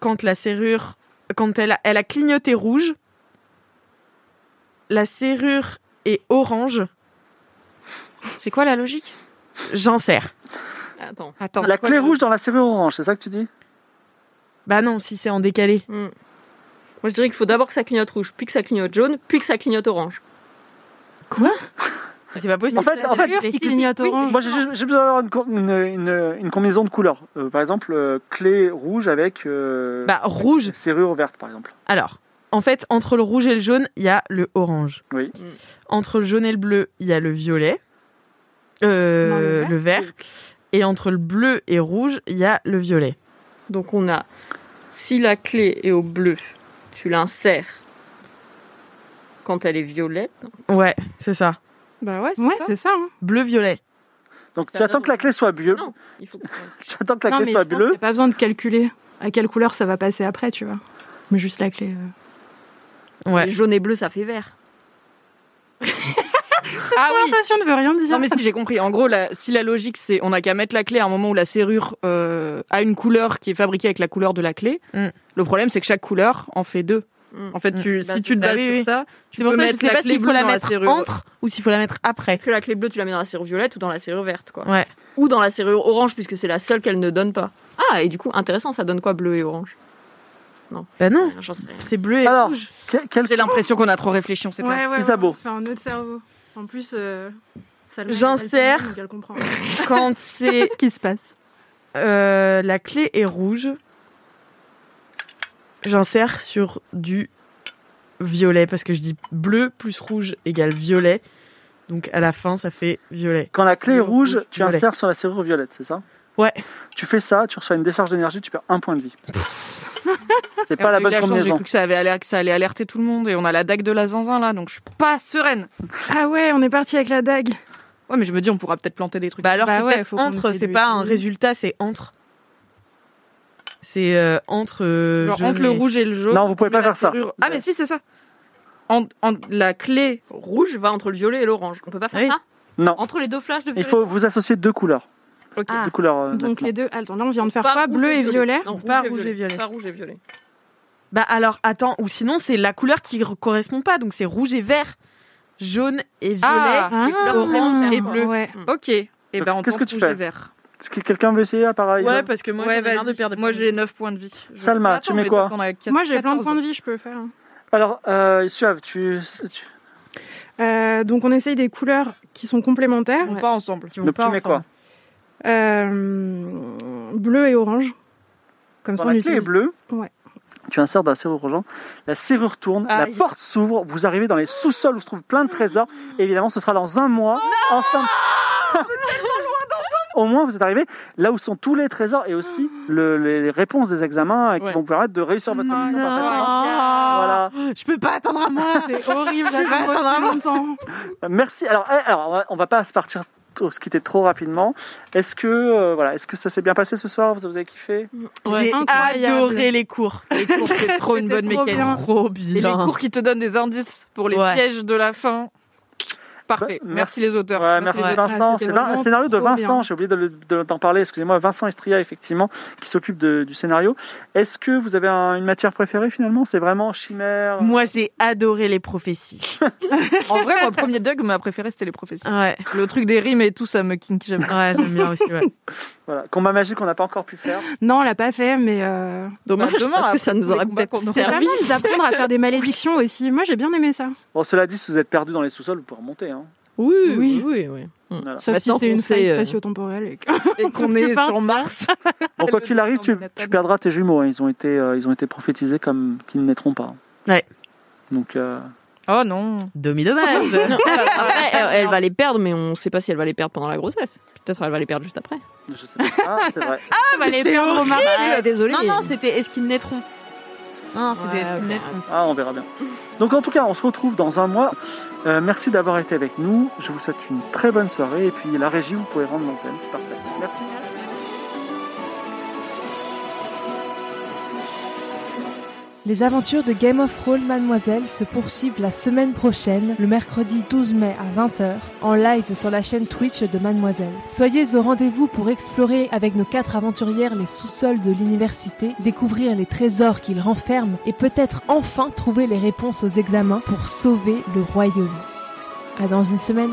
[SPEAKER 6] quand la serrure, quand elle a, elle a clignoté rouge. La serrure est orange.
[SPEAKER 3] C'est quoi la logique
[SPEAKER 6] J'insère.
[SPEAKER 8] Attends.
[SPEAKER 2] la clé rouge dans la serrure orange, c'est ça que tu dis
[SPEAKER 6] Bah non, si c'est en décalé.
[SPEAKER 8] Moi, je dirais qu'il faut d'abord que ça clignote rouge, puis que ça clignote jaune, puis que ça clignote orange.
[SPEAKER 6] Quoi C'est pas possible.
[SPEAKER 2] En fait, en fait, Oui, Moi, j'ai juste- j'ai besoin d'avoir une, co- une, une- une combinaison de couleurs. Euh, par exemple, euh, clé rouge avec. euh,
[SPEAKER 6] Bah, rouge.
[SPEAKER 2] Serrure verte, par exemple.
[SPEAKER 6] Alors, en fait, entre le rouge et le jaune, il y a le orange. Mm.
[SPEAKER 2] Oui.
[SPEAKER 6] Entre le jaune et le bleu, il y a le violet. Euh,
[SPEAKER 8] Non, le
[SPEAKER 6] le, vert. Et entre le bleu et rouge, il y a le violet.
[SPEAKER 8] Donc on a, si la clé est au bleu, tu l'insères quand elle est violette.
[SPEAKER 6] Ouais, c'est ça.
[SPEAKER 4] Bah ouais,
[SPEAKER 8] c'est Ouais, ça. c'est ça,
[SPEAKER 6] Bleu-violet.
[SPEAKER 2] Donc
[SPEAKER 8] Ça
[SPEAKER 2] tu attends
[SPEAKER 8] donne-
[SPEAKER 2] que la clé soit bleue. tu attends que la
[SPEAKER 4] Non,
[SPEAKER 2] clé
[SPEAKER 4] mais
[SPEAKER 2] soit
[SPEAKER 4] je pense
[SPEAKER 2] bleue.
[SPEAKER 4] qu'il y a pas besoin de calculer à quelle couleur ça va passer après, tu vois. Mais juste la clé.
[SPEAKER 6] Ouais.
[SPEAKER 8] Jaune et bleu, ça fait vert.
[SPEAKER 3] Ah oui.
[SPEAKER 4] ne veut rien dire.
[SPEAKER 3] Non mais si j'ai compris. En gros, la- si la logique c'est on n'a qu'à mettre la clé à un moment où la serrure euh, a une couleur qui est fabriquée avec la couleur de la clé.
[SPEAKER 6] Mm.
[SPEAKER 3] Le problème c'est que chaque couleur en fait deux.
[SPEAKER 2] Mm.
[SPEAKER 3] En fait, tu,
[SPEAKER 6] Bah,
[SPEAKER 3] si
[SPEAKER 6] c'est
[SPEAKER 3] tu te
[SPEAKER 6] ça.
[SPEAKER 3] bases
[SPEAKER 6] Oui,
[SPEAKER 3] sur
[SPEAKER 6] oui.
[SPEAKER 3] ça, tu
[SPEAKER 6] C'est pour
[SPEAKER 3] peux
[SPEAKER 6] ça que je
[SPEAKER 3] mettre
[SPEAKER 6] sais
[SPEAKER 3] la
[SPEAKER 6] pas
[SPEAKER 3] clé
[SPEAKER 6] s'il faut
[SPEAKER 3] bleue
[SPEAKER 6] la
[SPEAKER 3] dans la
[SPEAKER 6] mettre
[SPEAKER 3] serrure.
[SPEAKER 6] entre ou s'il faut la mettre après.
[SPEAKER 8] Parce que la clé bleue, tu la mets dans la serrure violette ou dans la serrure verte, quoi.
[SPEAKER 6] Ouais.
[SPEAKER 8] Ou dans la serrure orange, puisque c'est la seule qu'elle ne donne pas. Ah, et du coup, intéressant, ça donne quoi bleu et orange Non.
[SPEAKER 6] Bah non.
[SPEAKER 8] J'en sais rien.
[SPEAKER 6] C'est bleu et
[SPEAKER 2] Alors,
[SPEAKER 6] rouge.
[SPEAKER 3] J'ai l'impression qu'on a trop réfléchi, on sait pas.
[SPEAKER 4] ouais,
[SPEAKER 2] ça beau.
[SPEAKER 4] on se fait un autre cerveau. En plus, euh, ça le
[SPEAKER 6] J'insère.
[SPEAKER 4] donc elle comprend.
[SPEAKER 6] Quand c'est
[SPEAKER 4] ce qui se passe.
[SPEAKER 6] euh, la clé est rouge, j'insère sur du violet parce que je dis bleu plus rouge égale violet. Donc à la fin, ça fait violet.
[SPEAKER 2] Quand la clé est
[SPEAKER 6] Bleu,
[SPEAKER 2] rouge,
[SPEAKER 6] rouge,
[SPEAKER 2] tu
[SPEAKER 6] violet.
[SPEAKER 2] insères sur la serrure violette, c'est ça
[SPEAKER 6] Ouais.
[SPEAKER 2] Tu fais ça, tu reçois une décharge d'énergie, tu perds un point de vie. c'est
[SPEAKER 3] Et on
[SPEAKER 2] pas
[SPEAKER 3] a
[SPEAKER 2] la
[SPEAKER 3] eu
[SPEAKER 2] bonne
[SPEAKER 3] chance, J'ai
[SPEAKER 2] combinaison.
[SPEAKER 3] cru que ça, avait aller- que ça allait alerter tout le monde et on a la dague de la zinzin là, donc je suis pas sereine.
[SPEAKER 4] Ah ouais, on est parti avec la dague.
[SPEAKER 3] Ouais, mais je me dis, on pourra peut-être planter des trucs.
[SPEAKER 6] Bah alors,
[SPEAKER 4] Bah
[SPEAKER 6] c'est
[SPEAKER 4] ouais,
[SPEAKER 6] peut-être
[SPEAKER 4] faut qu'on
[SPEAKER 6] entre,
[SPEAKER 4] essaie de
[SPEAKER 6] c'est pas un
[SPEAKER 4] l'utiliser.
[SPEAKER 6] résultat, c'est entre. C'est euh, entre. euh,
[SPEAKER 3] Genre
[SPEAKER 6] jaune
[SPEAKER 3] entre le
[SPEAKER 6] et-
[SPEAKER 3] rouge et le jaune.
[SPEAKER 2] Non, vous pouvez
[SPEAKER 3] mais
[SPEAKER 2] pas
[SPEAKER 3] la
[SPEAKER 2] faire ça.
[SPEAKER 3] serrure- Ah mais si, c'est ça. En, en- la clé
[SPEAKER 8] Rouge va entre le violet et l'orange. On peut pas faire
[SPEAKER 6] Oui.
[SPEAKER 8] ça
[SPEAKER 2] Non.
[SPEAKER 8] Entre les deux flashs de
[SPEAKER 2] Il
[SPEAKER 8] violet.
[SPEAKER 2] faut vous associer deux couleurs.
[SPEAKER 8] Ok.
[SPEAKER 2] Deux couleurs. euh,
[SPEAKER 4] Donc
[SPEAKER 2] nettement.
[SPEAKER 4] les deux. Attends, là on vient de faire
[SPEAKER 8] Pas
[SPEAKER 4] quoi
[SPEAKER 8] rouge
[SPEAKER 4] Bleu
[SPEAKER 8] et
[SPEAKER 4] et violet.
[SPEAKER 8] Non,
[SPEAKER 6] Pas rouge et violet.
[SPEAKER 8] Pas rouge et violet.
[SPEAKER 6] Bah alors attends, ou sinon c'est la couleur qui re- correspond pas, donc c'est rouge et vert, jaune et violet.
[SPEAKER 3] Ah,
[SPEAKER 4] Ah,
[SPEAKER 6] orange et bleu.
[SPEAKER 4] Ouais.
[SPEAKER 3] Ok. Et ben on
[SPEAKER 2] Qu'est-ce
[SPEAKER 3] prend
[SPEAKER 2] que tu
[SPEAKER 3] rouge et
[SPEAKER 2] fais
[SPEAKER 3] vert.
[SPEAKER 2] Est-ce que quelqu'un veut essayer, pareil
[SPEAKER 6] ouais, parce que moi
[SPEAKER 3] ouais,
[SPEAKER 6] j'en ai marre de
[SPEAKER 3] vas-y.
[SPEAKER 6] perdre. des
[SPEAKER 3] Moi
[SPEAKER 6] points.
[SPEAKER 3] j'ai 9 points de vie. Je-
[SPEAKER 2] Salma,
[SPEAKER 3] Attends,
[SPEAKER 2] tu mets
[SPEAKER 3] mais
[SPEAKER 2] quoi
[SPEAKER 3] donc, on a quatre-
[SPEAKER 4] Moi j'ai plein de
[SPEAKER 3] 14.
[SPEAKER 4] points de vie, je peux faire. hein.
[SPEAKER 2] Alors, euh, Suave, tu, tu-
[SPEAKER 4] Euh, donc on essaye des couleurs qui sont complémentaires.
[SPEAKER 3] On part ensemble.
[SPEAKER 2] donc tu mets quoi
[SPEAKER 4] Euh, bleu et orange. Comme
[SPEAKER 2] Quand
[SPEAKER 4] ça on
[SPEAKER 2] la clé est
[SPEAKER 4] utilise.
[SPEAKER 2] bleue,
[SPEAKER 4] Ouais.
[SPEAKER 2] tu insères dans la serrure rougeante, la serrure tourne, la porte s'ouvre, vous arrivez dans les sous-sols où se trouvent plein de trésors, et évidemment ce sera dans un mois, ensemble. Au moins, vous êtes arrivés là où sont tous les trésors et aussi le- les, les réponses des examens euh, qui
[SPEAKER 3] Ouais.
[SPEAKER 2] vont vous permettre de réussir votre
[SPEAKER 6] Non,
[SPEAKER 2] mission.
[SPEAKER 6] non,
[SPEAKER 2] parfaitement. Voilà.
[SPEAKER 6] Je peux pas attendre à moi.
[SPEAKER 4] Ah, C'est horrible,
[SPEAKER 6] Je vais
[SPEAKER 4] j'attends
[SPEAKER 6] attendre
[SPEAKER 4] aussi
[SPEAKER 6] un moment.
[SPEAKER 4] longtemps.
[SPEAKER 2] Merci. Alors, eh, alors, on va- on va pas se partir tôt- se quitter trop rapidement. Est-ce que euh, voilà, est-ce que ça s'est bien passé ce soir Vous avez kiffé
[SPEAKER 6] J'ai
[SPEAKER 4] incroyable.
[SPEAKER 6] adoré les cours.
[SPEAKER 3] Les cours, c'est trop une bonne
[SPEAKER 6] Trop
[SPEAKER 3] mécanique.
[SPEAKER 6] bien. Trop
[SPEAKER 3] Et les
[SPEAKER 6] bien.
[SPEAKER 3] cours qui te donnent des indices pour les
[SPEAKER 6] Ouais.
[SPEAKER 3] pièges de la fin. Parfait.
[SPEAKER 2] Bah,
[SPEAKER 3] merci. les auteurs.
[SPEAKER 2] Ouais, merci
[SPEAKER 3] les auteurs.
[SPEAKER 2] Vincent.
[SPEAKER 4] Ah,
[SPEAKER 2] C'est
[SPEAKER 4] c'était
[SPEAKER 2] Vin-
[SPEAKER 4] vraiment
[SPEAKER 2] un scénario de
[SPEAKER 4] trop
[SPEAKER 2] Vincent,
[SPEAKER 4] bien.
[SPEAKER 2] j'ai oublié de le- de- d'en parler, excusez-moi, Vincent Estria, effectivement, qui s'occupe de- du scénario. Est-ce que vous avez un- une matière préférée finalement C'est vraiment chimère euh,
[SPEAKER 6] Moi j'ai adoré les prophéties.
[SPEAKER 3] En vrai, mon premier Doug, ma préférée, c'était les professeurs.
[SPEAKER 6] Ouais,
[SPEAKER 3] Le truc des rimes et tout, ça me kink. J'aime.
[SPEAKER 6] ouais, j'aime bien aussi. Ouais.
[SPEAKER 2] Voilà, combat magique qu'on n'a pas encore pu faire.
[SPEAKER 4] Non, on l'a pas fait, mais euh,
[SPEAKER 3] Dommage,
[SPEAKER 8] Bah, demain,
[SPEAKER 3] parce
[SPEAKER 8] après
[SPEAKER 3] que ça nous
[SPEAKER 8] tous les
[SPEAKER 3] aurait
[SPEAKER 8] combats
[SPEAKER 3] peut-être
[SPEAKER 8] qu'on
[SPEAKER 4] c'est
[SPEAKER 8] aura.
[SPEAKER 3] servi.
[SPEAKER 4] pas mal d'apprendre à faire des malédictions aussi. Moi j'ai bien aimé ça.
[SPEAKER 2] Bon, cela dit, si vous êtes perdu dans les sous-sols, vous pouvez remonter. hein.
[SPEAKER 8] Oui,
[SPEAKER 4] Oui.
[SPEAKER 8] oui, oui.
[SPEAKER 2] Voilà.
[SPEAKER 4] Sauf
[SPEAKER 8] Maintenant
[SPEAKER 4] si c'est
[SPEAKER 8] qu'on
[SPEAKER 4] une
[SPEAKER 8] sait,
[SPEAKER 4] faille
[SPEAKER 8] euh,
[SPEAKER 4] spatio-temporelle. et que-
[SPEAKER 3] Et qu'on est
[SPEAKER 4] plupart-
[SPEAKER 3] sur Mars.
[SPEAKER 4] Ah,
[SPEAKER 2] Bon, quoi qu'il arrive, tu,
[SPEAKER 3] Manhattan.
[SPEAKER 2] tu perdras tes jumeaux. hein. Ils, ont été, euh, ils ont été prophétisés comme qu'ils ne naîtront pas. hein.
[SPEAKER 6] Ouais.
[SPEAKER 2] Donc, euh,
[SPEAKER 3] Oh non.
[SPEAKER 6] Demi dommage.
[SPEAKER 8] Après, elle, elle va les perdre, mais on sait pas si elle va les perdre pendant la grossesse. Peut-être elle va les perdre juste après.
[SPEAKER 2] je sais pas. Ah, c'est vrai.
[SPEAKER 6] bah,
[SPEAKER 8] désolé.
[SPEAKER 6] Non non, c'était est-ce qu'ils naîtront. Non, c'était
[SPEAKER 8] Ouais,
[SPEAKER 6] est-ce qu'ils
[SPEAKER 8] ouais.
[SPEAKER 6] naîtront.
[SPEAKER 2] Ah, on verra bien. Donc en tout cas, on se retrouve dans un mois. Euh, merci d'avoir été avec nous. Je vous souhaite une très bonne soirée. Et puis la régie, vous pouvez rendre l'antenne. C'est parfait. Merci.
[SPEAKER 1] Les aventures de Game of Roll Mademoiselle se poursuivent la semaine prochaine, le mercredi 12 mai à 20h, en live sur la chaîne Twitch de Mademoiselle. Soyez au rendez-vous pour explorer avec nos quatre aventurières les sous-sols de l'université, découvrir les trésors qu'ils renferment et peut-être enfin trouver les réponses aux examens pour sauver le royaume. À dans une semaine.